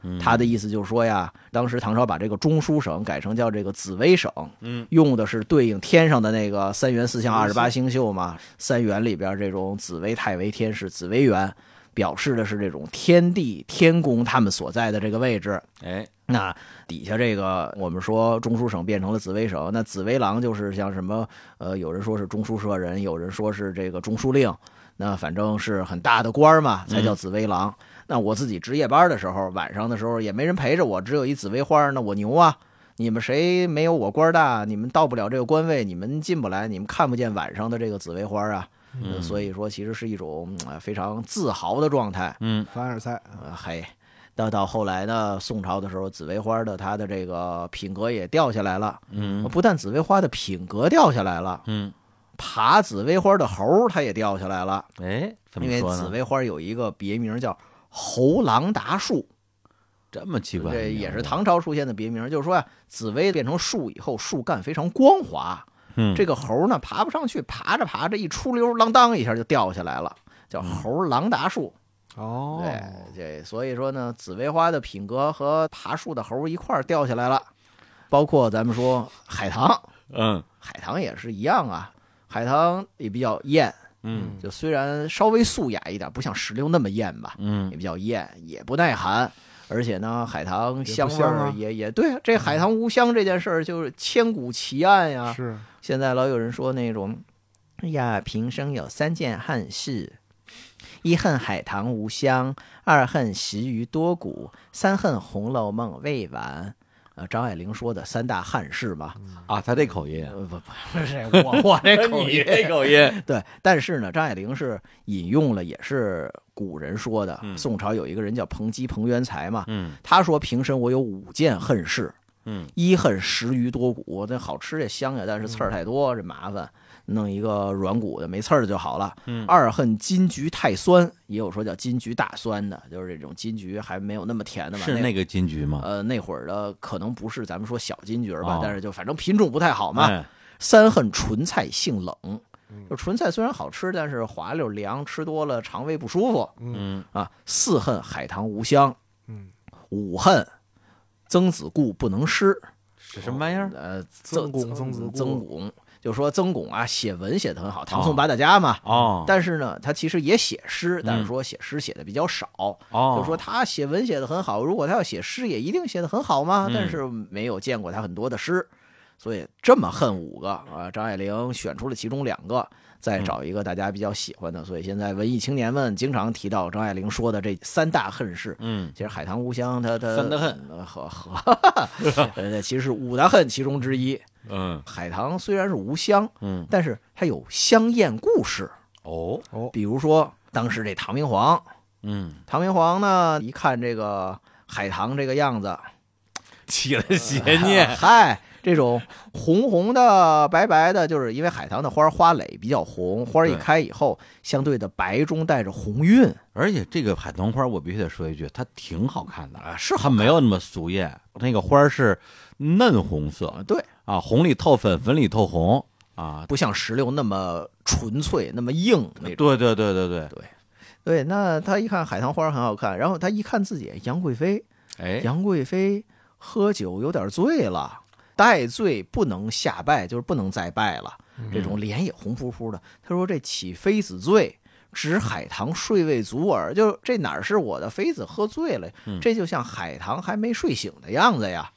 嗯
他的意思就是说呀，当时唐朝把这个中书省改成叫这个紫微省，
嗯，
用的是对应天上的那个三元四象二十八星宿嘛，三元里边这种紫薇、太微、天市、紫微垣，表示的是这种天地天宫他们所在的这个位置。
哎，
那底下这个，我们说中书省变成了紫微省，那紫微郎就是像什么，呃，有人说是中书舍人，有人说是这个中书令，那反正是很大的官儿嘛，才叫紫微郎。那我自己值夜班的时候，晚上的时候也没人陪着我，只有一紫薇花儿，那我牛啊！你们谁没有我官儿大？你们到不了这个官位，你们进不来，你们看不见晚上的这个紫薇花儿啊！呃所以说，其实是一种呃非常自豪的状态。
嗯
凡尔赛，啊
呃，嘿，到到后来呢，宋朝的时候，紫薇花的它的这个品格也掉下来了。
嗯
不但紫薇花的品格掉下来了，
嗯，
爬紫薇花的猴儿它也掉下来了，
哎，怎么
因为
说
紫
呢？
薇花有一个别名叫猴郎达树，
这么奇怪的名嗯
这
字，
也是唐朝出现的别名，就是说啊，紫薇变成树以后，树干非常光滑，
嗯
这个猴呢爬不上去，爬着爬着一出溜，啷当一下就掉下来了，叫
嗯
猴郎达树。
哦，
对，这所以说呢，紫薇花的品格和爬树的猴儿一块儿掉下来了，包括咱们说海棠，
嗯
海棠也是一样啊。海棠也比较艳，
嗯
就虽然稍微素雅一点，不像石榴那么艳吧，
嗯
也比较艳，也不耐寒。而且呢，海棠香味
香
儿
啊
也也对啊，这海棠无香这件事儿就是千古奇案呀、
嗯是
现在老有人说那种，哎呀，平生有三件憾事：一恨海棠无香，二恨食鱼多骨，三恨《红楼梦》未完。呃，张爱玲说的三大憾事嘛，
啊，他这口音啊，
呃不不不是我 [laughs] 我这口
[laughs] 你
音，
这口
[laughs]
音，
对，但是呢，张爱玲是引用了也是古人说的，
嗯
宋朝有一个人叫彭基彭元才嘛，
嗯
他说平生我有五件恨事，
嗯，
一恨食鱼多骨，那好吃也香呀，但是刺儿太多，这麻烦，弄一个软骨的没刺儿就好了。
嗯
二恨金桔太酸，也有说叫金桔大酸的，就是这种金桔还没有那么甜的嘛。
是那个金桔吗？
呃那会儿的可能不是咱们说小金桔吧，
哦
但是就反正品种不太好嘛。
哎，嗯
三恨纯菜性冷。就纯菜虽然好吃，但是滑溜凉，吃多了肠胃不舒服。
嗯
啊，四恨海棠无香，
嗯，
五恨曾子固不能诗，
是什么玩意儿？
呃，
曾
曾
巩曾
曾
子固
曾巩，就说曾巩啊，写文写得很好，
啊
唐宋八大家嘛。
哦
但是呢，他其实也写诗，但
嗯
是说写诗写的比较少，
哦，
啊
就说他写文写的很好，如果他要写诗，也一定写的很好嘛。
嗯
但是没有见过他很多的诗，所以这么恨五个啊，张爱玲选出了其中两个，再
嗯
找一个大家比较喜欢的。所以现在文艺青年们经常提到张爱玲说的这三大恨事。
嗯
其实海棠无香，它它
三大恨，
呃和和， [laughs] 呃，其实是五大恨其中之一。
嗯
海棠虽然是无香，
嗯
但是它有香艳故事，
哦
比如说当时这唐明皇
嗯，
唐明皇呢，一看这个海棠这个样子，
起了邪 [laughs] 念，
嗨，这种红红的、白白的，就是因为海棠的花儿花蕾比较红，花儿一
对
开以后，相对的白中带着红晕，
而且这个海棠花，我必须得说一句，它挺好看的
啊
是它没有那么俗艳，那个花儿是嫩红色
啊，对，
啊，红里透粉，粉里透红啊，
不像石榴那么纯粹、那么硬那种。
对对对对对，
对，那他一看海棠花儿很好看，然后他一看自己杨贵妃，
哎，
杨贵妃喝酒有点醉了，带醉不能下拜，就是不能再拜了。
嗯
这种脸也红扑扑的。他说：“这起妃子醉，指海棠睡未足耳。”就这哪儿是我的妃子喝醉了，
嗯
这就像海棠还没睡醒的样子呀。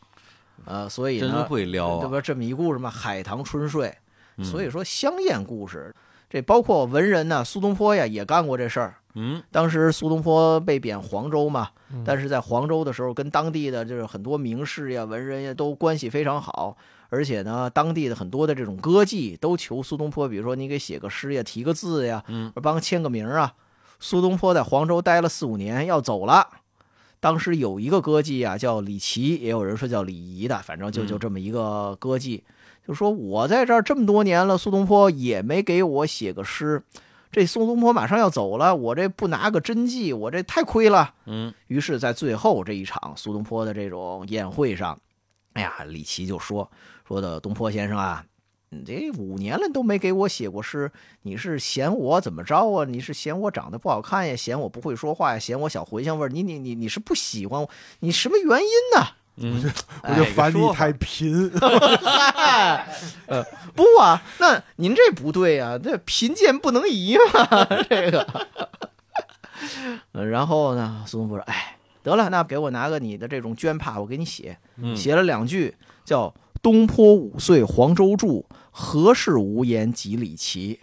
呃，所以呢，
真会撩
这
啊，
不这么一故事吗？海棠春睡，
嗯
所以说香艳故事，这包括文人呢，苏东坡呀也干过这事儿。
嗯，
当时苏东坡被贬黄州嘛，但是在黄州的时候，跟当地的就是很多名士呀、文人呀都关系非常好，而且呢，当地的很多的这种歌妓都求苏东坡，比如说你给写个诗呀、提个字呀，
嗯，
帮签个名啊。苏东坡在黄州待了四五年，要走了。当时有一个歌妓啊，叫李琦，也有人说叫李仪的，反正就
嗯
就这么一个歌妓，就说我在这儿这么多年了，苏东坡也没给我写个诗，这苏东坡马上要走了，我这不拿个真迹，我这太亏了。
嗯，
于是，在最后这一场苏东坡的这种宴会上，哎呀，李琦就说说的东坡先生啊，你这五年了都没给我写过诗，你是嫌我怎么着啊？你是嫌我长得不好看呀？嫌我不会说话呀？嫌我小茴香味儿？你你你你是不喜欢我？你什么原因呢？
我就
哎
烦
说
你
法
太贫，
嗨，呃，不啊，那您这不对啊，这贫贱不能移嘛，这个。 [laughs] 呃然后呢，苏东坡说：“哎，得了，那给我拿个你的这种绢帕，我给你写。
嗯
写了两句，叫‘东坡五岁黄州住，何事无言及李琦’。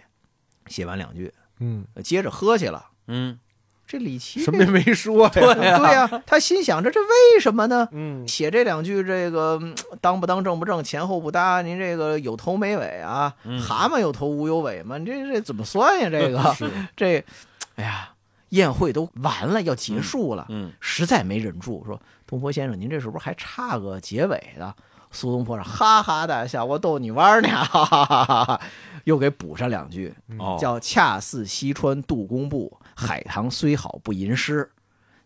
写完两句，
嗯，
呃接着喝去了。
嗯，
这李琦
什么也没说
[laughs]
呀，
对呀、他心想着这为什么呢？
嗯，
写这两句，这个嗯当不当正不正，前后不搭，您这个有头没尾啊，蛤蟆有头无有尾嘛，你这这怎么算呀？这个这，哎呀，宴会都完了，要结束了，
嗯嗯
实在没忍住，说东坡先生，您这是不是还差个结尾的？苏东坡说：“哈哈大笑，我逗你玩儿呢，哈哈哈哈哈！”又给补上两句，
嗯
哦，
叫“恰似西川杜工部，海棠虽好不吟诗”。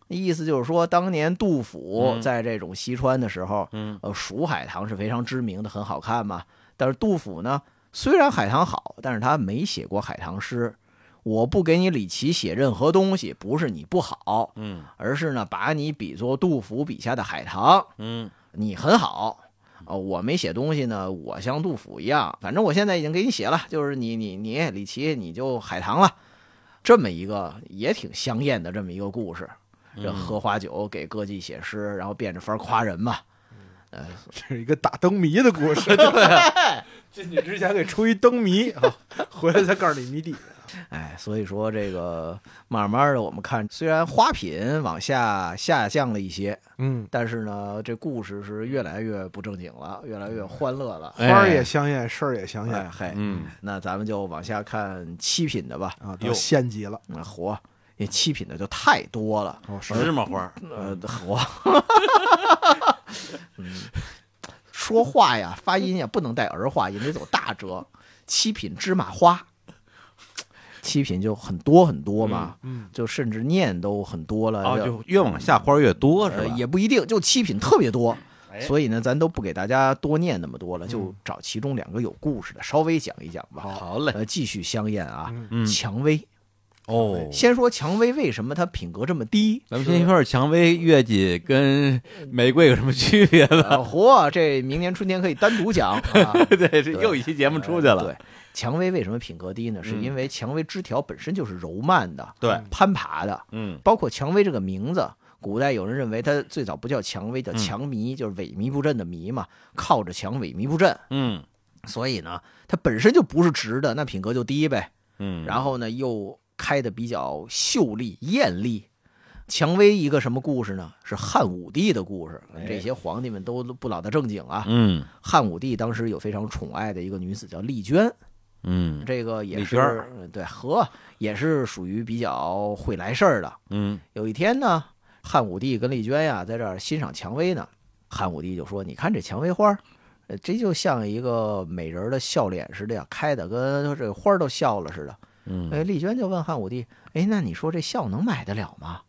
那意思就是说，当年杜甫
嗯
在这种西川的时候，
嗯，
呃，蜀海棠是非常知名的，很好看嘛。但是杜甫呢，虽然海棠好，但是他没写过海棠诗。我不给你李琦写任何东西，不是你不好，
嗯
而是呢，把你比作杜甫笔下的海棠，
嗯
你很好。呃，我没写东西呢，我像杜甫一样，反正我现在已经给你写了，就是你你你李琦你就海棠了，这么一个也挺香艳的这么一个故事。这喝花酒给歌妓写诗，然后变着法儿夸人嘛。
这是一个打灯谜的故事，啊进去之前给出一灯谜啊，回来再告诉你谜底，
哎，所以说这个慢慢的，我们看虽然花品往下下降了一些，
嗯，
但是呢，这故事是越来越不正经了，越来越欢乐了。
花
哎
儿也香艳，事儿也香
哎
艳
嘿，
哎嗯
那咱们就往下看七品的吧。
啊，到县级了，
那活，那七品的就太多了。
哦，是
芝麻花儿，
呃，活， [laughs] 嗯，说话呀，发音呀，不能带儿化音，得走大折。七品芝麻花，七品就很多很多嘛，
嗯，
就甚至念都很多了。
哦，
要
就越往下花儿越多是
呃
吧？
也不一定，就七品特别多，
哎嗯
所以呢，咱都不给大家多念那么多了，就找其中两个有故事的稍微讲一讲吧。
好嘞，
呃，继续香艳啊，
嗯
蔷薇。
哦，
先说蔷薇为什么它品格这么
[laughs]
低？
咱们先说说蔷薇、月季跟玫瑰有什么区别
[laughs]
吧？
呃，嚯，这明年春天可以单
[laughs]
独讲啊。
对，这又一期节目出去了，嗯
对，蔷薇为什么品格低呢？是因为蔷薇枝条本身就是柔慢的、
对，
攀爬的，
嗯
包括蔷薇这个名字。古代有人认为它最早不叫蔷薇，叫
嗯
强迷，就是萎靡不振的靡嘛，靠着墙萎靡不振。
嗯
所以呢，它本身就不是直的，那品格就低呗。
嗯，
然后呢，又开的比较秀丽艳丽。蔷薇一个什么故事呢？是汉武帝的故事。这些皇帝们都不老的正经啊。
嗯
汉武帝当时有非常宠爱的一个女子叫丽娟，
嗯
这个也
丽
是
娟
对和也是属于比较会来事儿的。
嗯
有一天呢，汉武帝跟丽娟呀、在这儿欣赏蔷薇呢，汉武帝就说：“你看这蔷薇花儿，呃这就像一个美人儿的笑脸似的呀，开的跟这花儿都笑了似的。”
嗯
哎，丽娟就问汉武帝：“哎，那你说这笑能买得了吗？”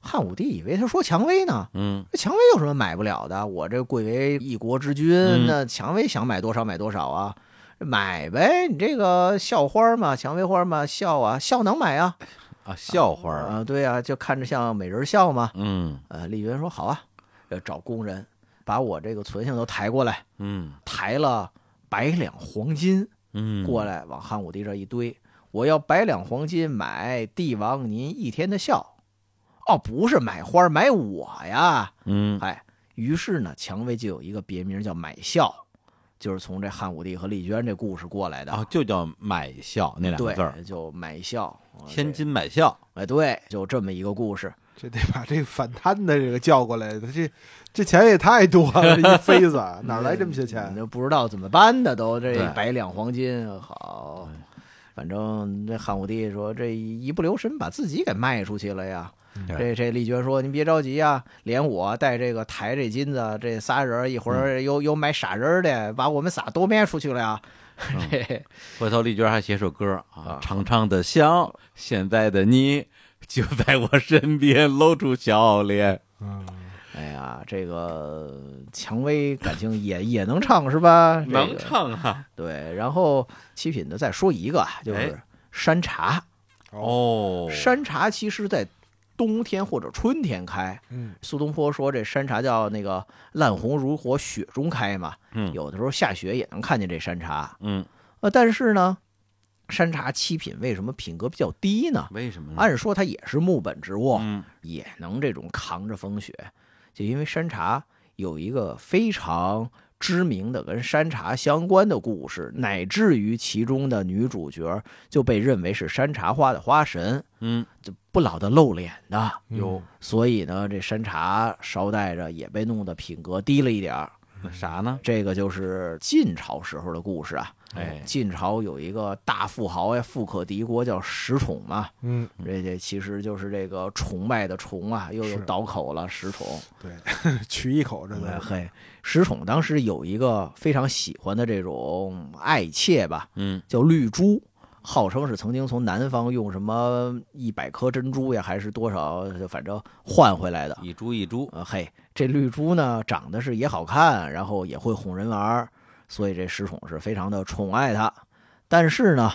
汉武帝以为他说蔷薇呢，
嗯
这蔷薇有什么买不了的？我这贵为一国之君，
嗯
那蔷薇想买多少买多少啊，买呗。你这个校花嘛，蔷薇花嘛，笑啊，笑能买啊。
啊，校花
啊、
儿，
对啊，就看着像美人笑嘛。
嗯
呃，丽娟说好啊，要找工人把我这个存性都抬过来，
嗯
抬了百两黄金
嗯，
过来，往汉武帝这一堆，我要百两黄金买帝王您一天的笑。哦，不是买花，买我呀！
嗯
哎，于是呢，蔷薇就有一个别名叫买笑，就是从这汉武帝和丽娟这故事过来的。
啊，就叫买笑那两个字儿，
对，就买笑，啊
千。金买笑，
这哎，对，就这么一个故事。
这得把这个反贪的这个叫过来，这这钱也太多了，一飞子啊哪来这么些
你
钱？
都不知道怎么办的，都这
对
百两黄金好，反正这汉武帝说这一不留神把自己给卖出去了呀。
对
嗯
这这丽娟说：“您别着急啊，连我带这个抬这金子，这仨人一会
嗯
儿有有买傻人的，把我们仨都卖出去了呀。 [laughs]
嗯
这
回头丽娟还写首歌
啊
啊，长长的香，现在的你就在我身边，露出笑脸。
嗯，
哎呀，这个蔷薇感情也也能唱是吧？这
能
个
唱啊？
对，然后七品的再说一个啊，就
哎
是山茶。
哦，
山茶其实在冬天或者春天开。
嗯，
苏东坡说这山茶叫那个烂红如火雪中开嘛。
嗯
有的时候下雪也能看见这山茶。
嗯，
呃，但是呢，山茶七品为什么品格比较低呢？
为什么呢？
按说它也是木本植物，
嗯
也能这种扛着风雪，就因为山茶有一个非常知名的跟山茶相关的故事，乃至于其中的女主角就被认为是山茶花的花神，
嗯，
就不老的露脸的，
有
所以呢，这山茶捎带着也被弄得品格低了一点儿。
那啥呢？
这个就是晋朝时候的故事啊。
哎，
晋朝有一个大富豪呀，富可敌国，叫石崇嘛。
嗯， [laughs]
这这其实就是这个崇拜的崇啊，又有
是
倒口了，石崇。
取一口这都
啊
哎嘿，石崇当时有一个非常喜欢的这种爱妾吧，
嗯，
叫绿珠，号称是曾经从南方用什么一百颗珍珠呀，还是多少，就反正换回来的。
一株一株，
呃，嘿，这绿珠呢，长得是也好看，然后也会哄人玩儿，所以这石宠是非常的宠爱她。但是呢，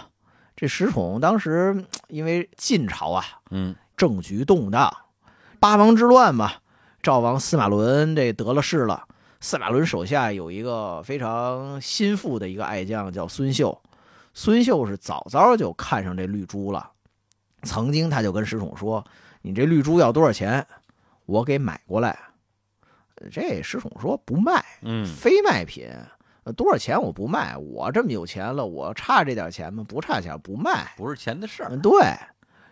这石宠当时嗯因为晋朝啊，
嗯，
政局动荡，八王之乱嘛，赵王司马伦这得了势了。司马伦手下有一个非常心腹的一个爱将叫孙秀，孙秀是早早就看上这绿珠了。曾经他就跟石宠说：“你这绿珠要多少钱，我给买过来。”这石宠说不卖，
嗯
非卖品，呃多少钱我不卖，我这么有钱了，我差这点钱吗？不差钱，不卖。
不是钱的事儿，
嗯，对，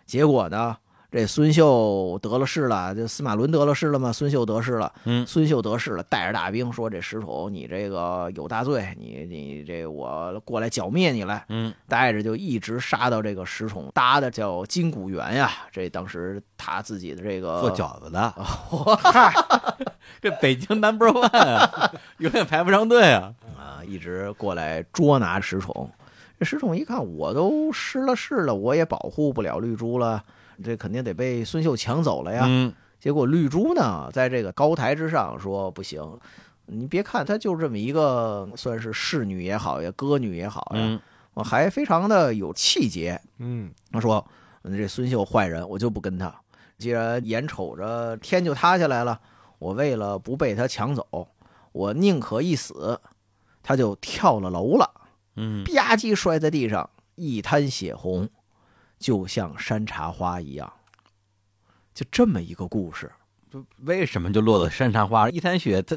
结果呢，这孙秀得了势了，这司马伦得了势了嘛，孙秀得势了，
嗯
孙秀得势了，带着大兵说：“这石崇，你这个有大罪，你你这我过来剿灭你来。”
嗯，
带着就一直杀到这个石崇搭的叫金谷园呀，这当时他自己的这个
做饺 [laughs] 子的，呃这北京 number one 啊， [laughs] 永远排不上队啊。
啊，一直过来捉拿石宠。这石宠一看，我都失了势了，我也保护不了绿珠了，这肯定得被孙秀抢走了呀。
嗯，
结果绿珠呢，在这个高台之上说不行，你别看她就这么一个算是侍女也好呀，歌女也好呀，
嗯
我还非常的有气节。
嗯
她说：“嗯这孙秀坏人，我就不跟他。既然眼瞅着天就塌下来了，我为了不被他抢走，我宁可一死。”他就跳了楼了。
嗯，
吧唧摔在地上，一滩血红，就像山茶花一样。就这么一个故事，
为什么就落到山茶花一滩血？它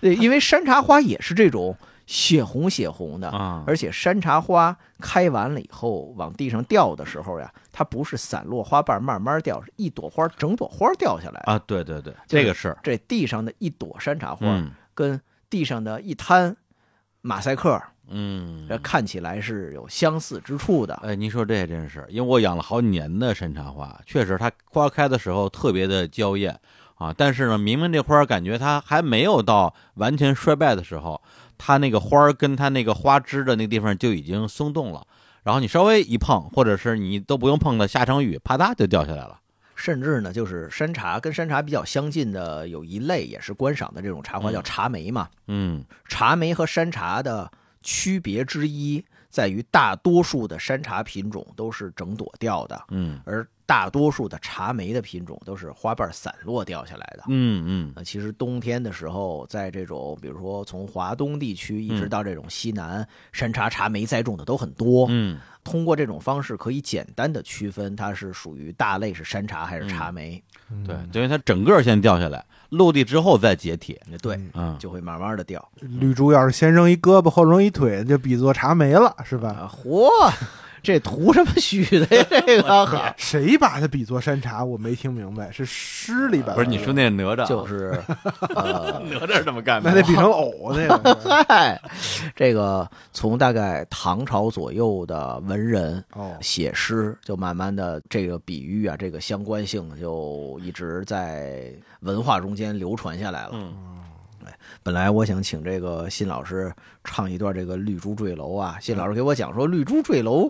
对，因为山茶花也是这种血红血红的，
啊，
而且山茶花开完了以后往地上掉的时候呀，它不是散落花瓣慢慢掉，是一朵花整朵花掉下来。
啊，对对对，
就是
这个是，
这地上的一朵山茶花、
嗯
跟地上的一滩马赛克，
嗯
这，看起来是有相似之处的。
哎，您说这真是，因为我养了好几年的山茶花，确实它花开的时候特别的娇艳啊，但是呢，明明这花儿感觉它还没有到完全衰败的时候，它那个花儿跟它那个花枝的那个地方就已经松动了，然后你稍微一碰，或者是你都不用碰它，下场雨啪嗒就掉下来了。
甚至呢，就是山茶跟山茶比较相近的有一类也是观赏的这种茶花，
嗯
叫茶梅嘛。
嗯
茶梅和山茶的区别之一在于，大多数的山茶品种都是整朵掉的，
嗯
而大多数的茶梅的品种都是花瓣散落掉下来的。
嗯嗯
呃，其实冬天的时候，在这种比如说从华东地区一直
嗯
到这种西南，山茶、茶梅栽种的都很多。
嗯
通过这种方式，可以简单的区分它是属于大类是山茶还是茶梅。
嗯，对，等于它整个先掉下来，落地之后再解体。
对，
嗯，
就会慢慢的掉。
绿珠要是先扔一胳膊后扔一腿，就比作茶梅了，是吧？
啊，嚯，这图什么虚的呀？这个
啊
好
谁把它比作山茶？我没听明白，是诗里边的
不是你说那哪吒啊，
就是，呃，
哪吒这么干的
那得比成藕那
[laughs]
[laughs]
个
嗨，这个从大概唐朝左右的文人
哦，
写诗，就慢慢的这个比喻啊，这个相关性就一直在文化中间流传下来了。
嗯
哎。本来我想请这个辛老师唱一段这个《绿珠坠楼》啊，辛老师给我讲说，《绿珠坠楼》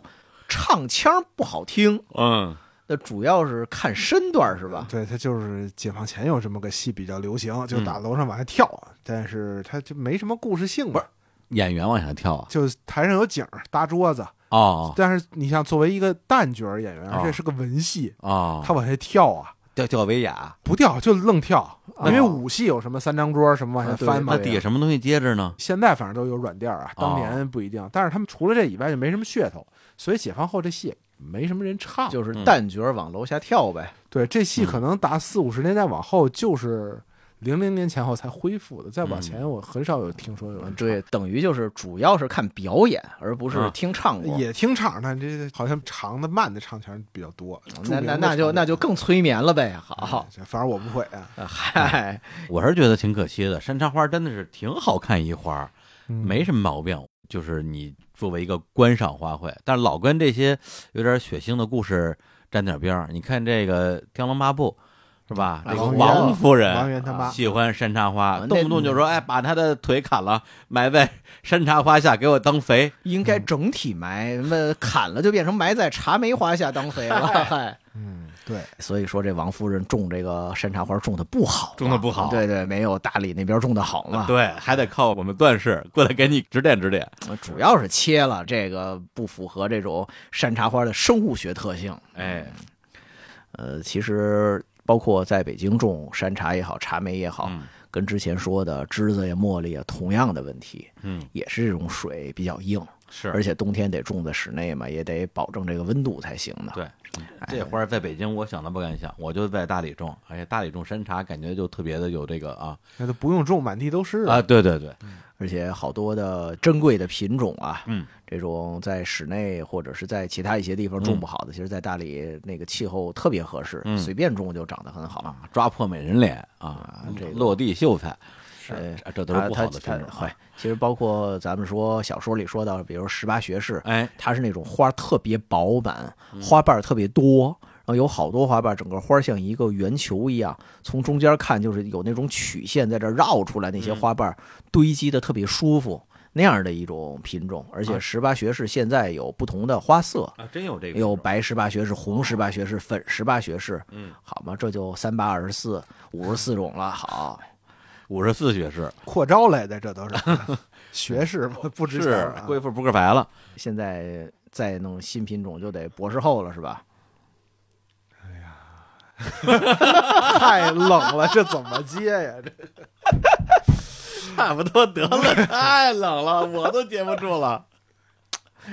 唱腔不好听，
嗯
那主要是看身段是吧？
对，它就是解放前有这么个戏比较流行，
嗯
就打楼上往下跳，啊但是它就没什么故事性吧，
演员往下跳啊？
就是台上有景儿搭桌子，
哦
但是你像作为一个旦角儿演员，
哦
而且是个文戏，
哦，
他往下跳啊，
掉掉维亚，
不跳就愣跳，
啊
因为武戏有什么三张桌什么往
啊
下
对
翻嘛
那，底下什么东西接着呢？
现在反正都有软垫儿啊，当
哦
年不一定，但是他们除了这以外就没什么噱头，所以解放后这戏也没什么人唱，
就是旦角往楼下跳呗。
对，这戏可能打四五十年代往后，就是零零年前后才恢复的，再往前我很少有听说有人唱。
对，等于就是主要是看表演，而不是
啊
听唱过。
也听场，但这好像长的、慢的唱腔比较多。
那那那就那就更催眠了呗。好，
就，哎反正我不会啊。
嗯
嗨，
我是觉得挺可惜的，山茶花真的是挺好看一花儿，
没，
没什么毛病。就是你作为一个观赏花卉，但是老跟这些有点血腥的故事沾点边儿。你看这个《天龙八部》，是吧？
啊
这个
王源
王夫人，
王源他妈
喜欢山茶花，
啊
动不动就说哎，把他的腿砍了，埋在山茶花下，给我当肥。
应该整体埋，那砍了就变成埋在茶梅花下当肥了。嗨，
嗯，对，
所以说这王夫人种这个山茶花种的不好嘛，
种得不好
对对，没有大理那边种的好嘛。
对，还得靠我们段氏过来给你指点指点。
主要是切了，这个不符合这种山茶花的生物学特性。
哎，
呃，其实包括在北京种山茶也好，茶梅也好，
嗯
跟之前说的栀子呀、茉莉呀同样的问题，
嗯，
也是这种水比较硬，
是
而且冬天得种在室内嘛，也得保证这个温度才行呢。
对这花儿在北京，我想都不敢想，我就在大理种，而且大理种山茶，感觉就特别的有这个啊
那都不用种，满地都是
啊，。对对对，
而且好多的珍贵的品种啊，
嗯，
这种在室内或者是在其他一些地方种不好的，其实在大理那个气候特别合适，
嗯啊
随便种就长得很好。
抓破美人脸啊，
这个
落地秀才，
哎
这这都是不好的品
它它
种
它
啊。
哎其实包括咱们说小说里说到，比如十八学士，
哎，
它是那种花特别饱满，
嗯
花瓣特别多，然后有好多花瓣，整个花像一个圆球一样，从中间看就是有那种曲线在这绕出来，那
嗯
些花瓣堆积的特别舒服。那样的一种品种，而且十八学士现在有不同的花色，
啊，真啊有这个
有白十八学士、红十八学士、粉十八学士，
嗯，
好嘛，这就三八二十四、五十四种了。好，
五十四学士，
扩招来的，这都是学士嘛，不值钱
是
啊。
贵妇扑克牌了。
现在再弄新品种就得博士后了，是吧？
太冷了，这怎么接呀？这
[laughs] 差不多得了，太冷了，我都接不住了。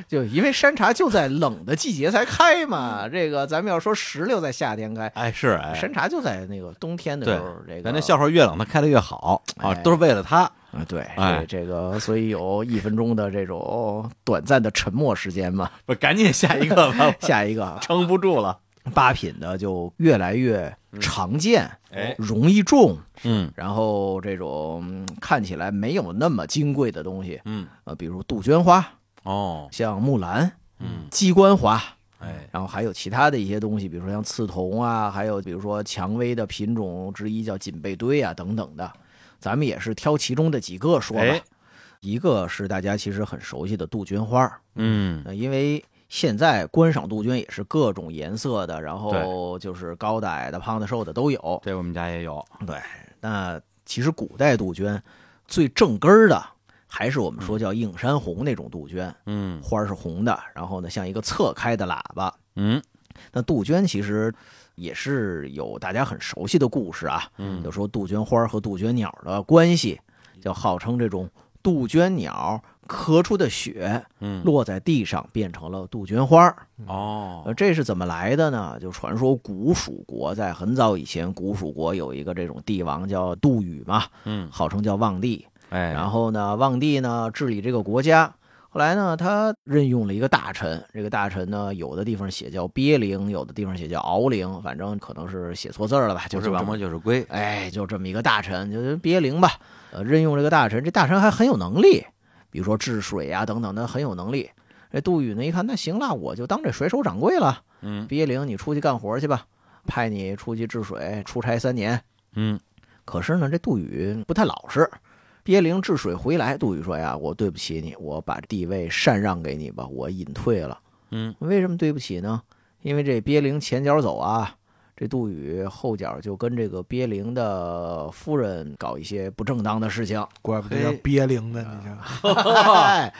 就因为山茶就在冷的季节才开嘛，这个咱们要说石榴在夏天开，
[laughs] 哎，是嗯哎，
山茶就在那个冬天的时
对
候，这个
咱这笑话越冷，它开的越好啊，
哎
都是为了它。
啊，对，
哎
这这个所以有一分钟的这种短暂的沉默时
[laughs]
间嘛。，
不，赶紧下一个吧
[laughs] 下一个
撑不住了。
八品的就越来越常见，
哎
容易种，
嗯
然后这种嗯看起来没有那么金贵的东西，
嗯，
呃，比如杜鹃花，
哦，
像木兰、
嗯，
鸡冠花，
哎，
然后还有其他的一些东西，比如说像刺桐啊，还有比如说蔷薇的品种之一叫锦背堆啊等等的，咱们也是挑其中的几个说吧。
哎
一个是大家其实很熟悉的杜鹃花儿，
嗯
呃，因为现在观赏杜鹃也是各种颜色的，然后
对
就是高的、矮的、胖的、瘦的都有。
这我们家也有，
对，那其实古代杜鹃最正根儿的还是我们说叫映山红那种杜鹃，
嗯
花儿是红的，然后呢像一个侧开的喇叭，
嗯
那杜鹃其实也是有大家很熟悉的故事啊，
嗯
就说杜鹃花和杜鹃鸟的关系，就号称这种杜鹃鸟咳出的血
嗯，
落在地上变成了杜鹃花儿。
哦
呃，，这是怎么来的呢？就传说古蜀国在很早以前，古蜀国有一个这种帝王叫杜宇嘛，
嗯，
号称叫望帝。
哎，
然后呢，望帝呢治理这个国家。后来呢，他任用了一个大臣，这个大臣呢，有的地方写叫鳖灵，有的地方写叫敖灵，反正可能是写错字儿了吧，就
不
是
是王八就是龟，
哎，就这么一个大臣，就是鳖灵吧。呃，任用这个大臣，这大臣还很有能力，比如说治水啊等等的，很有能力。这杜宇呢一看，那行了，我就当这水手掌柜了。
嗯
鳖灵，你出去干活去吧，派你出去治水，出差三年。
嗯，
可是呢，这杜宇不太老实。鳖灵治水回来，杜宇说哎呀：“我对不起你，我把地位禅让给你吧，我隐退了。”
嗯，
为什么对不起呢？因为这鳖灵前脚走啊，这杜宇后脚就跟这个鳖灵的夫人搞一些不正当的
[laughs]
事情。
[laughs] 怪不得叫
嘿
鳖灵呢，你这
哎，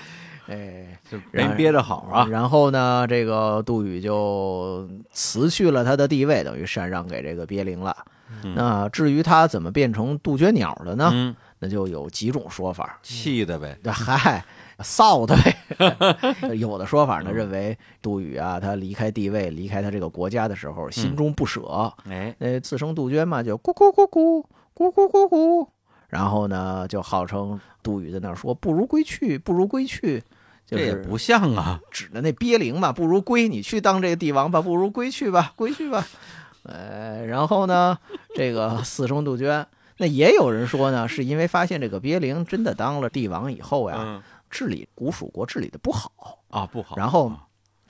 哎
就没憋着好啊，
然后呢，这个杜宇就辞去了他的地位，等于禅让给这个鳖灵了。
嗯
那至于他怎么变成杜鹃鸟的呢？
嗯，
那就有几种说法。
气的呗，
[laughs] 嗨，臊的呗。 [laughs] 有的说法
嗯
呢，认为杜宇啊，他离开地位、离开他这个国家的时候，
嗯
心中不舍，
哎，
那自生杜鹃嘛，就咕咕咕咕咕咕咕咕，然后呢，就号称杜宇在那儿说“不如归去，不如归去”，就
这也
是
不像啊，
指的那鳖灵嘛，不如归你去当这个帝王吧，不如归去吧，归去吧。呃，然后呢，这个四生杜鹃，那也有人说呢，是因为发现这个鳖灵真的当了帝王以后呀，
嗯
治理古蜀国治理的啊不好，
啊不好，
然后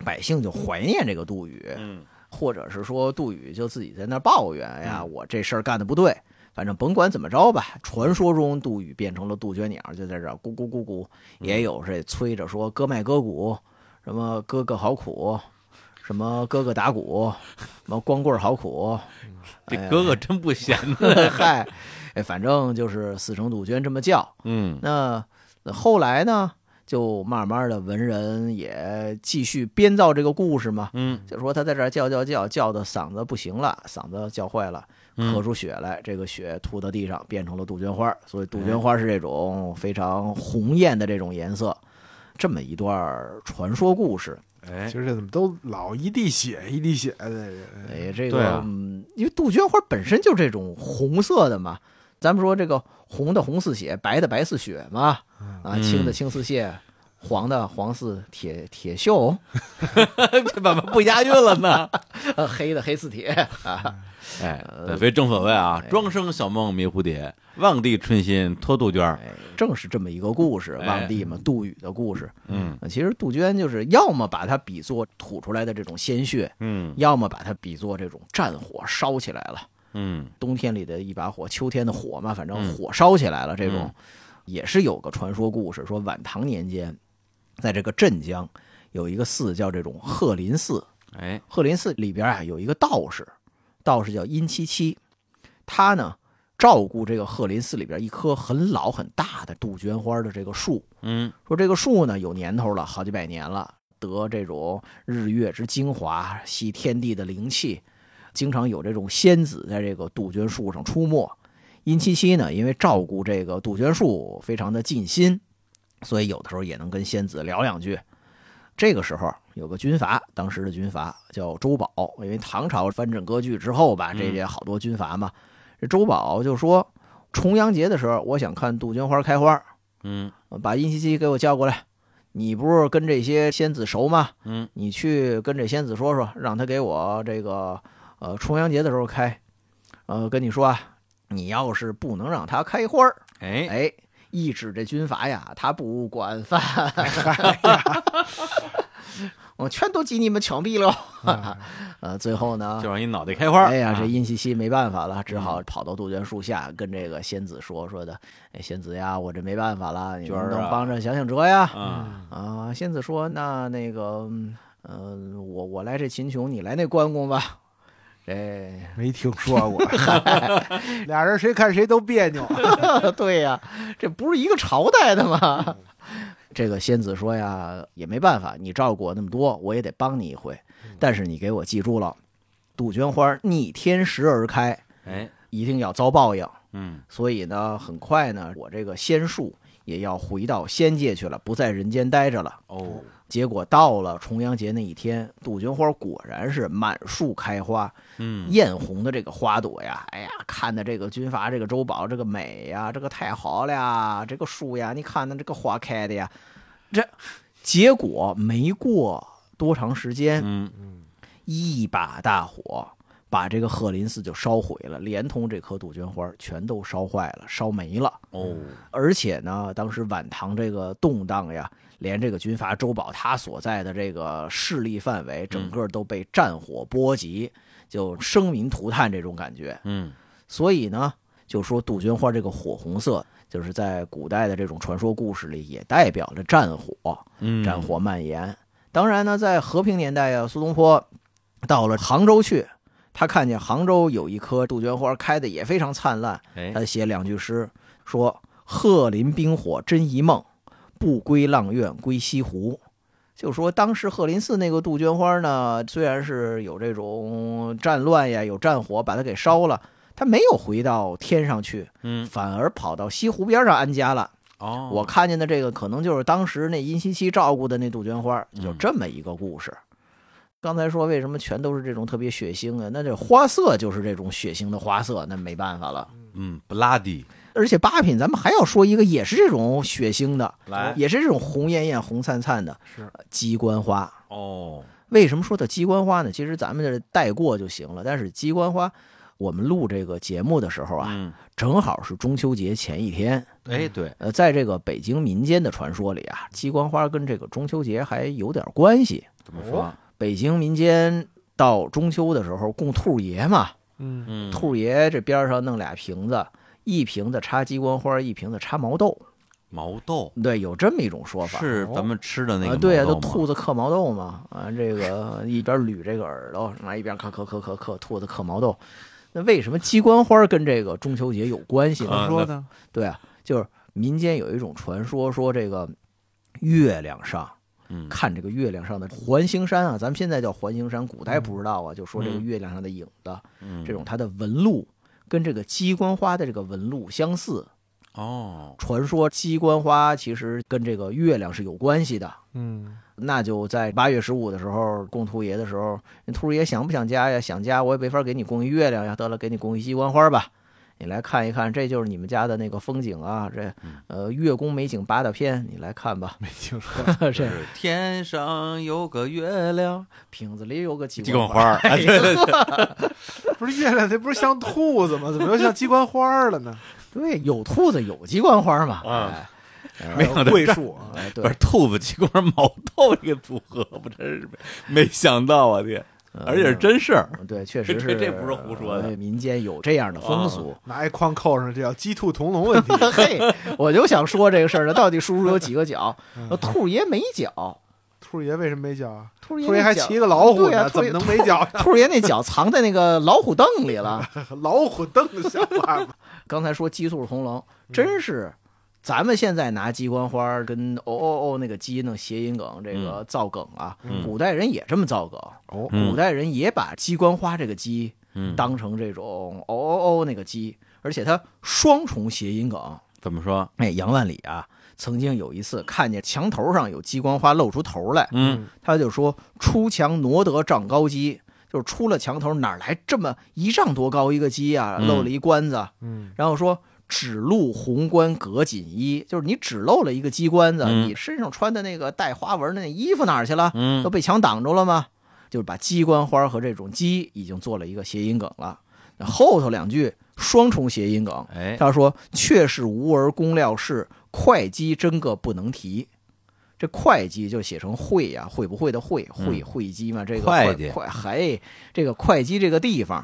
百姓就怀念这个杜宇，
嗯
或者是说杜宇就自己在那儿抱怨哎呀，我这事儿干的不对。反正甭管怎么着吧，传说中杜宇变成了杜鹃鸟，就在这儿咕咕咕咕，也有这催着说哥卖哥鼓，什么哥哥好苦，什么哥哥打鼓，什么光棍好苦，
这
哎呀
哥哥真不闲
[laughs]
的，
嗨，哎，反正就是四声杜鹃这么叫，
嗯
那呃后来呢，就慢慢的文人也继续编造这个故事嘛，
嗯
就说他在这儿叫叫叫叫的嗓子不行了，嗓子叫坏了，
嗯
嗯
咳出血来，这个血吐到地上变成了杜鹃花，所以杜鹃花是这种非常红艳的这种颜色。这么一段儿传说故事，
哎，
今儿这怎么都老一滴血一滴血的？
哎，
对
这个、
啊
嗯因为杜鹃花本身就这种红色的嘛，咱们说这个红的红似血，白的白似雪嘛，啊，青的青似蟹，黄的黄似铁铁锈，
[laughs]
[laughs]
这怎么不押韵了呢？
呃黑的黑似铁 [laughs] 啊，
哎，对所以正所谓啊，庄生晓梦迷蝴蝶，望帝春心托杜鹃儿，
哎，正是这么一个故事，
哎
望帝嘛，杜宇的故事。
嗯
呃其实杜鹃就是要么把它比作吐出来的这种鲜血，
嗯
要么把它比作这种战火烧起来了，
嗯
冬天里的一把火，秋天的火嘛，反正
嗯
火烧起来了，这种
嗯
也是有个传说故事，说晚唐年间，在这个镇江有一个寺叫这种鹤林寺，
哎
鹤林寺里边啊有一个道士，道士叫殷七七，他呢照顾这个鹤林寺里边一棵很老很大的杜鹃花的这个树，
嗯
说这个树呢有年头了，好几百年了，得这种日月之精华，吸天地的灵气，经常有这种仙子在这个杜鹃树上出没。殷七七呢，因为照顾这个杜鹃树非常的尽心，所以有的时候也能跟仙子聊两句。这个时候有个军阀，当时的军阀叫周保，因为唐朝藩镇割据之后吧，这些好多军阀嘛。这周保就说，重阳节的时候，我想看杜鹃花开花，
嗯
把殷西西给我叫过来。你不是跟这些仙子熟吗？
嗯，
你去跟这仙子说说，让他给我这个呃重阳节的时候开。呃，跟你说啊，你要是不能让它开花儿，
哎
哎，一指这军阀呀，他不管饭，
[laughs]
我全都给你们枪毙了。 [laughs] 呃，最后呢
哎就，让你脑袋开花儿，
哎呀，这
啊嗯
殷西西没办法了，只好跑到杜鹃树下跟这个仙子说说的，哎，仙子呀，我这没办法了，你
娟
能
儿
不能
啊
帮着想想辙呀？
啊
啊，仙子说：“那那个，嗯呃，我我来这秦琼，你来那关公吧。” [laughs] 这 [laughs]
没听说过， [laughs] 俩人谁看谁都别扭。啊
对呀、这不是一个朝代的吗？
嗯
[laughs] 这个仙子说呀，也没办法，你照顾我那么多，我也得帮你一回。
嗯
但是你给我记住了，杜鹃花逆天时而开，
哎
一定要遭报应。
嗯
所以呢，很快呢，我这个仙术也要回到仙界去了，不在人间待着了。
哦
结果到了重阳节那一天，杜鹃花果然是满树开花，
嗯
艳红的这个花朵呀，哎呀，看的这个军阀、这个周保、这个美呀，这个太好了呀，这个树呀，你看那这个花开的呀，这结果没过多长时间，
嗯
一把大火把这个鹤林寺就烧毁了，连同这棵杜鹃花全都烧坏了，烧没了。
哦
而且呢，当时晚唐这个动荡呀，连这个军阀周保他所在的这个势力范围，整个都被战火波及，就生民涂炭这种感觉。
嗯
所以呢，就说杜鹃花这个火红色，就是在古代的这种传说故事里，也代表着战火。
嗯
战火蔓延。当然呢，在和平年代呀、苏东坡到了杭州去，他看见杭州有一棵杜鹃花开的也非常灿烂，
哎，
他写两句诗，说“鹤林冰火真一梦，不归阆苑归西湖”。就说当时鹤林寺那个杜鹃花呢，虽然是有这种战乱呀，有战火把它给烧了，它没有回到天上去，
嗯，
反而跑到西湖边上安家了。
哦，
我看见的这个可能就是当时那殷西期照顾的那杜鹃花，
嗯
有这么一个故事。刚才说为什么全都是这种特别血腥的，那这花色就是这种血腥的花色，那没办法了。
嗯，布拉迪
而且八品咱们还要说一个也是这种血腥的，
来
也是这种红艳艳、红灿灿的，
是
呃鸡冠花。
哦，
为什么说它鸡冠花呢？其实咱们这带过就行了。但是鸡冠花，我们录这个节目的时候啊，
嗯，
正好是中秋节前一天。
哎，对，
呃，在这个北京民间的传说里啊，鸡冠花跟这个中秋节还有点关系。
怎么
啊
哦
说？
北京民间到中秋的时候供兔爷嘛，
嗯，
嗯，
兔爷这边上弄俩瓶子，一瓶子插鸡冠花，一瓶子插毛豆。
毛豆
对，有这么一种说法。
是咱们吃的那
啊，
个
对啊，
毛
都
豆吗
兔子嗑毛豆嘛，啊，这个一边捋这个耳朵，那一边嗑嗑嗑嗑嗑，兔子嗑毛豆。那为什么鸡冠花跟这个中秋节有关系
怎
呢？
么说呢？
对啊，就是民间有一种传说，说这个月亮上
嗯
看这个月亮上的环形山啊，咱们现在叫环形山，古代不知道啊，就说这个
嗯
月亮上的影子，
嗯
这种它的纹路跟这个鸡冠花的这个纹路相似。
哦，
传说鸡冠花其实跟这个月亮是有关系的。
嗯，
那就在八月十五的时候供兔爷的时候，那兔爷想不想家呀？想家，我也没法给你供一月亮呀。得了，给你供一鸡冠花吧。你来看一看，这就是你们家的那个风景啊！这
嗯
呃，月宫美景八大篇，你来看吧。
没听
[laughs]
说，
这
是天上有个月亮，
瓶子里有个鸡
鸡
冠
冠花，
哎
哎，
不是月亮，那不是像兔子吗？怎么又像鸡冠花了呢？
对，有兔子有鸡冠花嘛？
啊
哎，哎
没想到
桂树啊，
哎，
不是
对，
兔子鸡冠毛豆这个组合，我真是没没想到啊，天，而且是真事儿，
嗯对，确实
这
是，
这不是胡说的啊
呃民间有这样的风俗。
拿一筐扣上，这叫鸡兔同笼问题。
[laughs] 嘿，我就想说这个事儿呢，到底叔叔有几个脚？
嗯
兔爷没脚，
兔爷为什么没脚啊？
兔爷
兔爷还
那脚
骑个老虎
对呀
呢， [laughs]
兔
怎
爷
么能没脚？
兔 [laughs] 爷那脚藏在那个老虎凳里
[laughs]
了。
老虎凳像话吗？
刚才说鸡兔同笼，
嗯
真是，咱们现在拿鸡冠花跟哦哦哦那个鸡弄谐音梗，这个造梗啊，
嗯
古代人也这么造梗。
哦
嗯
古代人也把鸡冠花这个鸡
嗯
当成这种哦哦哦那个鸡，而且它双重谐音梗。
怎么说？
哎，杨万里啊，曾经有一次看见墙头上有鸡冠花露出头来，
嗯，
他就说：“出墙挪得丈高鸡。”就是出了墙头，哪来这么一丈多高一个鸡啊？
嗯
露了一冠子，
嗯，
然后说只露红冠隔锦衣，就是你只露了一个鸡冠子，
嗯
你身上穿的那个带花纹的那衣服哪儿去了？
嗯
都被墙挡住了吗？就是把鸡冠花和这种鸡已经做了一个谐音梗了。那后头两句双重谐音梗，
哎，
他说：“却是无儿公料事，会稽真个不能提。”这会稽就写成会呀、会不会的会，会
嗯
会稽嘛？这个
会
稽
稽
会嘿，这个会稽这个地方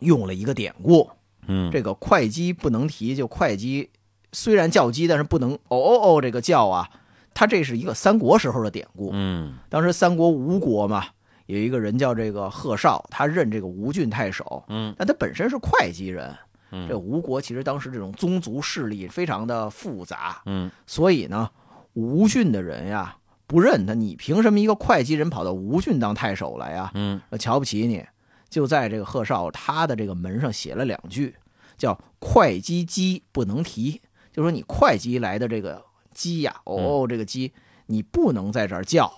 用了一个典故，
嗯，
这个会稽不能提，就会稽虽然叫鸡，但是不能哦哦哦这个叫啊，它这是一个三国时候的典故。
嗯
当时三国吴国嘛，有一个人叫这个贺绍，他任这个吴郡太守，
嗯，
但他本身是会稽人。
嗯
这吴国其实当时这种宗族势力非常的复杂，
嗯，
所以呢，吴郡的人呀不认他，你凭什么一个会稽人跑到吴郡当太守来呀？
嗯
我呃瞧不起你。就在这个贺绍他的这个门上写了两句，叫“会稽鸡不能提”，就说你会稽来的这个鸡呀，哦哦，这个鸡你不能在这儿叫，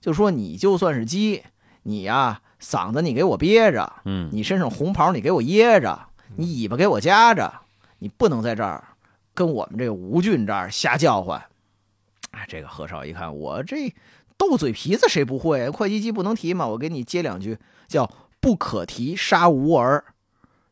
就说你就算是鸡，你呀、嗓子你给我憋着，
嗯，
你身上红袍你给我掖着，你尾巴给我夹着，你不能在这儿跟我们这个吴郡这儿瞎叫唤。哎，这个贺绍一看，我这斗嘴皮子谁不会？会稽鸡不能提嘛，我给你接两句，叫不可提杀吴儿，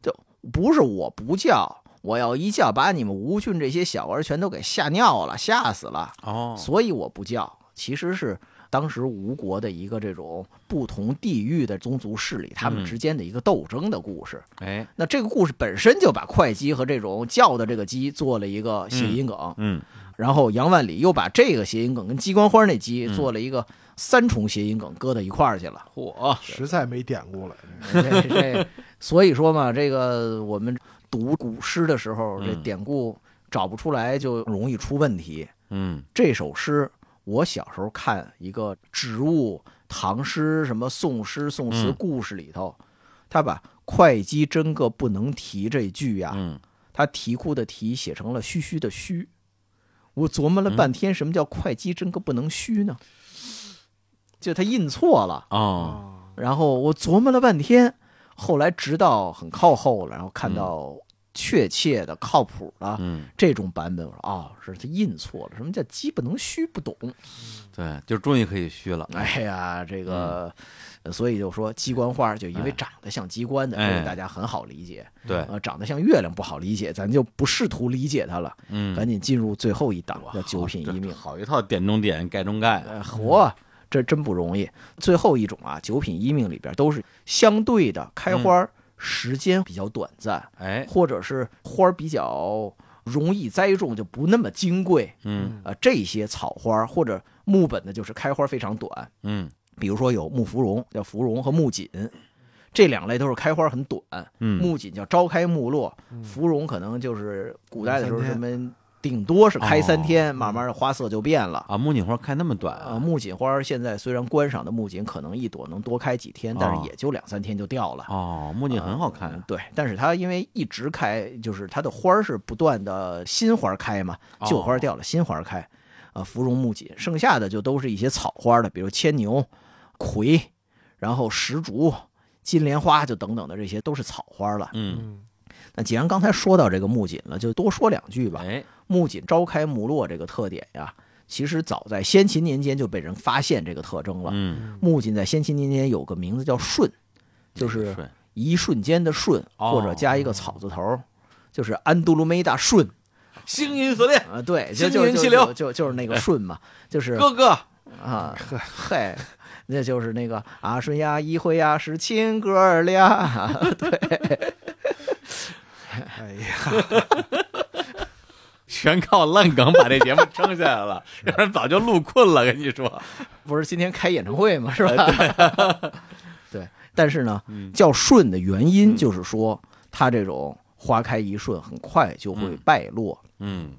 就不是我不叫，我要一叫把你们吴郡这些小儿全都给吓尿了，吓死了。
哦，
所以我不叫，其实是当时吴国的一个这种不同地域的宗族势力他们
嗯
之间的一个斗争的故事。
哎，
那这个故事本身就把会稽和这种叫的这个鸡做了一个谐音梗，
嗯
然后杨万里又把这个谐音梗跟鸡冠花那鸡做了一个三重谐音梗，搁到一块儿去了。
[laughs] 嚯，
实在没典故了。
这这，所以说嘛，这个我们读古诗的时候，这
嗯
典故找不出来就容易出问题。
嗯
这首诗，我小时候看一个植物唐诗、什么宋诗、宋词
嗯
故事里头，他把“会稽真个不能提”这句呀、
嗯
他啼哭的啼写成了嘘嘘的嘘。我琢磨
嗯
了半天，什么叫会稽真个不能虚呢？就他印错了。
哦，
然后我琢磨了半天，后来直到很靠后了，然后看到确切的、靠谱的
嗯，
这种版本，我说哦，是他印错了。什么叫鸡不能虚？不懂。
对，就终于可以虚了，
哎呀，这个，呃所以就说鸡冠花，就因为
嗯哎
长得像鸡冠的，
哎
这个大家很好理解。
对，
呃，长得像月亮不好理解，咱就不试图理解它了。
嗯，
赶紧进入最后一档，叫
好
九品
这
一命。
好一套点中点，盖中盖，
呃，嚯，这真不容易。最后一种啊，九品一命里边都是相对的开花儿时间比较短暂，
嗯哎，
或者是花儿比较容易栽种，就不那么金贵。
嗯
呃，这些草花儿或者木本的，就是开花儿非常短，
嗯
比如说有木芙蓉，叫芙蓉和木槿。这两类都是开花儿很短，
嗯，
木槿叫朝开暮落，
嗯
芙蓉可能就是古代的时候
三
什
天
么，顶多是开三
哦
天，慢慢的花色就变了。
啊，木槿花开那么短
啊，，木槿花儿现在虽然观赏的木槿可能一朵能多开几天，但
哦
是也就两三天就掉了。
哦，木槿很好看
嗯
啊，
对，但是它因为一直开，就是它的花儿是不断的新花儿开嘛，
哦
旧花儿掉了，新花儿开。啊，芙蓉、木槿，剩下的就都是一些草花儿的，比如牵牛、葵，然后石竹、金莲花，就等等的，这些都是草花儿了。
嗯，
嗯，
那既然刚才说到这个木槿了，就多说两句吧。
哎，
木槿朝开暮落这个特点呀，其实早在先秦年间就被人发现这个特征了。
嗯，
木槿在先秦年间有个名字叫瞬，就是
顺
一瞬间的瞬，
哦
或者加一个草字头，就是安杜鲁梅达瞬
星云锁链，
啊、对，就
星
就
云
就
气流哎
就就就是那个瞬嘛，就是
哥哥，
啊，嘿，那就是那个啊，顺呀，一会呀，是亲哥儿俩，
哎呀，
全靠烂梗把这节目撑下来了，要不然早就录困了。跟你 [laughs] 说，
不是今天开演唱会嘛，是吧？
哎
[laughs] 对，但是呢，
嗯
叫顺的原因就是说，它这种花开一瞬，很快就会败落。
嗯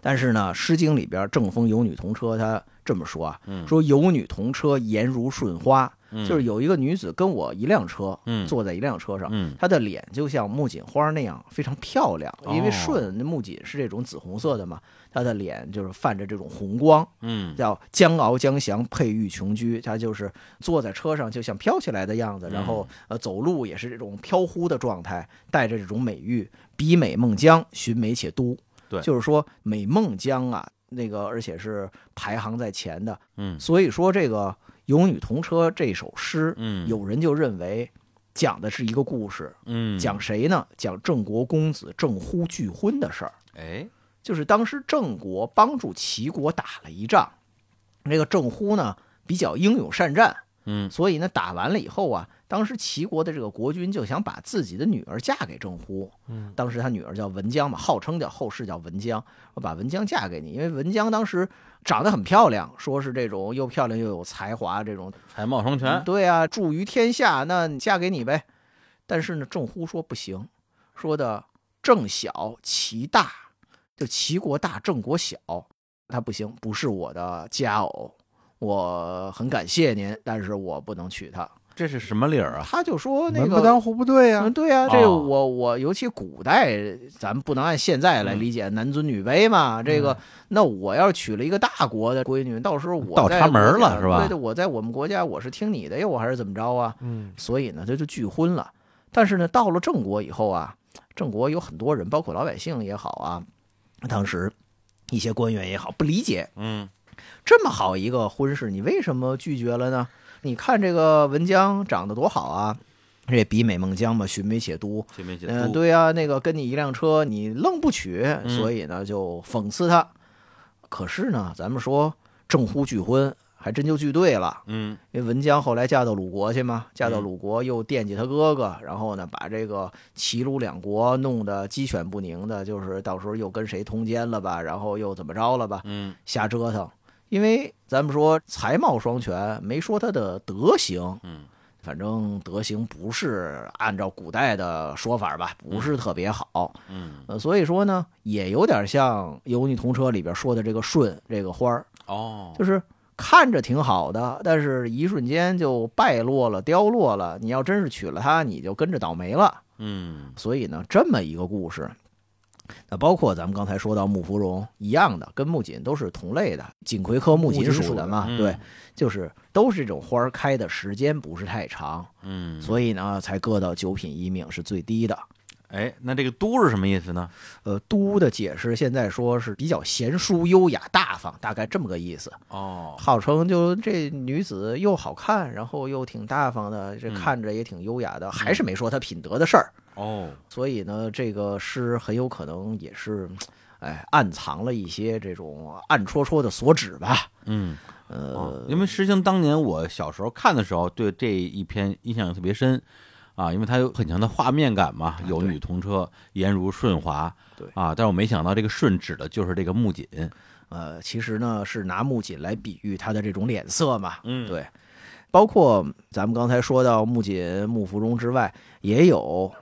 但是呢，《诗经》里边“正风有女同车”，他这么说啊，
嗯
说有女同车，颜如顺花，
嗯
就是有一个女子跟我一辆车，
嗯
坐在一辆车上。
嗯
她的脸就像木槿花那样非常漂亮，
哦
因为顺木槿是这种紫红色的嘛，她的脸就是泛着这种红光，
嗯
叫江翱江翔佩玉琼居，他就是坐在车上就像飘起来的样子，然后
嗯
呃走路也是这种飘忽的状态，带着这种美誉，比美孟姜，寻美且都。
对
就是说美孟姜啊，那个而且是排行在前的，
嗯
所以说这个《有女同车》这首诗，
嗯
有人就认为讲的是一个故事，
嗯
讲谁呢？讲郑国公子郑忽拒婚的事儿。
哎
就是当时郑国帮助齐国打了一仗，这个郑忽呢比较英勇善战，
嗯
所以呢打完了以后啊，当时齐国的这个国君就想把自己的女儿嫁给郑忽，
嗯，
当时他女儿叫文姜嘛，号称叫后世叫文姜，我把文姜嫁给你，因为文姜当时长得很漂亮，说是这种又漂亮又有才华这种，
才貌双全
嗯，对啊，助于天下，那你嫁给你呗。但是呢，郑忽说不行，说的郑小齐大，就齐国大，郑国小，他不行，不是我的佳偶。我很感谢您，但是我不能娶她。
这是什么理儿啊？
他就说那
门不
个，
当户不对呀
嗯，。对啊，这
哦
我我尤其古代，咱不能按现在来理解男尊女卑嘛。这个，那我要娶了一个大国的闺女，到时候我
倒
在
插门
国家
了是吧
对对，我在我们国家我是听你的呀，我还是怎么着啊？
嗯，
所以呢，他就拒婚了。但是呢，到了郑国以后啊，郑国有很多人，包括老百姓也好啊，当时一些官员也好，不理解
嗯
这么好一个婚事，你为什么拒绝了呢？你看这个文姜长得多好啊，这也比美孟姜嘛，寻美且都。
前面写
嗯、
都
对啊，那个跟你一辆车，你愣不娶，所以呢就讽刺他。可是呢，咱们说郑忽拒婚，还真就聚对了。
嗯
因为文姜后来嫁到鲁国去嘛，嫁到
嗯
鲁国又惦记他哥哥，然后呢，把这个齐鲁两国弄得鸡犬不宁的，就是到时候又跟谁通奸了吧，然后又怎么着了吧，
嗯
瞎折腾。因为咱们说才貌双全，没说他的德行，
嗯，
反正德行不是按照古代的说法吧，不是特别好，
嗯，
呃，所以说呢，也有点像《油腻童车》里边说的这个舜这个花儿，
哦，
就是看着挺好的，但是一瞬间就败落了、凋落了。你要真是娶了她，你就跟着倒霉了。
嗯
所以呢，这么一个故事，那包括咱们刚才说到穆芙蓉一样的，跟木槿都是同类的，锦葵科木
木
槿
槿
属
属的
的嘛，
嗯
对，就是都是这种花儿开的时间不是太长，
嗯，
所以呢才搁到九品一命是最低的。
哎，那这个都是什么意思呢？
呃，都的解释现在说是比较贤淑、优雅、大方，大概这么个意思。
哦，
号称就这女子又好看，然后又挺大方的，这看着也挺优雅的，还是没说她品德的事儿。
哦，
所以呢，这个诗很有可能也是，哎，暗藏了一些这种暗戳戳的所指吧。
嗯，
哦
呃，
因为实情当年我小时候看的时候，对这一篇印象特别深啊，因为它有很强的画面感嘛，有女童车，颜如顺滑，
对
啊，但是我没想到这个顺指的就是这个木槿，
呃，其实呢是拿木槿来比喻她的这种脸色嘛。
嗯
对，包括咱们刚才说到木槿、木芙蓉之外，也有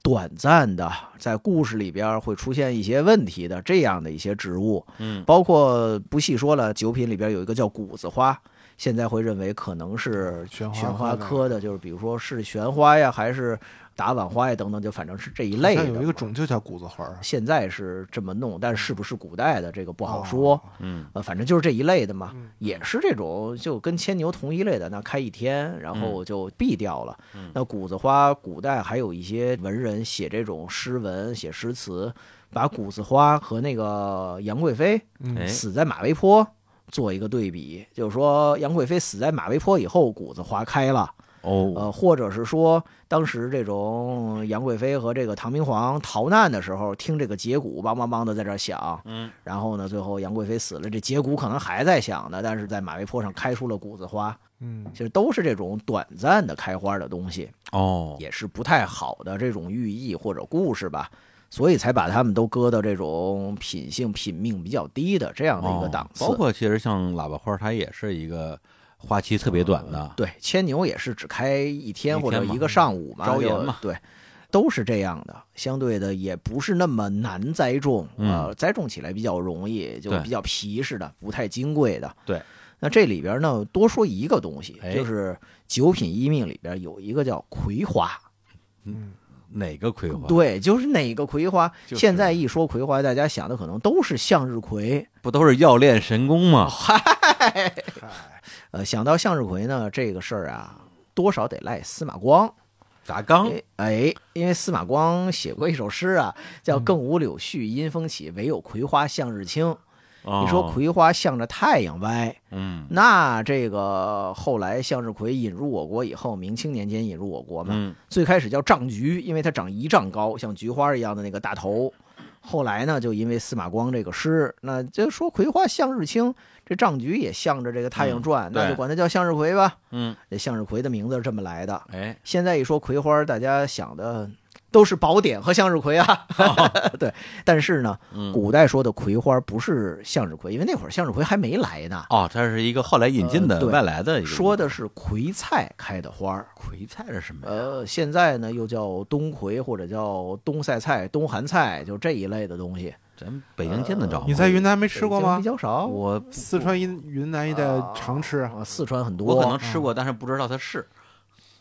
短暂的在故事里边会出现一些问题的这样的一些植物。
嗯，
包括不细说了，九品里边有一个叫谷子花。现在会认为可能是
玄花
玄
科
花
的
科的，就是比如说是玄花呀，还是打碗花呀等等，就反正是这一类
好像
的
有一
嘛
个种就叫谷子花儿，啊
现在是这么弄，但是不是古代的这个不
不
好说。
哦
嗯
呃，反正就是这一类的嘛，
嗯
也是这种就跟牵牛同一类的，那开一天，然后就毙掉了。那谷子花，古代还有一些文人写这种诗文、写诗词，把谷子花和那个杨贵妃
哎
嗯，
死在马嵬坡做一个对比，就是说杨贵妃死在马嵬坡以后，谷子花开了。
哦，
呃，或者是说当时这种杨贵妃和这个唐明皇逃难的时候，听这个节鼓梆梆梆的在这儿响，
嗯，
然后呢，最后杨贵妃死了，这节鼓可能还在响呢，但是在马嵬坡上开出了谷子花，
嗯
其实都是这种短暂的开花的东西，
哦，
也是不太好的这种寓意或者故事吧。所以才把他们都搁到这种品性、品命比较低的这样的一个
哦
档次。
包括其实像喇叭花，它也是一个花期特别短的，
对，牵牛也是只开一天
啊一
或者
天嘛嗯
一个上午嘛，
朝
就
阳嘛
对，都是这样的。相对的也不是那么难栽种，呃，栽种起来比较容易，
嗯
就
对
比较皮实的，不太金贵的。
对，
那这里边呢，多说一个东西，
哎
就是九品一命里边有一个叫葵花，
嗯，
哪个葵花？
对，就是哪个葵花？
就是
现在一说葵花，大家想的可能都是向日葵，
不都是要练神功吗？
哦呃，想到向日葵呢，这个事儿啊，多少得赖司马光。
砸缸，
哎，因为司马光写过一首诗啊，
嗯
叫“更无柳絮因风起，唯有葵花向日倾”。
你
你说，葵花向着太阳歪，
哦嗯
那这个后来向日葵引入我国以后，明清年间引入我国嘛，
嗯
最开始叫丈菊，因为它长一丈高，像菊花一样的那个大头。后来呢，就因为司马光这个诗，那就说葵花向日倾，这丈菊也向着这个太阳
嗯
转，那
对
就管它叫向日葵吧。
嗯，
这向日葵的名字是这么来的。
哎，
现在一说葵花，大家想的都是宝典和向日葵啊。 [laughs] 对，但是呢，
哦嗯
古代说的葵花不是向日葵，因为那会儿向日葵还没来呢，
哦，它是一个后来引进
呃
的
对
外来的一个，
说的是葵菜开的花儿。
葵菜是什么呀？
呃，现在呢又叫冬葵或者叫冬赛菜、冬寒菜，就这一类的东西。
咱们北京见得
呃
着吗？
你在云南没吃
北
过
京
吗
比？较少，
我
四川、云云南一带常吃
啊，四川很多。
我可能吃过，但是不知道它是，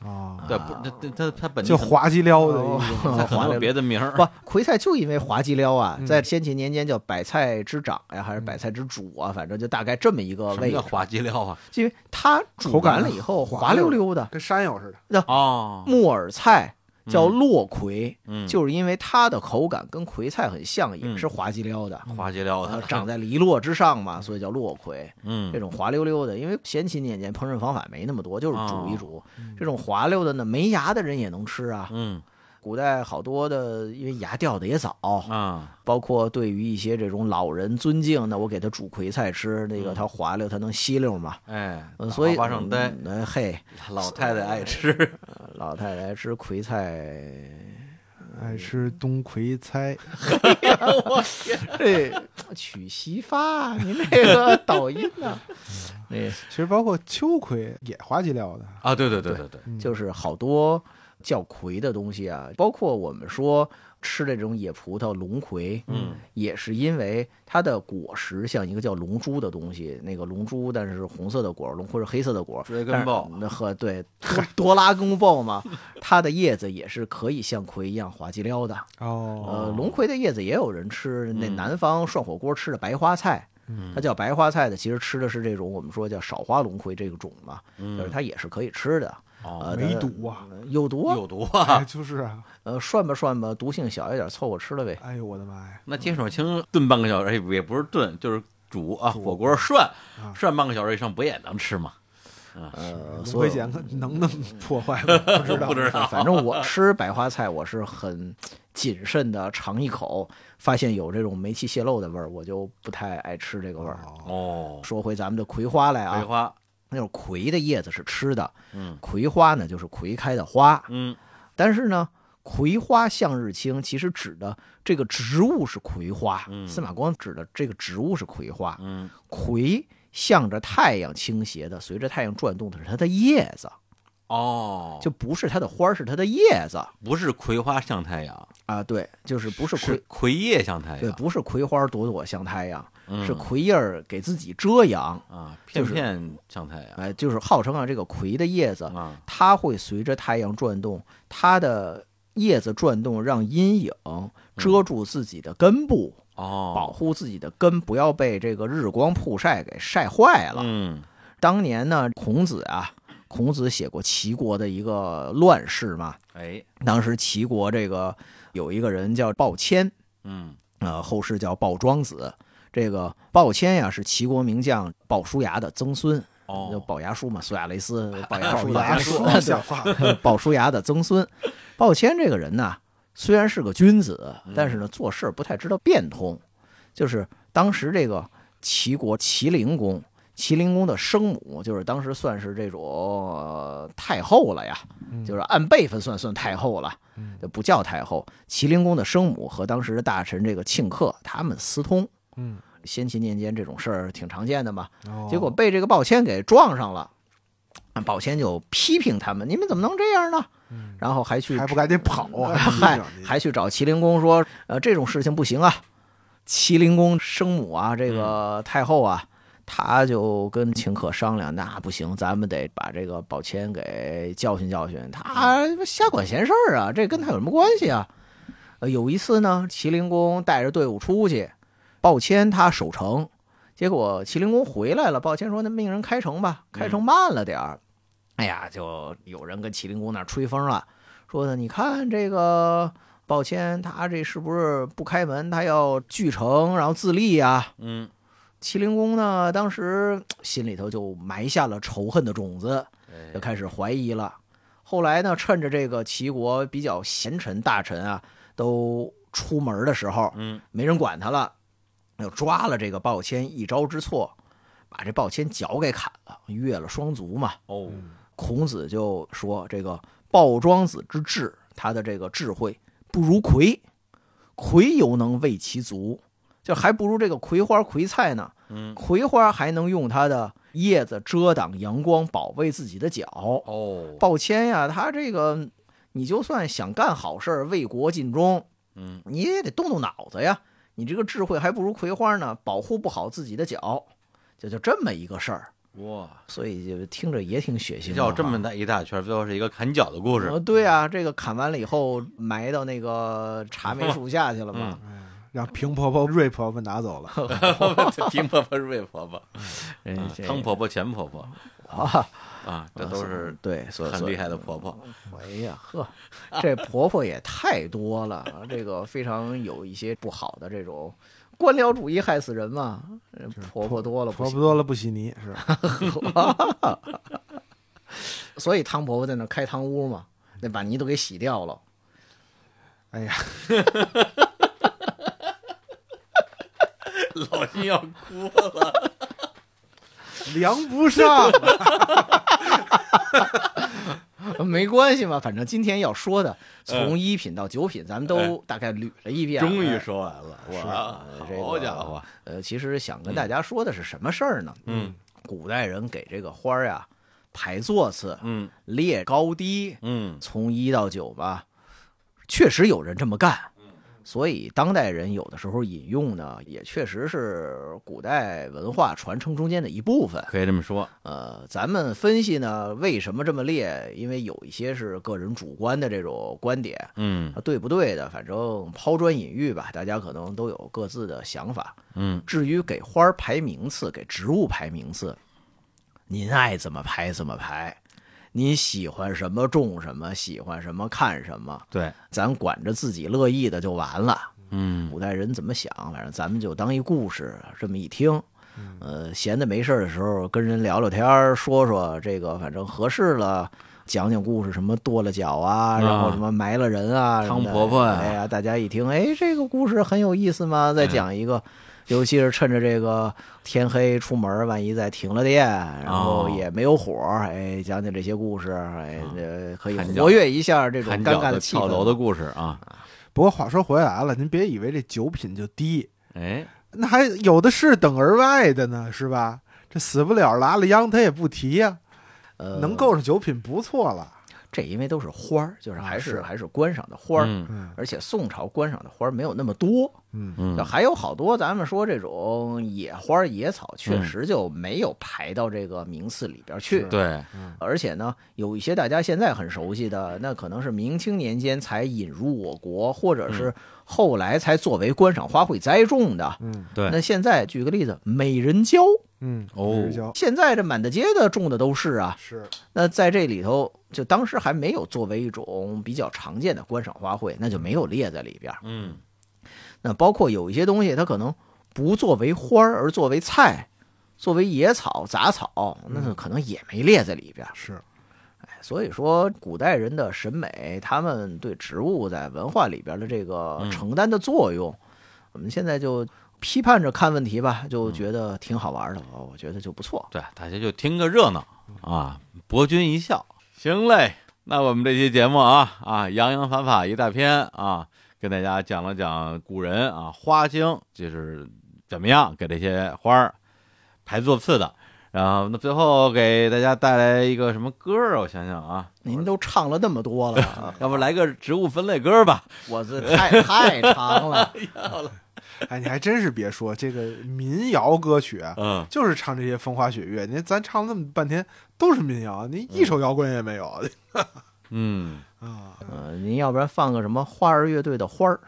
啊，
对，不，它它它本地
就
可能
滑稽撩的一
[laughs]
种，
它可
华
能
人
有别的名儿，
哦不，葵菜就因为滑稽撩啊，
嗯
在先秦年间叫百菜之长呀，还是百菜之主啊，反正就大概这么一个
嗯什么
位置
叫。滑稽料啊？
因为它煮
口感
完了以后
滑
滑溜
溜
溜的。
跟山药似的。
哦，
木耳菜叫
嗯
落葵，
嗯，
就是因为它的口感跟葵菜很像，也
嗯
是滑稽溜的，
滑稽料
呃
的，
长在篱落之上嘛，所以叫落葵。
嗯
这，种滑溜溜的，因为先秦年间烹
哦
饪方法没那么多，就是煮一煮。这种滑溜的呢，没牙的人也能吃啊。
嗯，
古代好多的，因为牙掉的也早，
啊，
包括对于一些这种老人尊敬，那我给他煮葵菜吃，那个
嗯
他滑溜，他能吸溜嘛。
哎
嗯，所以
往上呆，
嗯嘿，
老太太爱吃，
老太太吃葵菜，
哎
嗯
爱
嗯
吃冬葵菜，
嘿，娶媳妇儿，您这个抖音
[laughs]
呢？那
其实包括秋葵也花季料的，
啊，对对对对对，
嗯
就是好多叫葵的东西啊，包括我们说吃的这种野葡萄龙葵，
嗯，
也是因为它的果实像一个叫龙珠的东西，那个龙珠但是是红色的果，龙葵是黑色的果。
追
但
根
是
爆，
那和对多多拉根爆嘛，它的叶子也是可以像葵一样滑稽撩的。
哦，
呃，龙葵的叶子也有人吃，那
嗯
南方涮火锅吃的白花菜，嗯它叫白花菜的，其实吃的是这种我们说叫少花龙葵这个种嘛，就是
嗯，
它也是可以吃的。
哦
呃，
梅
它
毒啊，
呃有毒啊，
有毒啊，
哎就是啊，
呃，涮吧涮吧，毒性小一点，凑合吃了呗。
哎呦我的妈呀，
那金手青炖半个小时，哎，也不是炖，就是煮啊，火锅涮
啊，
涮半个小时以上不也能吃吗？
呃，
龙
所
葵
以
碱可能那么破坏
[laughs]
吗？不知道，
不知道
反正我吃白花菜，我是很谨慎的，尝一口，发现有这种煤气泄漏的味儿，我就不太爱吃这个味儿。
哦
哦，
说回咱们的葵花来
葵
啊，
花，
那种葵的叶子是吃的，
嗯
葵花呢就是葵开的花，
嗯，
但是呢，葵花向日葵其实指的这个植物是葵花，
嗯
司马光指的这个植物是葵花，
嗯，
葵向着太阳倾斜的，随着太阳转动的是它的叶子，
哦，
就不是它的花儿，是它的叶子
不是葵花像太阳，
啊。对，就是不是
是
葵，
葵叶像太
对，
阳，
不是葵花朵朵像太阳，
嗯
是葵叶儿给自己遮阳。
啊，片
就是
片像太阳
哎，就是号称啊，这个葵的叶子，
啊，
它会随着太阳转动，它的叶子转动让阴影
嗯
遮住自己的根部，保
哦，
护自己的根不要被这个日光曝晒给晒坏了。
嗯
当年呢，孔子啊，孔子写过齐国的一个乱世嘛。
哎，
当时齐国这个有一个人叫鲍谦，
嗯
呃，后世叫鲍庄子。这个鲍谦呀，是齐国名将鲍叔牙的曾孙，叫
哦，
鲍牙叔嘛，苏亚雷斯，
[laughs]
鲍牙叔
鲍
的
牙叔
[laughs] 对
讲话，
鲍叔牙的曾孙。鲍谦这个人呢，虽然是个君子，
嗯
但是呢，做事儿不太知道变通。就是当时这个齐国齐灵公，齐灵公的生母，就是当时算是这种、呃太后了呀，
嗯
就是按辈分算算太后了
嗯，
就不叫太后。齐灵公的生母和当时的大臣这个庆克，他们私通。
嗯，
先秦年间这种事儿挺常见的嘛，
哦
结果被这个鲍谦给撞上了。鲍谦就批评他们：“你们怎么能这样呢？”
嗯
然后还去
还不赶紧跑啊，
还
还逼着
还去找麒麟公说，呃，这种事情不行啊。麒麟公生母啊，这
嗯
个太后啊，她就跟秦可商量，那不行，咱们得把这个宝谦给教训教训，他
嗯
瞎管闲事儿啊，这跟他有什么关系啊？呃，有一次呢，麒麟公带着队伍出去，鲍谦他守城，结果麒麟公回来了，鲍谦说：“那命人开城吧，开城慢了点儿。哎呀，就有人跟麒麟公那儿吹风了，说呢，你看这个鲍谦，他这是不是不开门，他要据城，然后自立啊呀、
嗯，
麒麟公呢，当时心里头就埋下了仇恨的种子，
哎
就开始怀疑了。后来呢，趁着这个齐国比较贤臣大臣啊都出门的时候，
嗯，
没人管他了，又抓了这个鲍谦一招之错，把这鲍谦脚给砍了，越了双足嘛。
哦，
嗯
孔子就说这个鲍庄子之智，他的这个智慧不如葵，葵犹能喂其足，就还不如这个葵花葵菜呢。
嗯，
葵花还能用它的叶子遮挡阳光，保卫自己的脚。
哦，
鲍谦呀，他这个你就算想干好事儿，为国尽忠，
嗯，
你也得动动脑子呀。你这个智慧还不如葵花呢，保护不好自己的脚，就就这么一个事儿。
哇，
所以就听着也挺血腥的哈。
绕这么大一大圈，最后是一个砍脚的故事
呃，，对啊，这个砍完了以后埋到那个茶梅树下去了
嗯
嘛。
让平婆婆、瑞婆婆拿走了，
平婆婆、瑞婆婆、
嗯
嗯汤婆婆、钱婆婆
啊，
啊，这都是
对，所以
很厉。害的婆婆。
所以哎呀呵，这婆婆也太多了，这个非常有一些不好的这种官僚主义害死人嘛。呃婆婆多了 [laughs] 不
婆
行，
婆多了不稀泥是吧？
所以汤婆婆在那儿开汤屋嘛，得把泥都给洗掉了。
哎呀，
[laughs] 老金要哭了，
量不上， [laughs]
没关系嘛，反正今天要说的，从一品到九品，咱们都大概捋了一遍
嗯
了。
终于说完了，
这
我
个
好家伙，
呃，其实想跟大家说的是什么事儿呢？
嗯，
古代人给这个花儿呀排座次，
嗯
列高低，
嗯
从一到九吧，确实有人这么干。所以当代人有的时候引用呢，也确实是古代文化传承中间的一部分。
可以这么说，
呃，咱们分析呢，为什么这么列？因为有一些是个人主观的这种观点，
嗯
啊对不对的，反正抛砖引玉吧，大家可能都有各自的想法。
嗯，
至于给花儿排名次，给植物排名次，您爱怎么排怎么排，您喜欢什么种什么，喜欢什么看什么，
对，
咱管着自己乐意的就完了。
嗯
古代人怎么想，反正咱们就当一故事这么一听。
嗯
呃，闲的没事儿的时候跟人聊聊天儿，说说这个，反正合适了，讲讲故事，什么剁了脚啊，
啊
然后什么埋了人啊，
汤
什么的
婆婆啊嗯
哎呀，大家一听，哎，这个故事很有意思嘛，再讲一个。尤其是趁着这个天黑出门，万一再停了电，然后
哦啊
也没有火，哎，讲讲这些故事，哎，这可以
看脚
活跃一下这种
砍
尴
脚
尬
的
气
嗯跳
氛。
楼的故事啊，
不过话说回来了，您别以为这九品就低，
哎，
那还有的是等而外的呢，是吧？这死不了拉了秧，他也不提呀、
呃，
能够上九品不错了。
这因为都是花儿，就是还是、
是
还是观赏的花儿，
啊嗯
嗯
而且宋朝观赏的花儿没有那么多，
嗯，
就
嗯
还有好多咱们说这种野花儿野草，确
嗯
实就没有排到这个名次里边儿去。
对，
而且呢，有一些大家现在很熟悉的，那可能是明清年间才引入我国，或者
嗯
是后来才作为观赏花卉栽种的。
嗯
对
那现在举个例子，美人蕉，
嗯，
哦
美人蕉
现在这满大街的种的都是啊，
是
那在这里头，就当时还没有作为一种比较常见的观赏花卉，那就没有列在里边儿。
嗯
那包括有一些东西，它可能不作为花儿，而作为菜，作为野草、杂草，那可能也没列在里边儿。
是，
所以说，古代人的审美，他们对植物在文化里边的这个承担的作用，我们现在就批判着看问题吧，就觉得挺好玩的，我觉得就不错。
对，大家就听个热闹啊，博君一笑。行嘞，那我们这期节目啊啊，洋洋反法一大篇啊，跟大家讲了讲古人啊花经，就是怎么样给这些花儿排座次的。然后，那最后给大家带来一个什么歌儿啊？我想想啊，
您都唱了那么多了 [laughs] 啊，
要不来个植物分类歌儿
[laughs]
吧？
我这太太长了。
哎，你还真是别说，这个民谣歌曲啊，
嗯，
就是唱这些风花雪月。您咱唱了那么半天都是民谣，您一首摇滚也没有。 [laughs]
嗯，
啊，
呃，您要不然放个什么花儿乐队的花儿，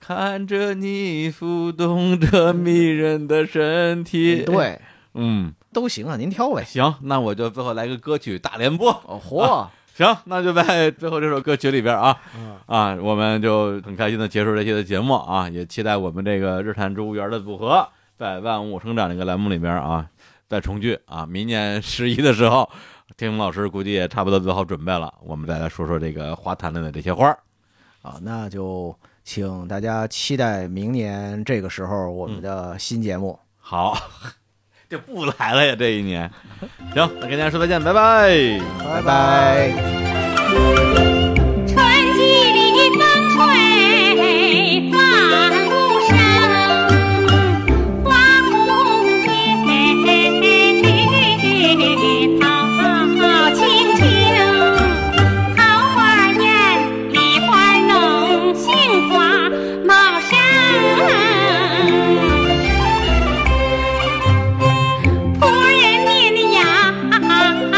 看着你浮动着迷人的身体，，
哎对，
嗯，
都行啊，您挑呗。
行，那我就最后来个歌曲大联播。
哦，嚯，
行，那就在最后这首歌曲里边啊
嗯
啊，我们就很开心的结束这期的节目啊，也期待我们这个日坛植物园的组合在万物生长这个栏目里边啊再重聚啊，明年十一的时候，天明老师估计也差不多做好准备了，我们再来说说这个花坛里的这些花儿。
啊，那就请大家期待明年这个时候我们的新节目。
好， [laughs] 就不来了呀，这一年。行，那跟大家说再见，拜拜。
嗯
拜
拜。
[laughs] 春季里风吹万物生，花红叶草青青，桃花艳，梨花浓，杏花茂盛。仆人念的杨花。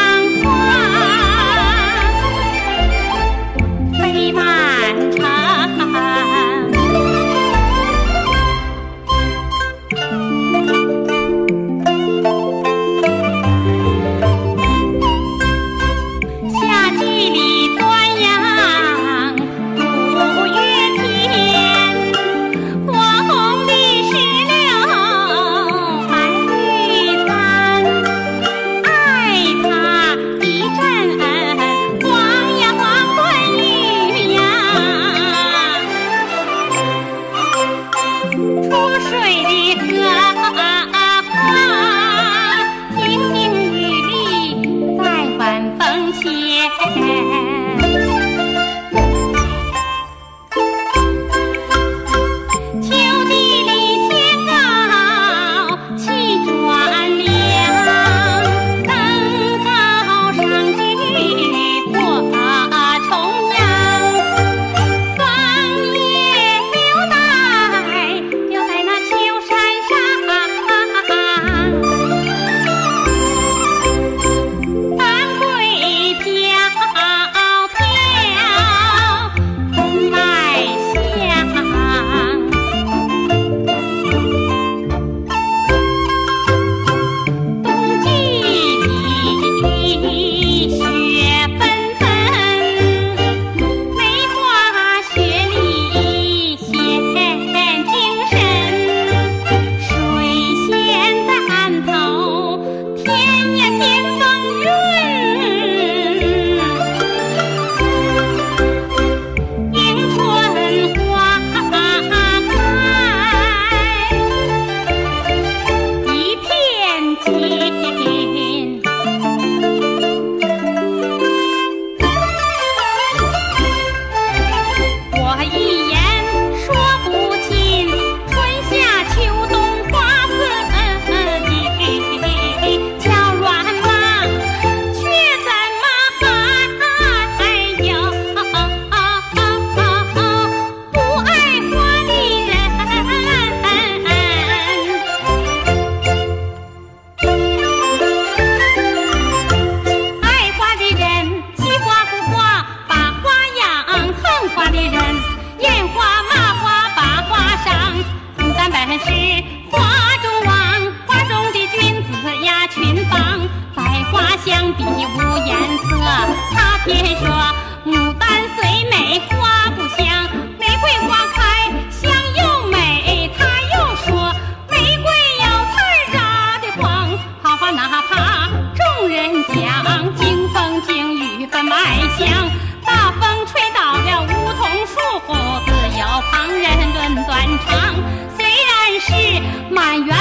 旁人论断肠。虽然是满园